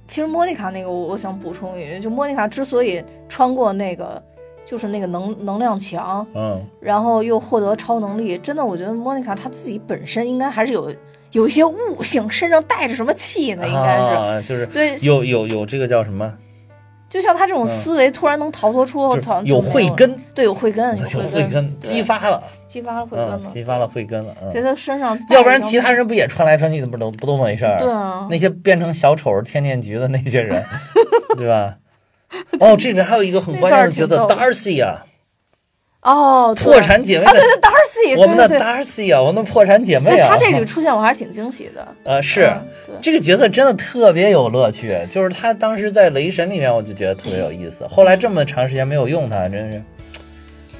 [SPEAKER 3] 其实莫妮卡那个我我想补充一句，就莫妮卡之所以穿过那个就是那个能能量墙，
[SPEAKER 1] 嗯，
[SPEAKER 3] 然后又获得超能力，真的我觉得莫妮卡她自己本身应该还是有有一些悟性，身上带着什么气呢？应该是、
[SPEAKER 1] 啊、就是
[SPEAKER 3] 对，
[SPEAKER 1] 有有有这个叫什么，
[SPEAKER 3] 就像她这种
[SPEAKER 1] 嗯
[SPEAKER 3] 思维突然能逃脱出，
[SPEAKER 1] 就
[SPEAKER 3] 我
[SPEAKER 1] 是
[SPEAKER 3] 操、
[SPEAKER 1] 有
[SPEAKER 3] 就没
[SPEAKER 1] 慧
[SPEAKER 3] 了，
[SPEAKER 1] 根，
[SPEAKER 3] 对，有慧根，有
[SPEAKER 1] 有
[SPEAKER 3] 慧
[SPEAKER 1] 慧根
[SPEAKER 3] 对
[SPEAKER 1] 激发了，
[SPEAKER 3] 激发了慧根了，
[SPEAKER 1] 嗯，激发了慧根了，
[SPEAKER 3] 对
[SPEAKER 1] 嗯，
[SPEAKER 3] 她身上带着一张，
[SPEAKER 1] 要不然其他人不也穿来穿去的，不都不都没事儿？
[SPEAKER 3] 对啊，
[SPEAKER 1] 那些变成小丑天剑局的那些人， (laughs) 对吧？哦，这里面还有一个很
[SPEAKER 3] 那
[SPEAKER 1] 关
[SPEAKER 3] 段
[SPEAKER 1] 键
[SPEAKER 3] 儿挺
[SPEAKER 1] 的角色
[SPEAKER 3] 逗的
[SPEAKER 1] ，Darcy 啊，
[SPEAKER 3] 哦，对
[SPEAKER 1] 破产姐妹
[SPEAKER 3] 啊，对
[SPEAKER 1] 的，
[SPEAKER 3] 对，Darcy，
[SPEAKER 1] 我
[SPEAKER 3] 对
[SPEAKER 1] 们的
[SPEAKER 3] 对对
[SPEAKER 1] Darcy 啊，我们的破产姐妹
[SPEAKER 3] 对
[SPEAKER 1] 啊，
[SPEAKER 3] 她这里出现我还是挺惊喜的，
[SPEAKER 1] 呃是
[SPEAKER 3] 嗯对
[SPEAKER 1] 这个角色真的特别有乐趣，就是他当时在雷神里面我就觉得特别有意思，后来这么长时间没有用他，真是，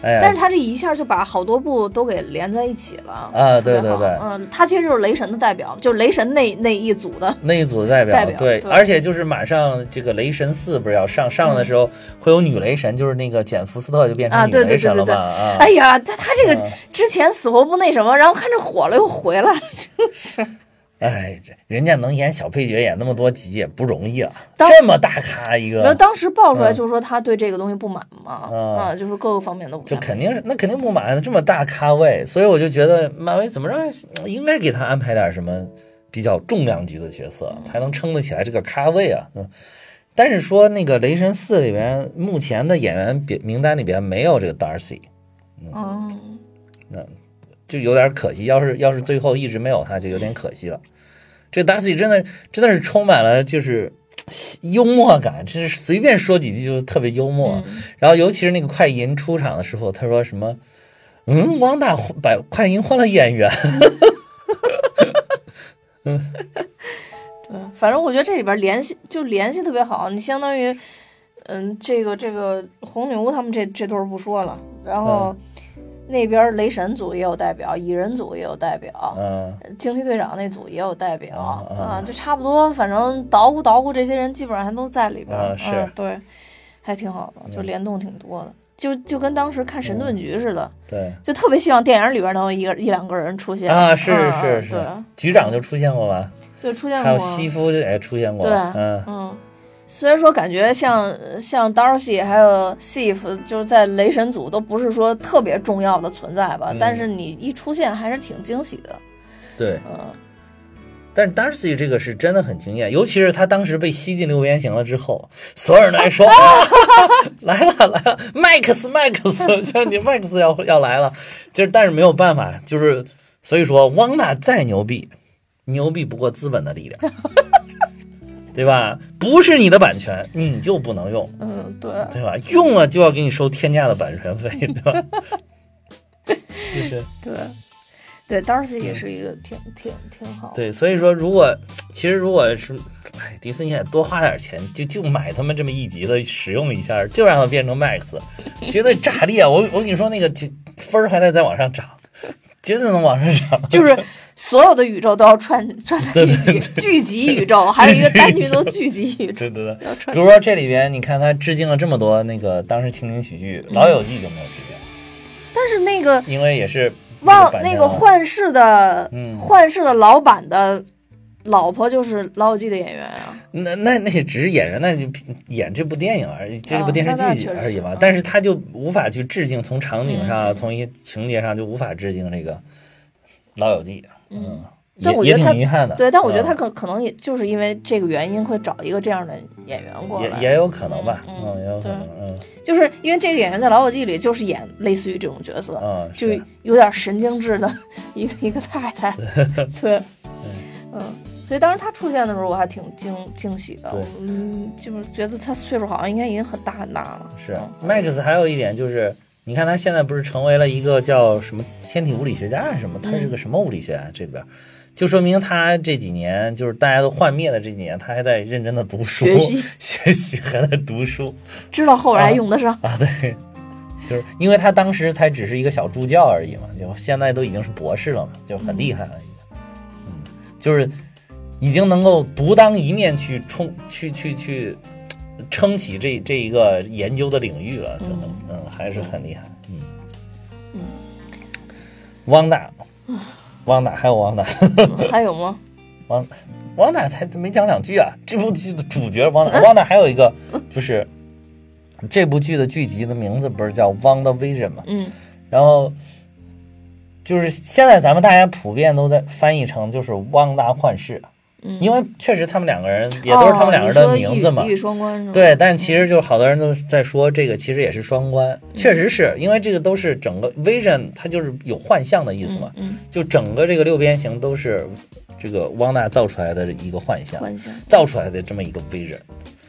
[SPEAKER 1] 哎呀，
[SPEAKER 3] 但是她这一下就把好多部都给连在一起了
[SPEAKER 1] 啊对
[SPEAKER 3] 特别好
[SPEAKER 1] 对对
[SPEAKER 3] 嗯，她其实就是雷神的代表，就是雷神那那一组的，
[SPEAKER 1] 那一组的代表，
[SPEAKER 3] 代表
[SPEAKER 1] 对，
[SPEAKER 3] 对
[SPEAKER 1] 而且就是马上这个雷神四不是要上上的时候、会有女雷神，就是那个简福斯特就变
[SPEAKER 3] 嗯啊
[SPEAKER 1] 成女
[SPEAKER 3] 对对
[SPEAKER 1] 雷神了
[SPEAKER 3] 对对
[SPEAKER 1] 嘛，
[SPEAKER 3] 对
[SPEAKER 1] 啊，
[SPEAKER 3] 哎呀，她她这
[SPEAKER 1] 嗯
[SPEAKER 3] 个之前死活不那什么，然后看着火了又回来，
[SPEAKER 1] 哎，这人家能演小配角，演那么多集也不容易了，啊
[SPEAKER 3] 当
[SPEAKER 1] 这么大咖一
[SPEAKER 3] 然后
[SPEAKER 1] 个，
[SPEAKER 3] 当时爆出来
[SPEAKER 1] 嗯
[SPEAKER 3] 就是说她对这个东西不满嘛，
[SPEAKER 1] 嗯
[SPEAKER 3] 啊，就是各个方面都不
[SPEAKER 1] 就
[SPEAKER 3] 满
[SPEAKER 1] 肯定是那肯定不满这么大咖位，所以我就觉得漫威怎么着应该给他安排点什么比较重量级的角色，才能撑得起来这个咖位啊。嗯，但是说那个《雷神四》里面目前的演员表名单里边没有这个 Darcy，
[SPEAKER 3] 嗯，
[SPEAKER 1] 就有点可惜。要是要是最后一直没有他，就有点可惜了。这 Darcy 真的真的是充满了就是幽默感，这是随便说几句就特别幽默。
[SPEAKER 3] 嗯
[SPEAKER 1] 然后尤其是那个快银出场的时候，他说什么？嗯，汪大把快银换了演员，
[SPEAKER 3] 对，反正我觉得这里边联系就联系特别好，你相当于，嗯，这个这个红牛他们这这对儿不说了，然
[SPEAKER 1] 嗯
[SPEAKER 3] 后、那边雷神组也有代表，蚁人组也有代表，
[SPEAKER 1] 嗯，
[SPEAKER 3] 惊奇队长那组也有代表
[SPEAKER 1] 啊啊
[SPEAKER 3] 啊，就差不多，反正捣鼓捣鼓这些人基本上还都在里边儿，
[SPEAKER 1] 啊是嗯
[SPEAKER 3] 嗯对，还挺好的，就联动挺多的，就就跟当时看神盾局似的，
[SPEAKER 1] 对
[SPEAKER 3] 就特别希望电影里边能有一个一两个人出现
[SPEAKER 1] 啊，是
[SPEAKER 3] 嗯
[SPEAKER 1] 是是，局长就出现过
[SPEAKER 3] 对
[SPEAKER 1] 吧？
[SPEAKER 3] 对，出现
[SPEAKER 1] 还
[SPEAKER 3] 过
[SPEAKER 1] 有西夫也出现过，
[SPEAKER 3] 对
[SPEAKER 1] 嗯，
[SPEAKER 3] 嗯，虽然说感觉像像 Darcy 还有 Sif 就是在雷神组都不是说特别重要的存在吧，
[SPEAKER 1] 嗯
[SPEAKER 3] 但是你一出现还是挺惊喜的。
[SPEAKER 1] 对。
[SPEAKER 3] 嗯，
[SPEAKER 1] 但是 Darcy 这个是真的很惊艳，尤其是他当时被吸进六边形了之后，所有人都在说、啊、来了来了，Max Max，像你 Max 要要来了，就是但是没有办法，就是所以说汪娜再牛逼，牛逼不过资本的力量，对吧？不是你的版权，你就不能用，
[SPEAKER 3] 嗯，对，
[SPEAKER 1] 对吧？用了就要给你收天价的版权费，对吧？ (laughs) 就是。
[SPEAKER 3] 对，对，Darcy 也是一个挺挺挺好的。
[SPEAKER 1] 对，所以说，如果其实如果是，哎，迪士尼也多花点钱，就就买他们这么一集的使用一下，就让它变成 Max，绝对炸裂！我我跟你说，那个就分儿还得再往上涨，绝对能往上涨。
[SPEAKER 3] 就是所有的宇宙都要串
[SPEAKER 1] (laughs)
[SPEAKER 3] 串在一
[SPEAKER 1] 对对
[SPEAKER 3] 起，聚集宇宙，还有一个单剧都聚集宇
[SPEAKER 1] (laughs)
[SPEAKER 3] 宙，
[SPEAKER 1] (laughs) 对对对，
[SPEAKER 3] 要串
[SPEAKER 1] 比。如说这里边，你看他致敬了这么多那个当时情景喜剧，《
[SPEAKER 3] 嗯
[SPEAKER 1] 老友记》就没有致敬，
[SPEAKER 3] 但是那个
[SPEAKER 1] 因为也是
[SPEAKER 3] 忘
[SPEAKER 1] 版权
[SPEAKER 3] 那个
[SPEAKER 1] 嘛
[SPEAKER 3] 幻视的、
[SPEAKER 1] 嗯
[SPEAKER 3] 幻视的老板的老婆就是《老友记》的演员啊。
[SPEAKER 1] 那那那也只是演员，那就演这部电影而已，这部电视
[SPEAKER 3] 哦那
[SPEAKER 1] 剧
[SPEAKER 3] 确实
[SPEAKER 1] 而已嘛。
[SPEAKER 3] 嗯
[SPEAKER 1] 但是他就无法去致敬，从场景上、
[SPEAKER 3] 嗯
[SPEAKER 1] 从一些情节上就无法致敬这个《老友记》。嗯，也
[SPEAKER 3] 但我觉得
[SPEAKER 1] 也
[SPEAKER 3] 他
[SPEAKER 1] 挺遗憾的。
[SPEAKER 3] 对，但我觉得他
[SPEAKER 1] 嗯
[SPEAKER 3] 可可能也就是因为这个原因，会找一个这样的演员过来，
[SPEAKER 1] 也也有可能吧，
[SPEAKER 3] 嗯
[SPEAKER 1] 嗯，
[SPEAKER 3] 嗯
[SPEAKER 1] 也有可能，嗯
[SPEAKER 3] 就是因为这个演员在《老友记》里就是演类似于这种角色，
[SPEAKER 1] 嗯，
[SPEAKER 3] 就是有点神经质的一个一个太
[SPEAKER 1] (laughs)
[SPEAKER 3] 太，对，嗯，所以当时他出现的时候，我还挺惊惊喜的
[SPEAKER 1] 对，
[SPEAKER 3] 嗯，就是觉得他岁数好像应该已经很大很大了，
[SPEAKER 1] 是
[SPEAKER 3] 嗯
[SPEAKER 1] Max 还有一点就是，你看他现在不是成为了一个叫什么天体物理学家什么？他是个什么物理学家？这边就说明他这几年就是大家都幻灭的这几年，他还在认真的读书
[SPEAKER 3] 学习，
[SPEAKER 1] (laughs) 学习还在读书
[SPEAKER 3] 知道后来用得
[SPEAKER 1] (laughs)
[SPEAKER 3] 上，
[SPEAKER 1] 啊，对。就是因为他当时才只是一个小助教而已嘛，就现在都已经是博士了嘛，就很厉害了，已经，嗯，就是已经能够独当一面去冲去去去呃撑起这这一个研究的领域了，就能嗯还是很厉害，嗯
[SPEAKER 3] 嗯，
[SPEAKER 1] 汪娜，汪娜还有汪娜，
[SPEAKER 3] 嗯还有吗？
[SPEAKER 1] 汪汪娜才没讲两句啊！这部剧的主角
[SPEAKER 3] (laughs)
[SPEAKER 1] 汪娜，汪娜还有一个就是这部剧的剧集的名字不是叫《汪的 Vision》吗？
[SPEAKER 3] 嗯，
[SPEAKER 1] 然后就是现在咱们大家普遍都在翻译成就是《汪大幻视》，啊
[SPEAKER 3] 嗯
[SPEAKER 1] 因为确实他们两个人也都是他们两个人的名字嘛
[SPEAKER 3] 哦你说一语一。语双关是吗？
[SPEAKER 1] 对，但其实就是好多人都在说这个其实也是双关，确
[SPEAKER 3] 嗯
[SPEAKER 1] 实是因为这个都是整个 vision 它就是有幻象的意思嘛
[SPEAKER 3] 嗯，，嗯，
[SPEAKER 1] 就整个这个六边形都是这个汪娜造出来的一个幻象，
[SPEAKER 3] 关系，
[SPEAKER 1] 造出来的这么一个 vision，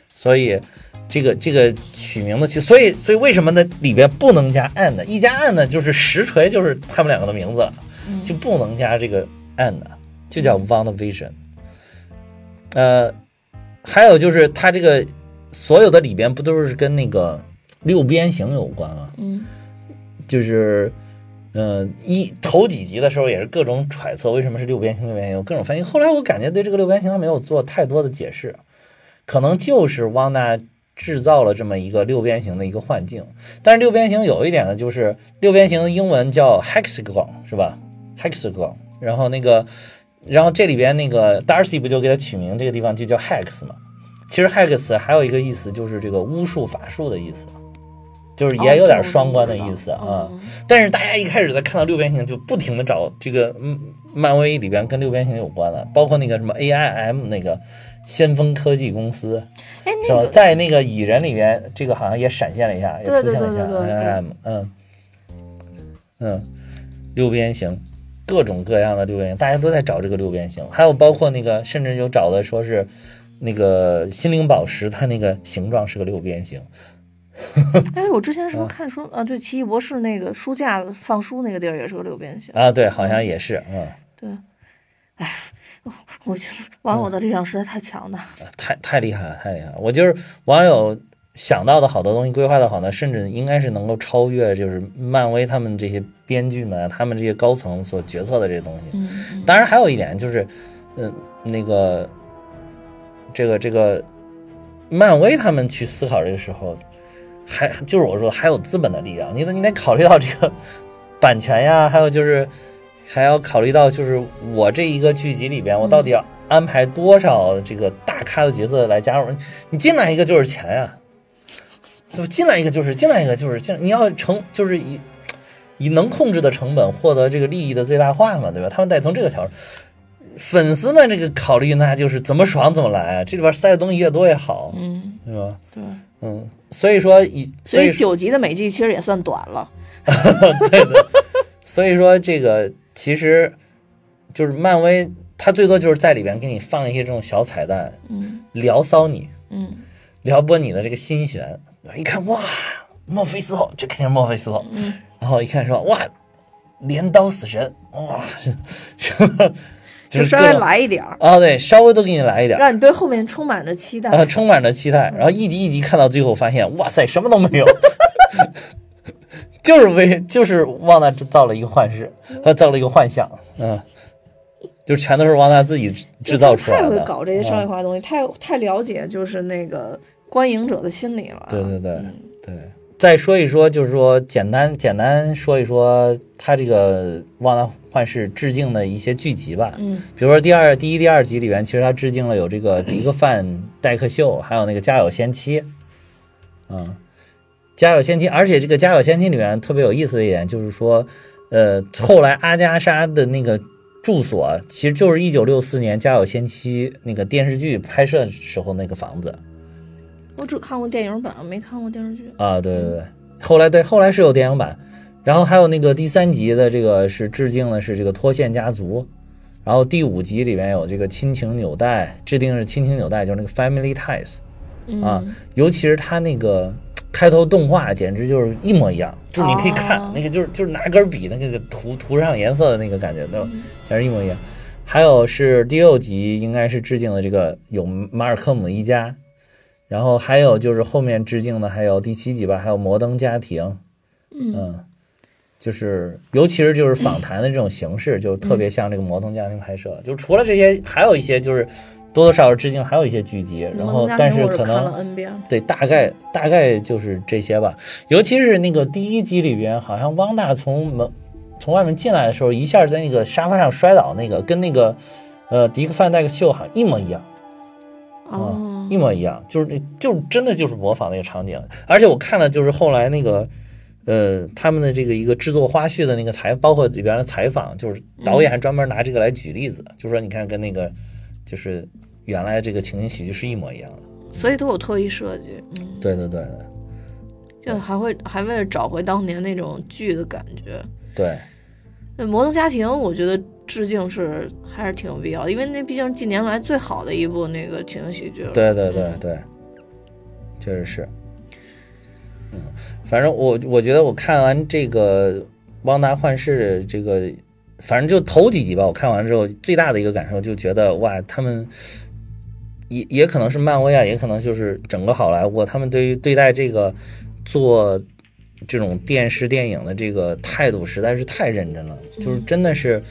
[SPEAKER 1] 所以这个这个取名的取，所以所以为什么呢？里边不能加 and，一加 and 就是实锤，就是他们两个的名字了，
[SPEAKER 3] 嗯
[SPEAKER 1] 就不能加这个 and，就叫 one vision。呃，还有就是它这个所有的里边不都是跟那个六边形有关吗？
[SPEAKER 3] 嗯
[SPEAKER 1] 就是，嗯、一头几集的时候也是各种揣测为什么是六边形，六边形有各种翻译。后来我感觉对这个六边形还没有做太多的解释，可能就是汪娜制造了这么一个六边形的一个幻境。但是六边形有一点呢，就是六边形的英文叫 hexagon 是吧？hexagon，然后那个，然后这里边那个 Darcy 不就给它取名这个地方就叫 hex 嘛？其实 hex 还有一个意思就是这个巫术法术的意思，就是也有点双关的意思啊。
[SPEAKER 3] 哦这我就不知道
[SPEAKER 1] 但是大家一开始在看到六边形，就不停的找这个嗯，漫威里边跟六边形有关的，包括那个什么 AIM 那个先锋科技公司，
[SPEAKER 3] 哎，
[SPEAKER 1] 是
[SPEAKER 3] 那
[SPEAKER 1] 吧？
[SPEAKER 3] 个
[SPEAKER 1] 在那个蚁人里边，这个好像也闪现了一下，也
[SPEAKER 3] 对
[SPEAKER 1] 出现了一下
[SPEAKER 3] 对对对对
[SPEAKER 1] AIM，嗯嗯，六边形，各种各样的六边形，大家都在找这个六边形，还有包括那个，甚至有找的说是那个心灵宝石，它那个形状是个六边形，
[SPEAKER 3] 哎，我之前是
[SPEAKER 1] 嗯
[SPEAKER 3] 不是看说啊？对，《奇异博士》那个书架放书那个地儿也是个六边形。
[SPEAKER 1] 啊，对，好像也是，嗯，
[SPEAKER 3] 对，哎， (laughs) 我觉得网友的力量实在太强了。
[SPEAKER 1] 太太厉害了，太厉害了！我就是网友想到的好多东西，规划的好呢，甚至应该是能够超越，就是漫威他们这些编剧们啊，他们这些高层所决策的这些东西。
[SPEAKER 3] 嗯，
[SPEAKER 1] 当然还有一点就是，嗯、那个，这个这个，漫威他们去思考这个时候，还就是我说还有资本的力量，你得你得考虑到这个版权呀，还有就是还要考虑到就是我这一个剧集里边，我到底要安排多少这个大咖的角色来加入？你进来一个就是钱呀、就进来一个就是进来一个就是进来，你要成就是以以能控制的成本获得这个利益的最大化嘛，对吧？他们得从这个角度，粉丝们这个考虑那就是怎么爽怎么来啊，这里边塞的东西越多越好，
[SPEAKER 3] 嗯，
[SPEAKER 1] 对吧？
[SPEAKER 3] 对。
[SPEAKER 1] 嗯，所以说以
[SPEAKER 3] 所
[SPEAKER 1] 所以
[SPEAKER 3] 以
[SPEAKER 1] 说
[SPEAKER 3] 九集的美剧其实也算短了。
[SPEAKER 1] 所以说这个其实就是漫威，它最多就是在里边给你放一些这种小彩蛋，
[SPEAKER 3] 嗯
[SPEAKER 1] 聊骚你，
[SPEAKER 3] 嗯
[SPEAKER 1] 撩拨你的这个心弦。一看哇，墨菲斯透，这肯定是墨菲斯透。
[SPEAKER 3] 嗯，
[SPEAKER 1] 然后一看说哇，镰刀死神，哇， (laughs) 什么
[SPEAKER 3] 就是稍
[SPEAKER 1] 各
[SPEAKER 3] 微
[SPEAKER 1] 种
[SPEAKER 3] 来一点儿，
[SPEAKER 1] 啊，对，稍微都给你来一点儿，
[SPEAKER 3] 让你对后面充满着期
[SPEAKER 1] 然后
[SPEAKER 3] 待。
[SPEAKER 1] 呃充满了期待，然后一集一集看到最后，发现哇塞，什么都没有， (laughs) 就是为就是旺达造了一个幻视，他造了一个幻象，嗯，就全都是旺达自己制制造出来
[SPEAKER 3] 太
[SPEAKER 1] 的，
[SPEAKER 3] 会搞这些商业
[SPEAKER 1] 嗯
[SPEAKER 3] 化的东西，太太了解就是那个观影者的心理了。
[SPEAKER 1] 对对
[SPEAKER 3] 嗯
[SPEAKER 1] 对对。再说一说，就是说简单简单说一说他这个《旺达幻视》致敬的一些剧集吧。
[SPEAKER 3] 嗯
[SPEAKER 1] 比如说第二、第一、第二集里边，其实他致敬了有这个嗯迪克范戴克秀，还有那个《家有仙妻》，嗯，《家有仙妻》，而且这个《家有仙妻》里面特别有意思的一点就是说，呃，后来阿加莎的那个住所其实就是一九六四年《家有仙妻》那个电视剧拍摄时候那个房子
[SPEAKER 3] 我只看过电影版，没看过电视剧。
[SPEAKER 1] 啊，对对对，后来对后来是有电影版，然后还有那个第三集的这个是致敬的是这个脱线家族，然后第五集里面有这个亲情纽带，制定是亲情纽带，就是那个 family ties
[SPEAKER 3] 嗯
[SPEAKER 1] 啊，尤其是他那个开头动画简直就是一模一样，就是你可以看、
[SPEAKER 3] 哦
[SPEAKER 1] 那个就是就是拿根笔那个个涂涂上颜色的那个感觉，对吧？全是一模一样。还有是第六集应该是致敬的这个有马尔科姆一家，然后还有就是后面致敬的还有第七集吧，还有摩登家庭，
[SPEAKER 3] 嗯
[SPEAKER 1] 就是尤其是就是访谈的这种形式，就特
[SPEAKER 3] 嗯
[SPEAKER 1] 别像这个摩登家庭拍摄。就除了这些，还有一些就是多多少少致敬，还有一些剧集，然后但是
[SPEAKER 3] 我
[SPEAKER 1] 可
[SPEAKER 3] 看
[SPEAKER 1] 能啊
[SPEAKER 3] 了 N 遍。
[SPEAKER 1] 对，大概大概就是这些吧。尤其是那个第一集里边，好像汪大从门从外面进来的时候，一下在那个沙发上摔倒，那个跟那个呃迪克范戴克秀好像一模一样啊、
[SPEAKER 3] 哦，
[SPEAKER 1] 一模一样，就是那就真的就是模仿那个场景。而且我看了就是后来那个呃他们的这个一个制作花絮的那个采，包括里边的采访，就是导演还专门拿这个来举例子，就说你看跟那个就是原来这个情景喜剧是一模一样的。
[SPEAKER 3] 所以都有特意设计，嗯，
[SPEAKER 1] 对对对对。
[SPEAKER 3] 就还会还为了找回当年那种剧的感觉。
[SPEAKER 1] 对
[SPEAKER 3] 那《摩登家庭》，我觉得致敬是还是挺有必要的，因为那毕竟是近年来最好的一部那个情景喜剧了。，
[SPEAKER 1] 对对对对，确实是。嗯，反正我我觉得我看完这个《汪达幻视》这个，反正就头几集吧，我看完之后最大的一个感受就觉得哇，他们也也可能是漫威啊，也可能就是整个好莱坞啊，他们对于对待这个做这种电视电影的这个态度实在是太认真了，就是真的是。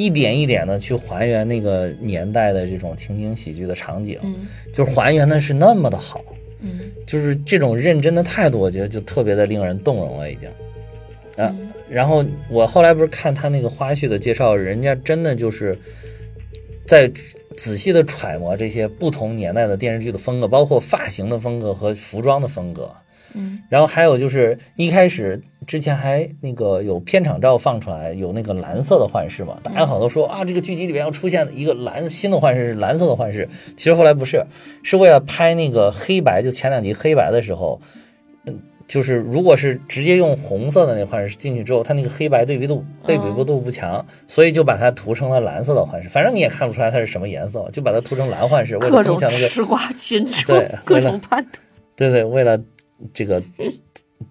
[SPEAKER 1] 一点一点的去还原那个年代的这种情景喜剧的场景，
[SPEAKER 3] 嗯
[SPEAKER 1] 就是还原的是那么的好，
[SPEAKER 3] 嗯
[SPEAKER 1] 就是这种认真的态度，我觉得就特别的令人动容了，已经。啊，然后我后来不是看他那个花絮的介绍，人家真的就是在仔细的揣摩这些不同年代的电视剧的风格，包括发型的风格和服装的风格。
[SPEAKER 3] 嗯，
[SPEAKER 1] 然后还有就是一开始之前还那个有片场照放出来，有那个蓝色的幻视嘛，
[SPEAKER 3] 嗯
[SPEAKER 1] 大家好多说啊，这个剧集里边要出现一个蓝新的幻视，是蓝色的幻视。其实后来不是，是为了拍那个黑白，就前两集黑白的时候，嗯，就是如果是直接用红色的那幻视进去之后，它那个黑白对比度对比度不强，
[SPEAKER 3] 嗯
[SPEAKER 1] 所以就把它涂成了蓝色的幻视。反正你也看不出来它是什么颜色嘛，就把它涂成蓝幻视，为
[SPEAKER 3] 各
[SPEAKER 1] 了增
[SPEAKER 3] 种
[SPEAKER 1] 强那个
[SPEAKER 3] 吃瓜
[SPEAKER 1] (laughs)
[SPEAKER 3] 群众
[SPEAKER 1] 对，
[SPEAKER 3] 各
[SPEAKER 1] 为了
[SPEAKER 3] 种叛徒。
[SPEAKER 1] 对对，为了
[SPEAKER 3] (laughs)
[SPEAKER 1] 这个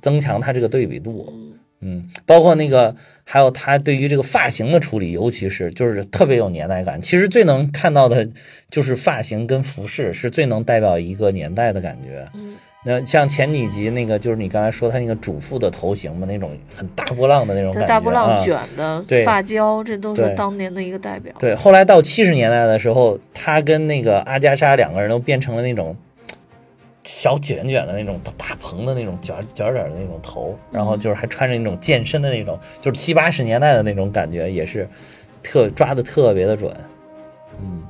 [SPEAKER 1] 增强它这个对比度，嗯，包括那个还有它对于这个发型的处理，尤其是就是特别有年代感。其实最能看到的就是发型跟服饰是最能代表一个年代的感觉。
[SPEAKER 3] 嗯
[SPEAKER 1] 那像前几集那个，就是你刚才说他那个主妇的头型嘛，那种很大波浪的那种
[SPEAKER 3] 这
[SPEAKER 1] 感觉，
[SPEAKER 3] 大波浪
[SPEAKER 1] 啊
[SPEAKER 3] 卷的
[SPEAKER 1] 对
[SPEAKER 3] 发胶，这都是
[SPEAKER 1] 对
[SPEAKER 3] 当年的一个代
[SPEAKER 1] (laughs)
[SPEAKER 3] 表。
[SPEAKER 1] 对，后来到七十年代的时候，他跟那个阿加莎两个人都变成了那种小卷卷的那种大蓬的那种卷卷卷的那种头，然
[SPEAKER 3] 嗯
[SPEAKER 1] 后就是还穿着那种健身的那种，就是七八十年代的那种感觉，也是特抓的特别的准。嗯，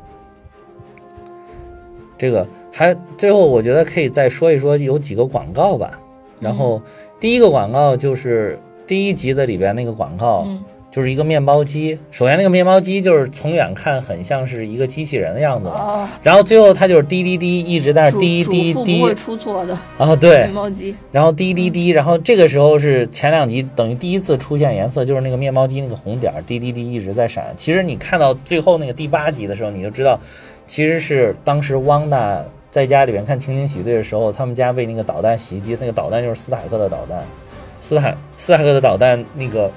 [SPEAKER 1] 这个还最后我觉得可以再说一说有几个广告吧。然
[SPEAKER 3] 嗯
[SPEAKER 1] 后第一个广告就是第一集的里边那个广告，
[SPEAKER 3] 嗯
[SPEAKER 1] 就是一个面包机。首先那个面包机就是从远看很像是一个机器人的样子嘛，
[SPEAKER 3] 哦，
[SPEAKER 1] 然后最后它就是滴滴滴一直在啊那儿
[SPEAKER 3] 主
[SPEAKER 1] 滴滴
[SPEAKER 3] 主妇
[SPEAKER 1] 滴
[SPEAKER 3] 不会，嗯出错的，
[SPEAKER 1] 啊对
[SPEAKER 3] 面，包机。
[SPEAKER 1] 然后滴滴滴，然后这个时候是前两集等于第一次出现颜色，就是那个面包机那个红点儿，滴滴滴一直在闪。其实你看到最后那个第八集的时候，你就知道，其实是当时汪娜在家里面看《情景喜剧》的时候，他们家被那个导弹袭击，那个导弹就是斯塔克的导弹，斯塔斯塔克的导弹那个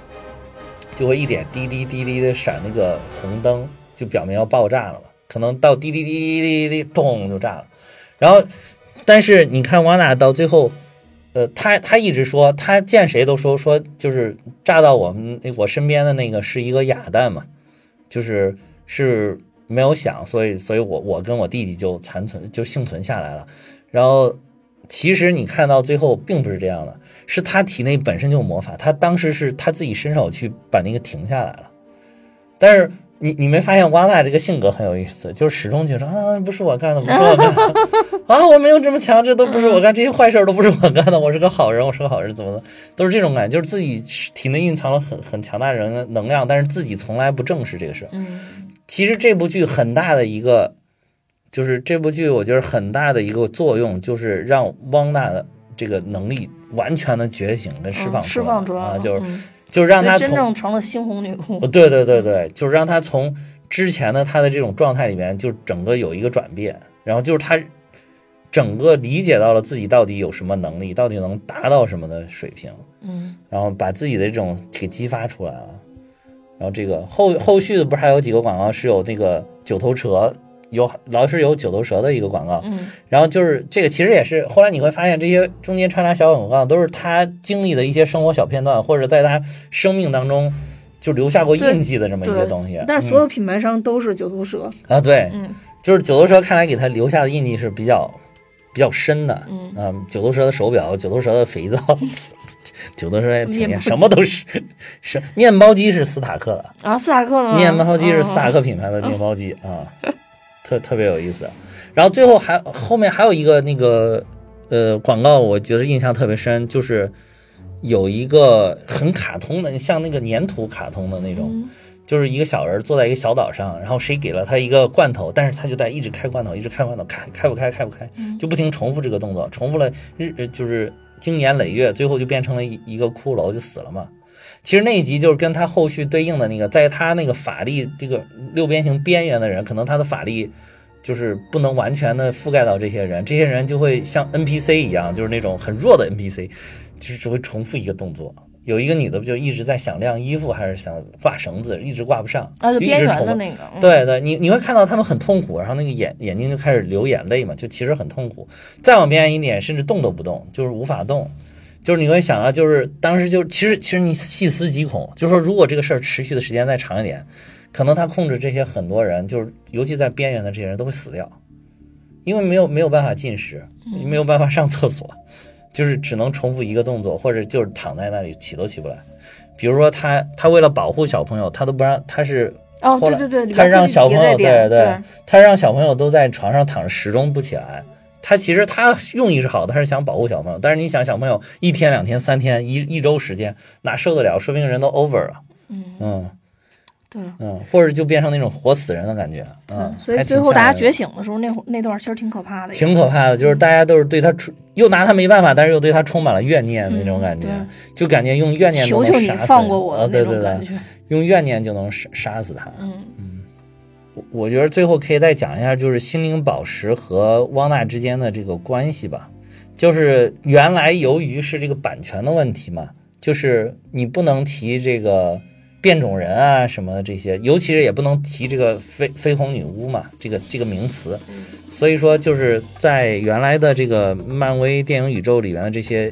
[SPEAKER 1] 就会一点滴滴滴滴的闪那个红灯，就表明要爆炸了嘛，可能到滴滴滴滴滴滴滴咚就炸了。然后，但是你看瓦娜到最后，呃，他他一直说他见谁都说说就是炸到我们我身边的那个是一个哑弹嘛，就是是没有响，所以所以我我跟我弟弟就残存就幸存下来了。然后其实你看到最后并不是这样的，是他体内本身就有魔法，他当时是他自己伸手去把那个停下来了，但是。你你没发现瓦娜这个性格很有意思，就是始终觉得啊不是我干的，不是我干的，
[SPEAKER 3] (laughs)
[SPEAKER 1] 啊，我没有这么强，这都不是我干，这些坏事儿都不是我干的，我是个好人，我是个好人，怎么的，都是这种感觉，就是自己体内蕴藏了很很强大的人能量，但是自己从来不正视这个事儿。
[SPEAKER 3] 嗯，
[SPEAKER 1] 其实这部剧很大的一个，就是这部剧我觉得很大的一个作用，就是让汪娜的这个能力完全的觉醒跟释放
[SPEAKER 3] 嗯释放出来
[SPEAKER 1] 啊，
[SPEAKER 3] 了
[SPEAKER 1] 就是
[SPEAKER 3] 嗯
[SPEAKER 1] 就是让
[SPEAKER 3] 所以
[SPEAKER 1] 她
[SPEAKER 3] 真
[SPEAKER 1] 从
[SPEAKER 3] 正成了猩红女巫
[SPEAKER 1] 哦，。对对对对，就是让他从之前的他的这种状态里面，就整个有一个转变，然后就是他整个理解到了自己到底有什么能力，到底能达到什么的水平，
[SPEAKER 3] 嗯，
[SPEAKER 1] 然后把自己的这种给激发出来了。然后这个后后续的不是还有几个广告是有那个九头蛇，有老是有九头蛇的一个广告，
[SPEAKER 3] 嗯，
[SPEAKER 1] 然后就是这个，其实也是后来你会发现，这些中间穿插小广告都是他经历的一些生活小片段，或者在他生命当中就留下过印记的这么一些
[SPEAKER 3] 对
[SPEAKER 1] 东西。
[SPEAKER 3] 但是所有品牌商都是九头蛇。
[SPEAKER 1] 嗯啊，对，
[SPEAKER 3] 嗯
[SPEAKER 1] 就是九头蛇看来给他留下的印记是比较比较深的。啊
[SPEAKER 3] 嗯
[SPEAKER 1] 九头蛇的手表，九头蛇的肥皂， (laughs) 九头蛇也挺厉
[SPEAKER 3] 面
[SPEAKER 1] 害，
[SPEAKER 3] 包
[SPEAKER 1] 什么都是。 (laughs) 是面包机是斯塔克的，
[SPEAKER 3] 啊，斯塔克呢？嗯
[SPEAKER 1] 面包机是斯塔
[SPEAKER 3] 克。
[SPEAKER 1] 克品牌的面包机啊，特特别有意思。然后最后还后面还有一个那个呃广告，我觉得印象特别深，就是有一个很卡通的，像那个粘土卡通的那种，就是一个小人坐在一个小岛上，然后谁给了他一个罐头，但是他就在一直开罐头，一直开罐头，开开不开，开不开，
[SPEAKER 3] 嗯
[SPEAKER 1] 就不停重复这个动作，重复了日呃就是经年累月，最后就变成了一一个骷髅，就死了嘛。其实那一集就是跟他后续对应的那个，在他那个法力这个六边形边缘的人，可能他的法力就是不能完全的覆盖到这些人，这些人就会像 NPC 一样，就是那种很弱的 NPC，就是只会重复一个动作。有一个女的不就一直在想晾衣服，还是想挂绳子，一直挂不上，
[SPEAKER 3] 啊，就
[SPEAKER 1] 一
[SPEAKER 3] 边
[SPEAKER 1] 直
[SPEAKER 3] 缘
[SPEAKER 1] 重
[SPEAKER 3] 的
[SPEAKER 1] 复。
[SPEAKER 3] 那个，嗯，
[SPEAKER 1] 对对，你你会看到他们很痛苦，然后那个眼眼睛就开始流眼泪嘛，就其实很痛苦。再往边缘一点，甚至动都不动，就是无法动。就是你会想到，就是当时就其实其实你细思极恐，就是说如果这个事儿持续的时间再长一点，可能他控制这些很多人，就是尤其在边缘的这些人都会死掉，因为没有没有办法进食，没有办法上厕所， (laughs) 就是只能重复一个动作，或者就是躺在那里起都起不来。比如说他他为了保护小朋友，他都不让他是
[SPEAKER 3] 哦，对
[SPEAKER 1] 后来
[SPEAKER 3] 对对，里
[SPEAKER 1] 他
[SPEAKER 3] 边
[SPEAKER 1] 让
[SPEAKER 3] 特地
[SPEAKER 1] 小
[SPEAKER 3] 提
[SPEAKER 1] 朋
[SPEAKER 3] 这
[SPEAKER 1] 友
[SPEAKER 3] 点
[SPEAKER 1] 对对，他让小朋友都在床上躺着，始终不起来。他其实他用意是好的，他是想保护小朋友。但是你想，小朋友一天、两天、三天、一一周时间，哪受得了？说不定人都 over 了。
[SPEAKER 3] 嗯，
[SPEAKER 1] 嗯，
[SPEAKER 3] 对，
[SPEAKER 1] 嗯，或者就变成那种活死人的感觉，嗯，
[SPEAKER 3] 所以
[SPEAKER 1] 还挺
[SPEAKER 3] 最后大
[SPEAKER 1] 吓
[SPEAKER 3] 家
[SPEAKER 1] 人的
[SPEAKER 3] 觉醒的时候，那会儿那段其实挺可怕的，
[SPEAKER 1] 挺可怕的，就是大家都是对他充，又拿他没办法，但是又对他充满了怨念的那种感觉，
[SPEAKER 3] 嗯
[SPEAKER 1] 就感觉用怨念都
[SPEAKER 3] 求
[SPEAKER 1] 能
[SPEAKER 3] 求你
[SPEAKER 1] 杀死
[SPEAKER 3] 放过我
[SPEAKER 1] 啊、
[SPEAKER 3] 的
[SPEAKER 1] 对
[SPEAKER 3] 那种
[SPEAKER 1] 对
[SPEAKER 3] 感
[SPEAKER 1] 对， (laughs)
[SPEAKER 3] 觉。
[SPEAKER 1] 用怨念就能杀杀死他。
[SPEAKER 3] 嗯
[SPEAKER 1] 我我觉得最后可以再讲一下，就是心灵宝石和汪娜之间的这个关系吧。就是原来由于是这个版权的问题嘛，就是你不能提这个变种人啊什么的这些，尤其是也不能提这个飞飞红女巫嘛，这个这个名词。所以说，就是在原来的这个漫威电影宇宙里面的这些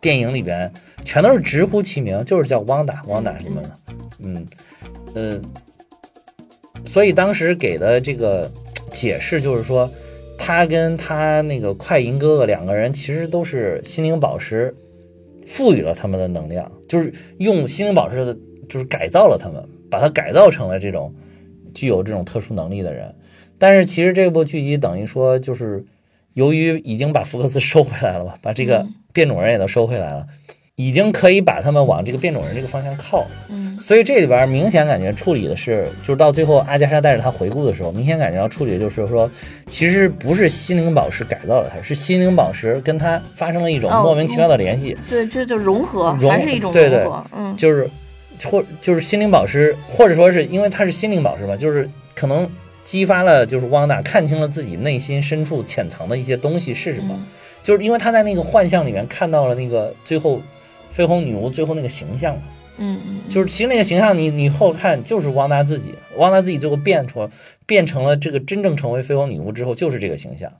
[SPEAKER 1] 电影里边，全都是直呼其名，就是叫汪达、汪达什么的。嗯，呃，所以当时给的这个解释就是说，他跟他那个快银哥哥两个人其实都是心灵宝石赋予了他们的能量，就是用心灵宝石的，就是改造了他们，把它改造成了这种具有这种特殊能力的人。但是其实这部剧集等于说就是，由于已经把福克斯收回来了嘛，把这个
[SPEAKER 3] 嗯
[SPEAKER 1] 变种人也都收回来了，已经可以把他们往这个变种人这个方向靠。
[SPEAKER 3] 嗯
[SPEAKER 1] 所以这里边明显感觉处理的是，就是到最后阿加莎带着他回顾的时候，明显感觉到处理的就是说，其实不是心灵宝石改造了他，是心灵宝石跟他发生了一种
[SPEAKER 3] 哦
[SPEAKER 1] 莫名其妙的联系，
[SPEAKER 3] 对，这就融合，
[SPEAKER 1] 融
[SPEAKER 3] 还是一种
[SPEAKER 1] 对
[SPEAKER 3] 融
[SPEAKER 1] 对
[SPEAKER 3] 合。嗯，
[SPEAKER 1] 就是或就是心灵宝石，或者说是因为它是心灵宝石嘛，就是可能激发了就是汪娜看清了自己内心深处潜藏的一些东西是什么，
[SPEAKER 3] 嗯
[SPEAKER 1] 就是因为他在那个幻象里面看到了那个最后绯红女巫最后那个形象嘛。
[SPEAKER 3] 嗯嗯，
[SPEAKER 1] 就是其实那个形象你，你后看就是汪达自己，汪达自己最后变出变成了这个真正成为绯红女巫之后，就是这个形象。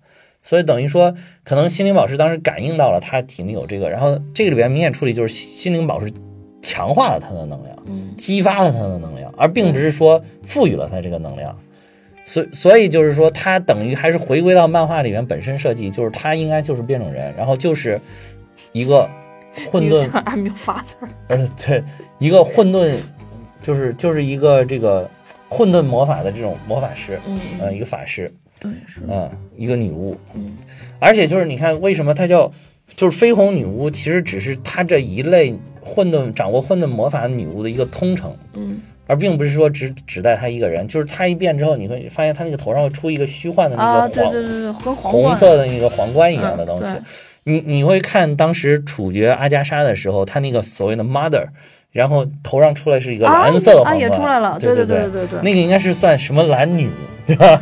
[SPEAKER 1] 所以等于说，可能心灵宝石当时感应到了他体内有这个，然后这个里边明显处理就是心灵宝石强化了他的能量，
[SPEAKER 3] 嗯
[SPEAKER 1] 激发了他的能量，而并不是说赋予了他这个能量。所以所以就是说，他等于还是回归到漫画里面本身设计，就是他应该就是变种人，然后就是一个混沌
[SPEAKER 3] 你 (laughs) 还没有法子。
[SPEAKER 1] 而且对一个混沌，就是就是一个这个混沌魔法的这种魔法师，
[SPEAKER 3] 嗯
[SPEAKER 1] 嗯、一个法师，
[SPEAKER 3] 对
[SPEAKER 1] 嗯，一个女巫，
[SPEAKER 3] 嗯，
[SPEAKER 1] 而且就是你看，为什么她叫就是绯红女巫，其实只是她这一类混沌掌握混沌魔法的女巫的一个通称，
[SPEAKER 3] 嗯
[SPEAKER 1] 而并不是说只只带她一个人，就是她一变之后，你会发现她那个头上会出一个虚幻的那个
[SPEAKER 3] 啊，
[SPEAKER 1] 黄、
[SPEAKER 3] 对对对对，和皇
[SPEAKER 1] 红
[SPEAKER 3] 冠
[SPEAKER 1] 色的那个皇冠一样的
[SPEAKER 3] 嗯
[SPEAKER 1] 东西。
[SPEAKER 3] 对
[SPEAKER 1] 你你会看当时处决阿加莎的时候，她那个所谓的 mother，然后头上出来是一个
[SPEAKER 3] 啊
[SPEAKER 1] 蓝色的皇
[SPEAKER 3] 啊
[SPEAKER 1] 冠，
[SPEAKER 3] 也出来了，
[SPEAKER 1] 对
[SPEAKER 3] 对
[SPEAKER 1] 对
[SPEAKER 3] 对对
[SPEAKER 1] 那个应该是算什么蓝女， (laughs) 对吧？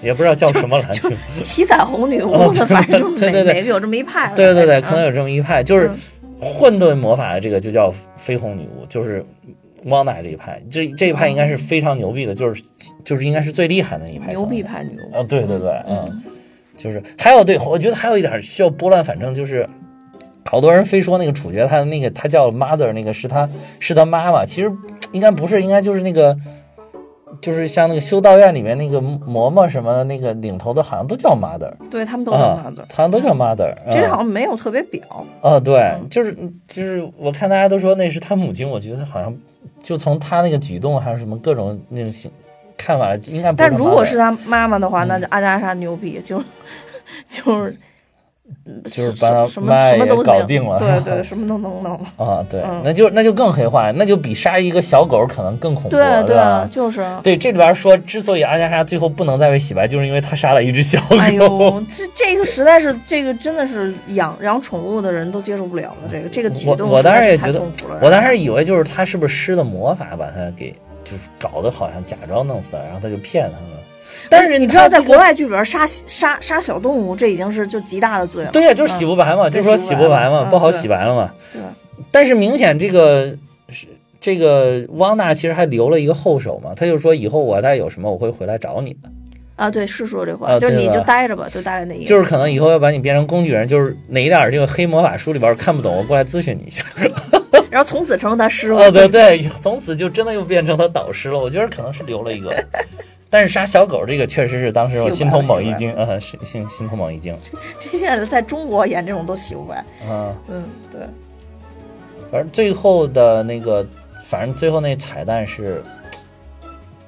[SPEAKER 1] 也不知道叫什么蓝
[SPEAKER 3] 就
[SPEAKER 1] 女，
[SPEAKER 3] 七彩红女巫的，反正就是
[SPEAKER 1] 哦
[SPEAKER 3] 每
[SPEAKER 1] 对对对
[SPEAKER 3] 每个有这么一派吧。
[SPEAKER 1] 对对对，
[SPEAKER 3] 反正
[SPEAKER 1] 可能有这么一派，就是
[SPEAKER 3] 嗯
[SPEAKER 1] 混沌魔法的这个就叫绯红女巫，就是汪娜这一派，这这一派应该是非常牛逼的，就是就是应该是最厉害的一派，
[SPEAKER 3] 哦牛逼派女巫。
[SPEAKER 1] 啊，对对对，嗯
[SPEAKER 3] 嗯，
[SPEAKER 1] 就是还有对，我觉得还有一点需要拨乱反正，就是好多人非说那个主角他那个他叫 mother 那个是他是他妈妈，其实应该不是，应该就是那个就是像那个修道院里面那个嬷嬷什么的那个领头的，好像都叫 mother
[SPEAKER 3] 对他们都是
[SPEAKER 1] 啊
[SPEAKER 3] 那的，，
[SPEAKER 1] 好像都叫 mother 啊。
[SPEAKER 3] 这好像没有特别表。
[SPEAKER 1] 啊，对
[SPEAKER 3] 嗯，
[SPEAKER 1] 就是就是，我看大家都说那是他母亲，我觉得好像就从他那个举动还有什么各种那种行看法，应该不
[SPEAKER 3] 但
[SPEAKER 1] 他
[SPEAKER 3] 如果
[SPEAKER 1] mother
[SPEAKER 3] 是他妈妈的
[SPEAKER 1] 嗯
[SPEAKER 3] 话，那就阿加莎牛逼，就就是
[SPEAKER 1] 嗯就是把他
[SPEAKER 3] 什么
[SPEAKER 1] 妈
[SPEAKER 3] 什么
[SPEAKER 1] 也
[SPEAKER 3] 都
[SPEAKER 1] 搞
[SPEAKER 3] 能
[SPEAKER 1] 定了 (laughs)
[SPEAKER 3] 对对，什么都能弄。
[SPEAKER 1] 啊，对，
[SPEAKER 3] 嗯
[SPEAKER 1] 那就那就更黑化，那就比杀一个小狗可能更恐怖，
[SPEAKER 3] 对啊
[SPEAKER 1] 对吧？
[SPEAKER 3] 就是。
[SPEAKER 1] (laughs) 对，这里边说，之所以阿加莎最后不能再被洗白，就是因为她杀了一只小狗。 (laughs)
[SPEAKER 3] 哎呦，这这个实在是，这个真的是养养宠物的人都接受不了的，这个这个举
[SPEAKER 1] 我
[SPEAKER 3] 动
[SPEAKER 1] 我当时也
[SPEAKER 3] 实在是
[SPEAKER 1] 觉得
[SPEAKER 3] 太痛苦了
[SPEAKER 1] 我当时以为就是她是不是施的魔法把她给就是搞得好像假装弄死了，然后她就骗他们。但是
[SPEAKER 3] 哎你知道，在国外剧里边杀杀杀小动物，这已经是就极大的罪了。
[SPEAKER 1] 对呀、就是洗不白嘛，
[SPEAKER 3] 嗯
[SPEAKER 1] 就说洗不白嘛，
[SPEAKER 3] 对
[SPEAKER 1] 不好
[SPEAKER 3] 洗
[SPEAKER 1] 洗
[SPEAKER 3] 不
[SPEAKER 1] 白了嘛。
[SPEAKER 3] 对
[SPEAKER 1] 但是明显这个是这个汪娜其实还留了一个后手嘛，她就说以后我再有什么我会回来找你的。
[SPEAKER 3] 啊，对，是说这话，
[SPEAKER 1] 啊
[SPEAKER 3] 就是
[SPEAKER 1] 对
[SPEAKER 3] 你
[SPEAKER 1] 吧
[SPEAKER 3] 就待着吧，就大概那意思。
[SPEAKER 1] 就是可能以后要把你变成工具人，就是哪一点儿这个黑魔法书里边儿看不懂，我过来咨询你
[SPEAKER 3] (laughs)
[SPEAKER 1] 一下。
[SPEAKER 3] 然后从此成为他师傅。
[SPEAKER 1] 哦，对对，从此就真的又变成他导师了。我觉得可能是留了一个，但是杀小狗这个确实是当时我心头猛一
[SPEAKER 3] (laughs)
[SPEAKER 1] 惊，啊，心心心头猛一惊，
[SPEAKER 3] 这现在在中国演这种都洗不白。
[SPEAKER 1] 啊，
[SPEAKER 3] 嗯，对，
[SPEAKER 1] 反正最后的那个，反正最后那彩蛋是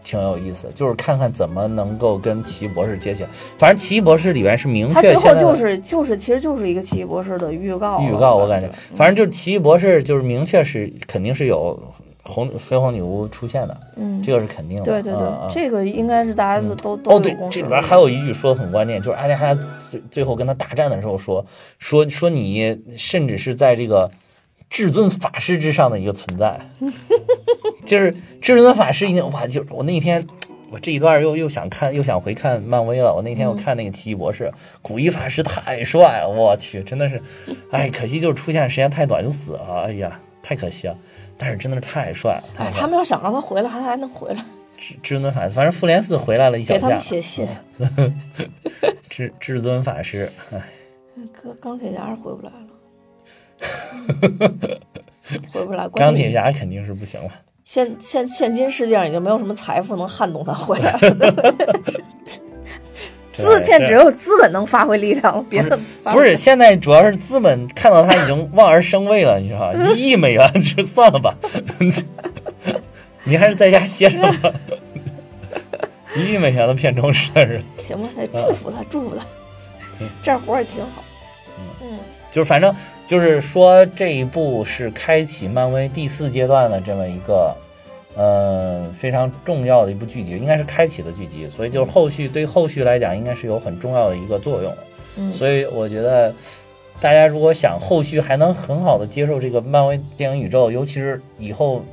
[SPEAKER 1] 挺有意思，就是看看怎么能够跟奇异博士接起来。反正奇异博士里边是明
[SPEAKER 3] 他
[SPEAKER 1] 确
[SPEAKER 3] 最
[SPEAKER 1] 现在
[SPEAKER 3] 后就
[SPEAKER 1] 的
[SPEAKER 3] 是就是其实就是一个奇异博士的预告了。
[SPEAKER 1] 预告，我感觉
[SPEAKER 3] 嗯，
[SPEAKER 1] 反正就是奇异博士，就是明确是肯定是有红飞黄女巫出现的，
[SPEAKER 3] 嗯，
[SPEAKER 1] 这个是肯定的。
[SPEAKER 3] 对对对，
[SPEAKER 1] 啊啊
[SPEAKER 3] 这个应该是大家都、都
[SPEAKER 1] 哦，
[SPEAKER 3] 都
[SPEAKER 1] 对
[SPEAKER 3] 有，共
[SPEAKER 1] 这
[SPEAKER 3] 识。
[SPEAKER 1] 里边还有一句说的很关键，就是阿加莎最最后跟他大战的时候说说说你甚至是在这个至尊法师之上的一个存在， (laughs) 就是至尊法师已经哇，就我那天。我这一段又又想看，又想回看漫威了。我那天
[SPEAKER 3] 嗯
[SPEAKER 1] 我看那个《奇异博士》古一法师太帅了，我去，真的是，哎，可惜就是出现时间太短就死了，哎呀，太可惜了。但是真的是太帅了，太
[SPEAKER 3] 哎，
[SPEAKER 1] 帅
[SPEAKER 3] 他
[SPEAKER 1] 了。
[SPEAKER 3] 们要想让他回来，他还能回来，
[SPEAKER 1] 至至尊法师，反正复联四回来了一小
[SPEAKER 3] 给他
[SPEAKER 1] 下
[SPEAKER 3] 们，写信。
[SPEAKER 1] 至至尊法师，哎，
[SPEAKER 3] 钢钢铁侠是回不来
[SPEAKER 1] (laughs)
[SPEAKER 3] 了，回不来。关
[SPEAKER 1] 钢
[SPEAKER 3] 键
[SPEAKER 1] 铁侠肯定是不行了。
[SPEAKER 3] 现现现今世界上已经没有什么财富能撼动他回
[SPEAKER 1] (laughs)
[SPEAKER 3] 来了。
[SPEAKER 1] 这
[SPEAKER 3] 资现在
[SPEAKER 1] 这
[SPEAKER 3] 只有资本能发挥力量了，别的发
[SPEAKER 1] 不
[SPEAKER 3] 挥
[SPEAKER 1] 是现在主要是资本看到他已经望而生畏了，你
[SPEAKER 3] (laughs)
[SPEAKER 1] 知道吧？一亿美元就算了吧，你还是在家歇着
[SPEAKER 3] (laughs)
[SPEAKER 1] 吧。一亿美元的片酬是
[SPEAKER 3] 不了行吧？得祝福他，祝福他
[SPEAKER 1] 嗯对，
[SPEAKER 3] 这样活着也挺好。嗯，
[SPEAKER 1] 就是反正就是说这一部是开启漫威第四阶段的这么一个，呃，非常重要的一部剧集，应该是开启的剧集，所以就是后续对后续来讲应该是有很重要的一个作用。
[SPEAKER 3] 嗯
[SPEAKER 1] 所以我觉得大家如果想后续还能很好的接受这个漫威电影宇宙，尤其是以后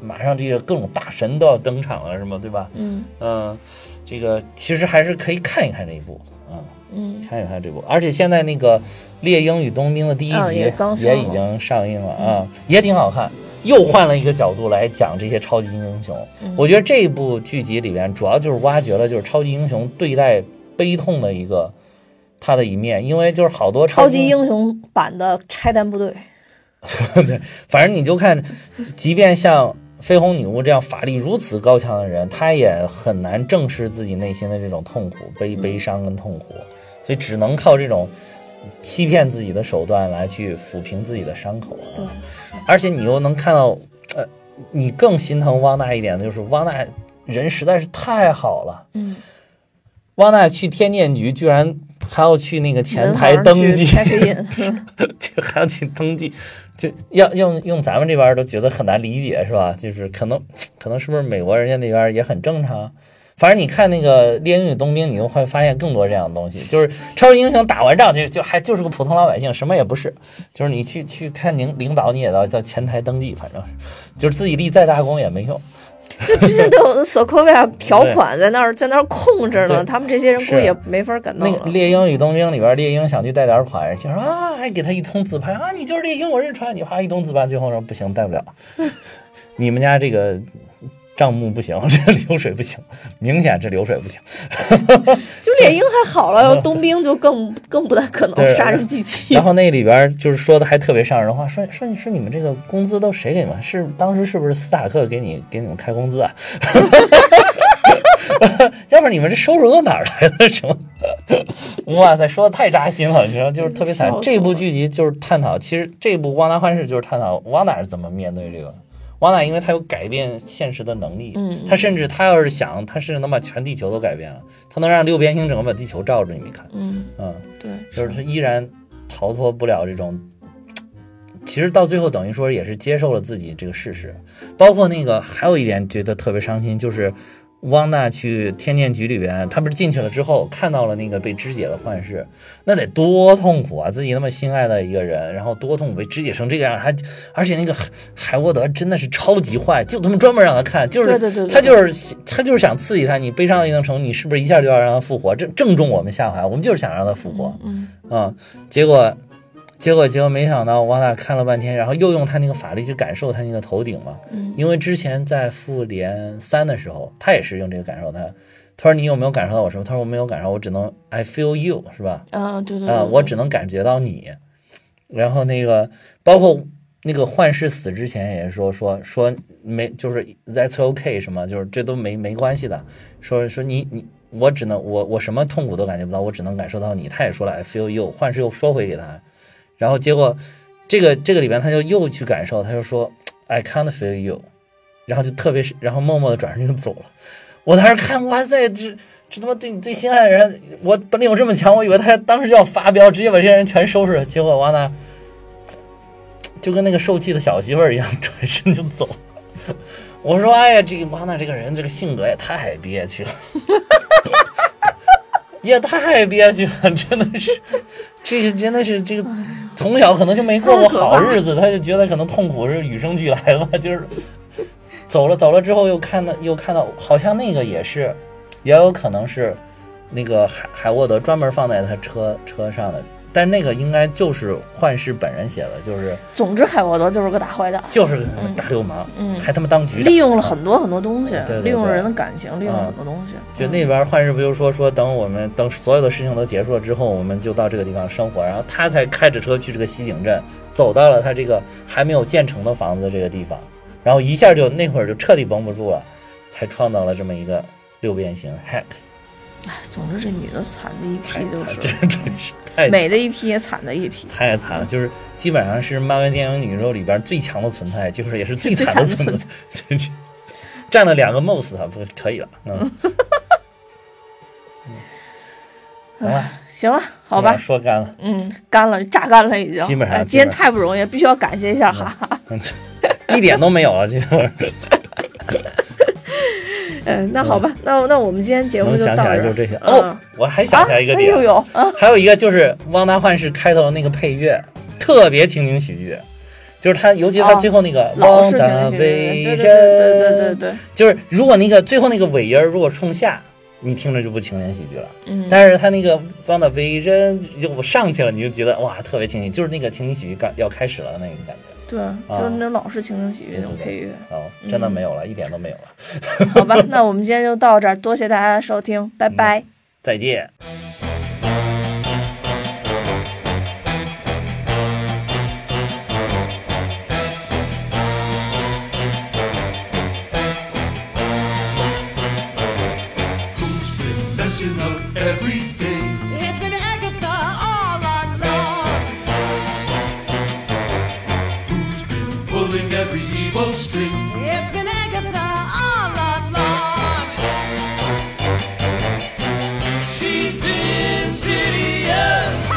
[SPEAKER 1] 马上这个各种大神都要登场了，是吗？对吧？
[SPEAKER 3] 嗯
[SPEAKER 1] 嗯，这个其实还是可以看一看这一部啊。
[SPEAKER 3] 嗯，
[SPEAKER 1] 看一看这部，而且现在那个《猎鹰与冬兵》的第一
[SPEAKER 3] 啊
[SPEAKER 1] 集
[SPEAKER 3] 也刚上
[SPEAKER 1] 也已经上映了啊，也挺好看，又换了一个角度来讲这些超级英雄。
[SPEAKER 3] 嗯
[SPEAKER 1] 我觉得这一部剧集里边主要就是挖掘了就是超级英雄对待悲痛的一个他的一面，因为就是好多
[SPEAKER 3] 超
[SPEAKER 1] 级
[SPEAKER 3] 级，英雄版的拆弹部队，
[SPEAKER 1] (laughs) 反正你就看，即便像。绯红女巫这样法力如此高强的人，她也很难正视自己内心的这种痛苦、悲悲伤跟痛苦，所以只能靠这种欺骗自己的手段来去抚平自己的伤口。啊
[SPEAKER 3] 对，
[SPEAKER 1] 而且你又能看到，呃，你更心疼汪娜一点的就是汪娜人实在是太好了。
[SPEAKER 3] 嗯，
[SPEAKER 1] 汪娜去天电局居然还要去那个前台
[SPEAKER 3] 文行
[SPEAKER 1] 登记
[SPEAKER 3] 去，check
[SPEAKER 1] (laughs)
[SPEAKER 3] in，
[SPEAKER 1] 这还要去登记，就要用用咱们这边儿都觉得很难理解是吧？就是可能可能是不是美国人家那边儿也很正常？反正你看那个《猎鹰与冬兵》，你就会发现更多这样的东西，就是超级英雄打完仗就就还就是个普通老百姓，什么也不是。就是你去去看领领导，你也要到前台登记，反正就是自己立再大功也没用。
[SPEAKER 3] 就最近都有索科维亚条款在那儿在那儿控制
[SPEAKER 1] 对
[SPEAKER 3] 呢，他们这些人估
[SPEAKER 1] 是
[SPEAKER 3] 计也没法敢弄
[SPEAKER 1] 那个《
[SPEAKER 3] 了。
[SPEAKER 1] 猎鹰与冬兵》里边，猎鹰想去贷点款，就说啊，还给他一通自拍啊，你就是猎鹰，我认出来你，啪一通自拍，最后说不行，贷不了， (laughs) 你们家这个账目不行， (laughs) 这流水不行，明显这流水不行。
[SPEAKER 3] 就猎鹰还好了，要冬兵就更更不太可能
[SPEAKER 1] 对
[SPEAKER 3] 杀人机器
[SPEAKER 1] 然。后那里边就是说的还特别上人话，说说你说你们这个工资都谁给你们？是当时是不是斯塔克给你给你们开工资啊？ (laughs) 要不然你们这收入都哪儿来的？什么？哇塞，说的太扎心了，你知道，就是特别惨
[SPEAKER 3] 笑死。我
[SPEAKER 1] 这部剧集就是探讨，其实这部《汪达幻视》就是探讨汪达是怎么面对这个。汪达因为他有改变现实的能力，
[SPEAKER 3] 嗯嗯
[SPEAKER 1] 他甚至他要是想，他甚至能把全地球都改变了，他能让六边形整个把地球罩着，你没看？
[SPEAKER 3] 嗯，
[SPEAKER 1] 嗯。
[SPEAKER 3] 对，
[SPEAKER 1] 就是他依然逃脱不了这种。其实到最后，等于说也是接受了自己这个事实。包括那个，还有一点觉得特别伤心，就是汪娜去天剑局里边，她不是进去了之后看到了那个被肢解的幻视，那得多痛苦啊！自己那么心爱的一个人，然后多痛苦，被肢解成这个样，还而且那个海海沃德真的是超级坏，就他妈专门让他看，就是
[SPEAKER 3] 对对对对
[SPEAKER 1] 他就是他就是想刺激他，你悲伤到一定程度，你是不是一下就要让他复活？正正中我们下怀，我们就是想让他复活。
[SPEAKER 3] 嗯，
[SPEAKER 1] 嗯，结果，结果，结果没想到汪娜看了半天，然后又用他那个法力去感受他那个头顶嘛，
[SPEAKER 3] 嗯
[SPEAKER 1] 因为之前在复联三的时候，他也是用这个感受他，他说你有没有感受到我什么？他说我没有感受，我只能 I feel you 是吧？
[SPEAKER 3] 啊，对对
[SPEAKER 1] 啊、
[SPEAKER 3] 对，
[SPEAKER 1] 我只能感觉到你。然后那个包括那个幻视死之前也是说说说没，就是 that's okay 什么，就是这都没没关系的。说说你你我只能我我什么痛苦都感觉不到，我只能感受到你。他也说了 I feel you，幻视又说回给他，然后结果这个这个里边他就又去感受，他就说 I can't feel you，然后就特别是然后默默的转身就走了。我当时看，哇塞，这这他妈对你最心爱的人，我本领有这么强，我以为他当时就要发飙，直接把这些人全收拾了。结果完了，就跟那个受气的小媳妇儿一样，转身就走。 (laughs) 我说哎呀，这个王娜这个人这个性格也太憋屈了， (laughs) 也太憋屈了，真的是，这个真的是这个从小可能就没过过好日子，他就觉得可能痛苦是与生俱来吧， (laughs) 就是走了走了之后又看到又看到，好像那个也是，也有可能是那个海海沃德专门放在他车车上的。但那个应该就是幻视本人写的，就是
[SPEAKER 3] 总之，海沃德就是个大坏蛋，
[SPEAKER 1] 就是个大流氓，
[SPEAKER 3] 嗯嗯
[SPEAKER 1] 还他妈当局长，
[SPEAKER 3] 利用了很多很多东西
[SPEAKER 1] 对对，对嗯
[SPEAKER 3] 利用了人的感情，利用了很多东西。嗯
[SPEAKER 1] 就那边幻视不就说说等我们等所有的事情都结束了之后，我们就到这个地方生活，然后他才开着车去这个西井镇，走到了他这个还没有建成的房子的这个地方，然后一下就那会儿就彻底绷不住了，才创造了这么一个六边形 hex，
[SPEAKER 3] 哎，总之这女的惨的一批就
[SPEAKER 1] 真
[SPEAKER 3] 是，
[SPEAKER 1] 的是太
[SPEAKER 3] 美的一批也惨的一批，
[SPEAKER 1] 太惨了，就是基本上是漫威电影宇宙里边最强的存在，就是也是最惨的存在，就是占了两个 most，不可以了，嗯，嗯行了，
[SPEAKER 3] 行了，好吧，
[SPEAKER 1] 说干了，
[SPEAKER 3] 嗯，干了，榨干了已经。
[SPEAKER 1] 基本上
[SPEAKER 3] 哎今天
[SPEAKER 1] 基本
[SPEAKER 3] 太不容易，必须要感谢一下哈哈。
[SPEAKER 1] 嗯一点都没有了，这会儿
[SPEAKER 3] (laughs) 嗯，那好吧，那那我们今天节目
[SPEAKER 1] 能
[SPEAKER 3] 就
[SPEAKER 1] 想起
[SPEAKER 3] 到
[SPEAKER 1] 来
[SPEAKER 3] 这
[SPEAKER 1] 就
[SPEAKER 3] 儿。
[SPEAKER 1] 这些。哦
[SPEAKER 3] 嗯，
[SPEAKER 1] 我还想起来一个
[SPEAKER 3] 啊，那
[SPEAKER 1] 点
[SPEAKER 3] 又，有啊，
[SPEAKER 1] 还有一个就是《汪达幻视》开头的那个配乐，特别情景喜剧，就是他，尤其他
[SPEAKER 3] 哦
[SPEAKER 1] 最后那个
[SPEAKER 3] 老
[SPEAKER 1] 汪
[SPEAKER 3] 式情
[SPEAKER 1] 达
[SPEAKER 3] 绪，对对对
[SPEAKER 1] 威
[SPEAKER 3] 对对对
[SPEAKER 1] 震
[SPEAKER 3] 对，
[SPEAKER 1] 就是如果那个最后那个尾音儿如果冲下，你听着就不情景喜剧了。
[SPEAKER 3] 嗯，
[SPEAKER 1] 但是他那个帮的尾音就上去了，你就觉得哇，特别情景，就是那个情景喜剧刚要开始了的那个感觉。
[SPEAKER 3] 对，就是那种老式情景喜剧那种配乐。嗯
[SPEAKER 1] 哦，真的没有了，一点都没有了。
[SPEAKER 3] 好吧，那我们今天就到这儿，多谢大家的收听，拜
[SPEAKER 1] 嗯
[SPEAKER 3] 拜。
[SPEAKER 1] 再见。
[SPEAKER 4] Who's been messing up everything?
[SPEAKER 5] It's been Agatha all along.
[SPEAKER 4] Who's been pulling every evil string?
[SPEAKER 5] It's been Agatha all along.
[SPEAKER 4] She's (laughs) insidious,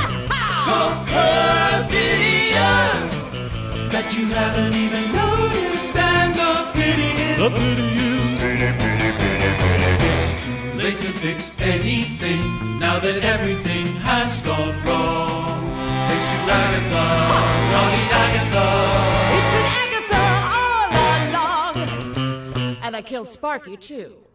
[SPEAKER 4] so perfidious that you haven't even noticed. And the pity is, the pity is, pity, pity, pity, pity. It's too late to fix anything now that everything has gone wrong. Thanks to Agatha, naughty
[SPEAKER 5] It's been Agatha all
[SPEAKER 4] Agatha.
[SPEAKER 5] along. And I killed Sparky too.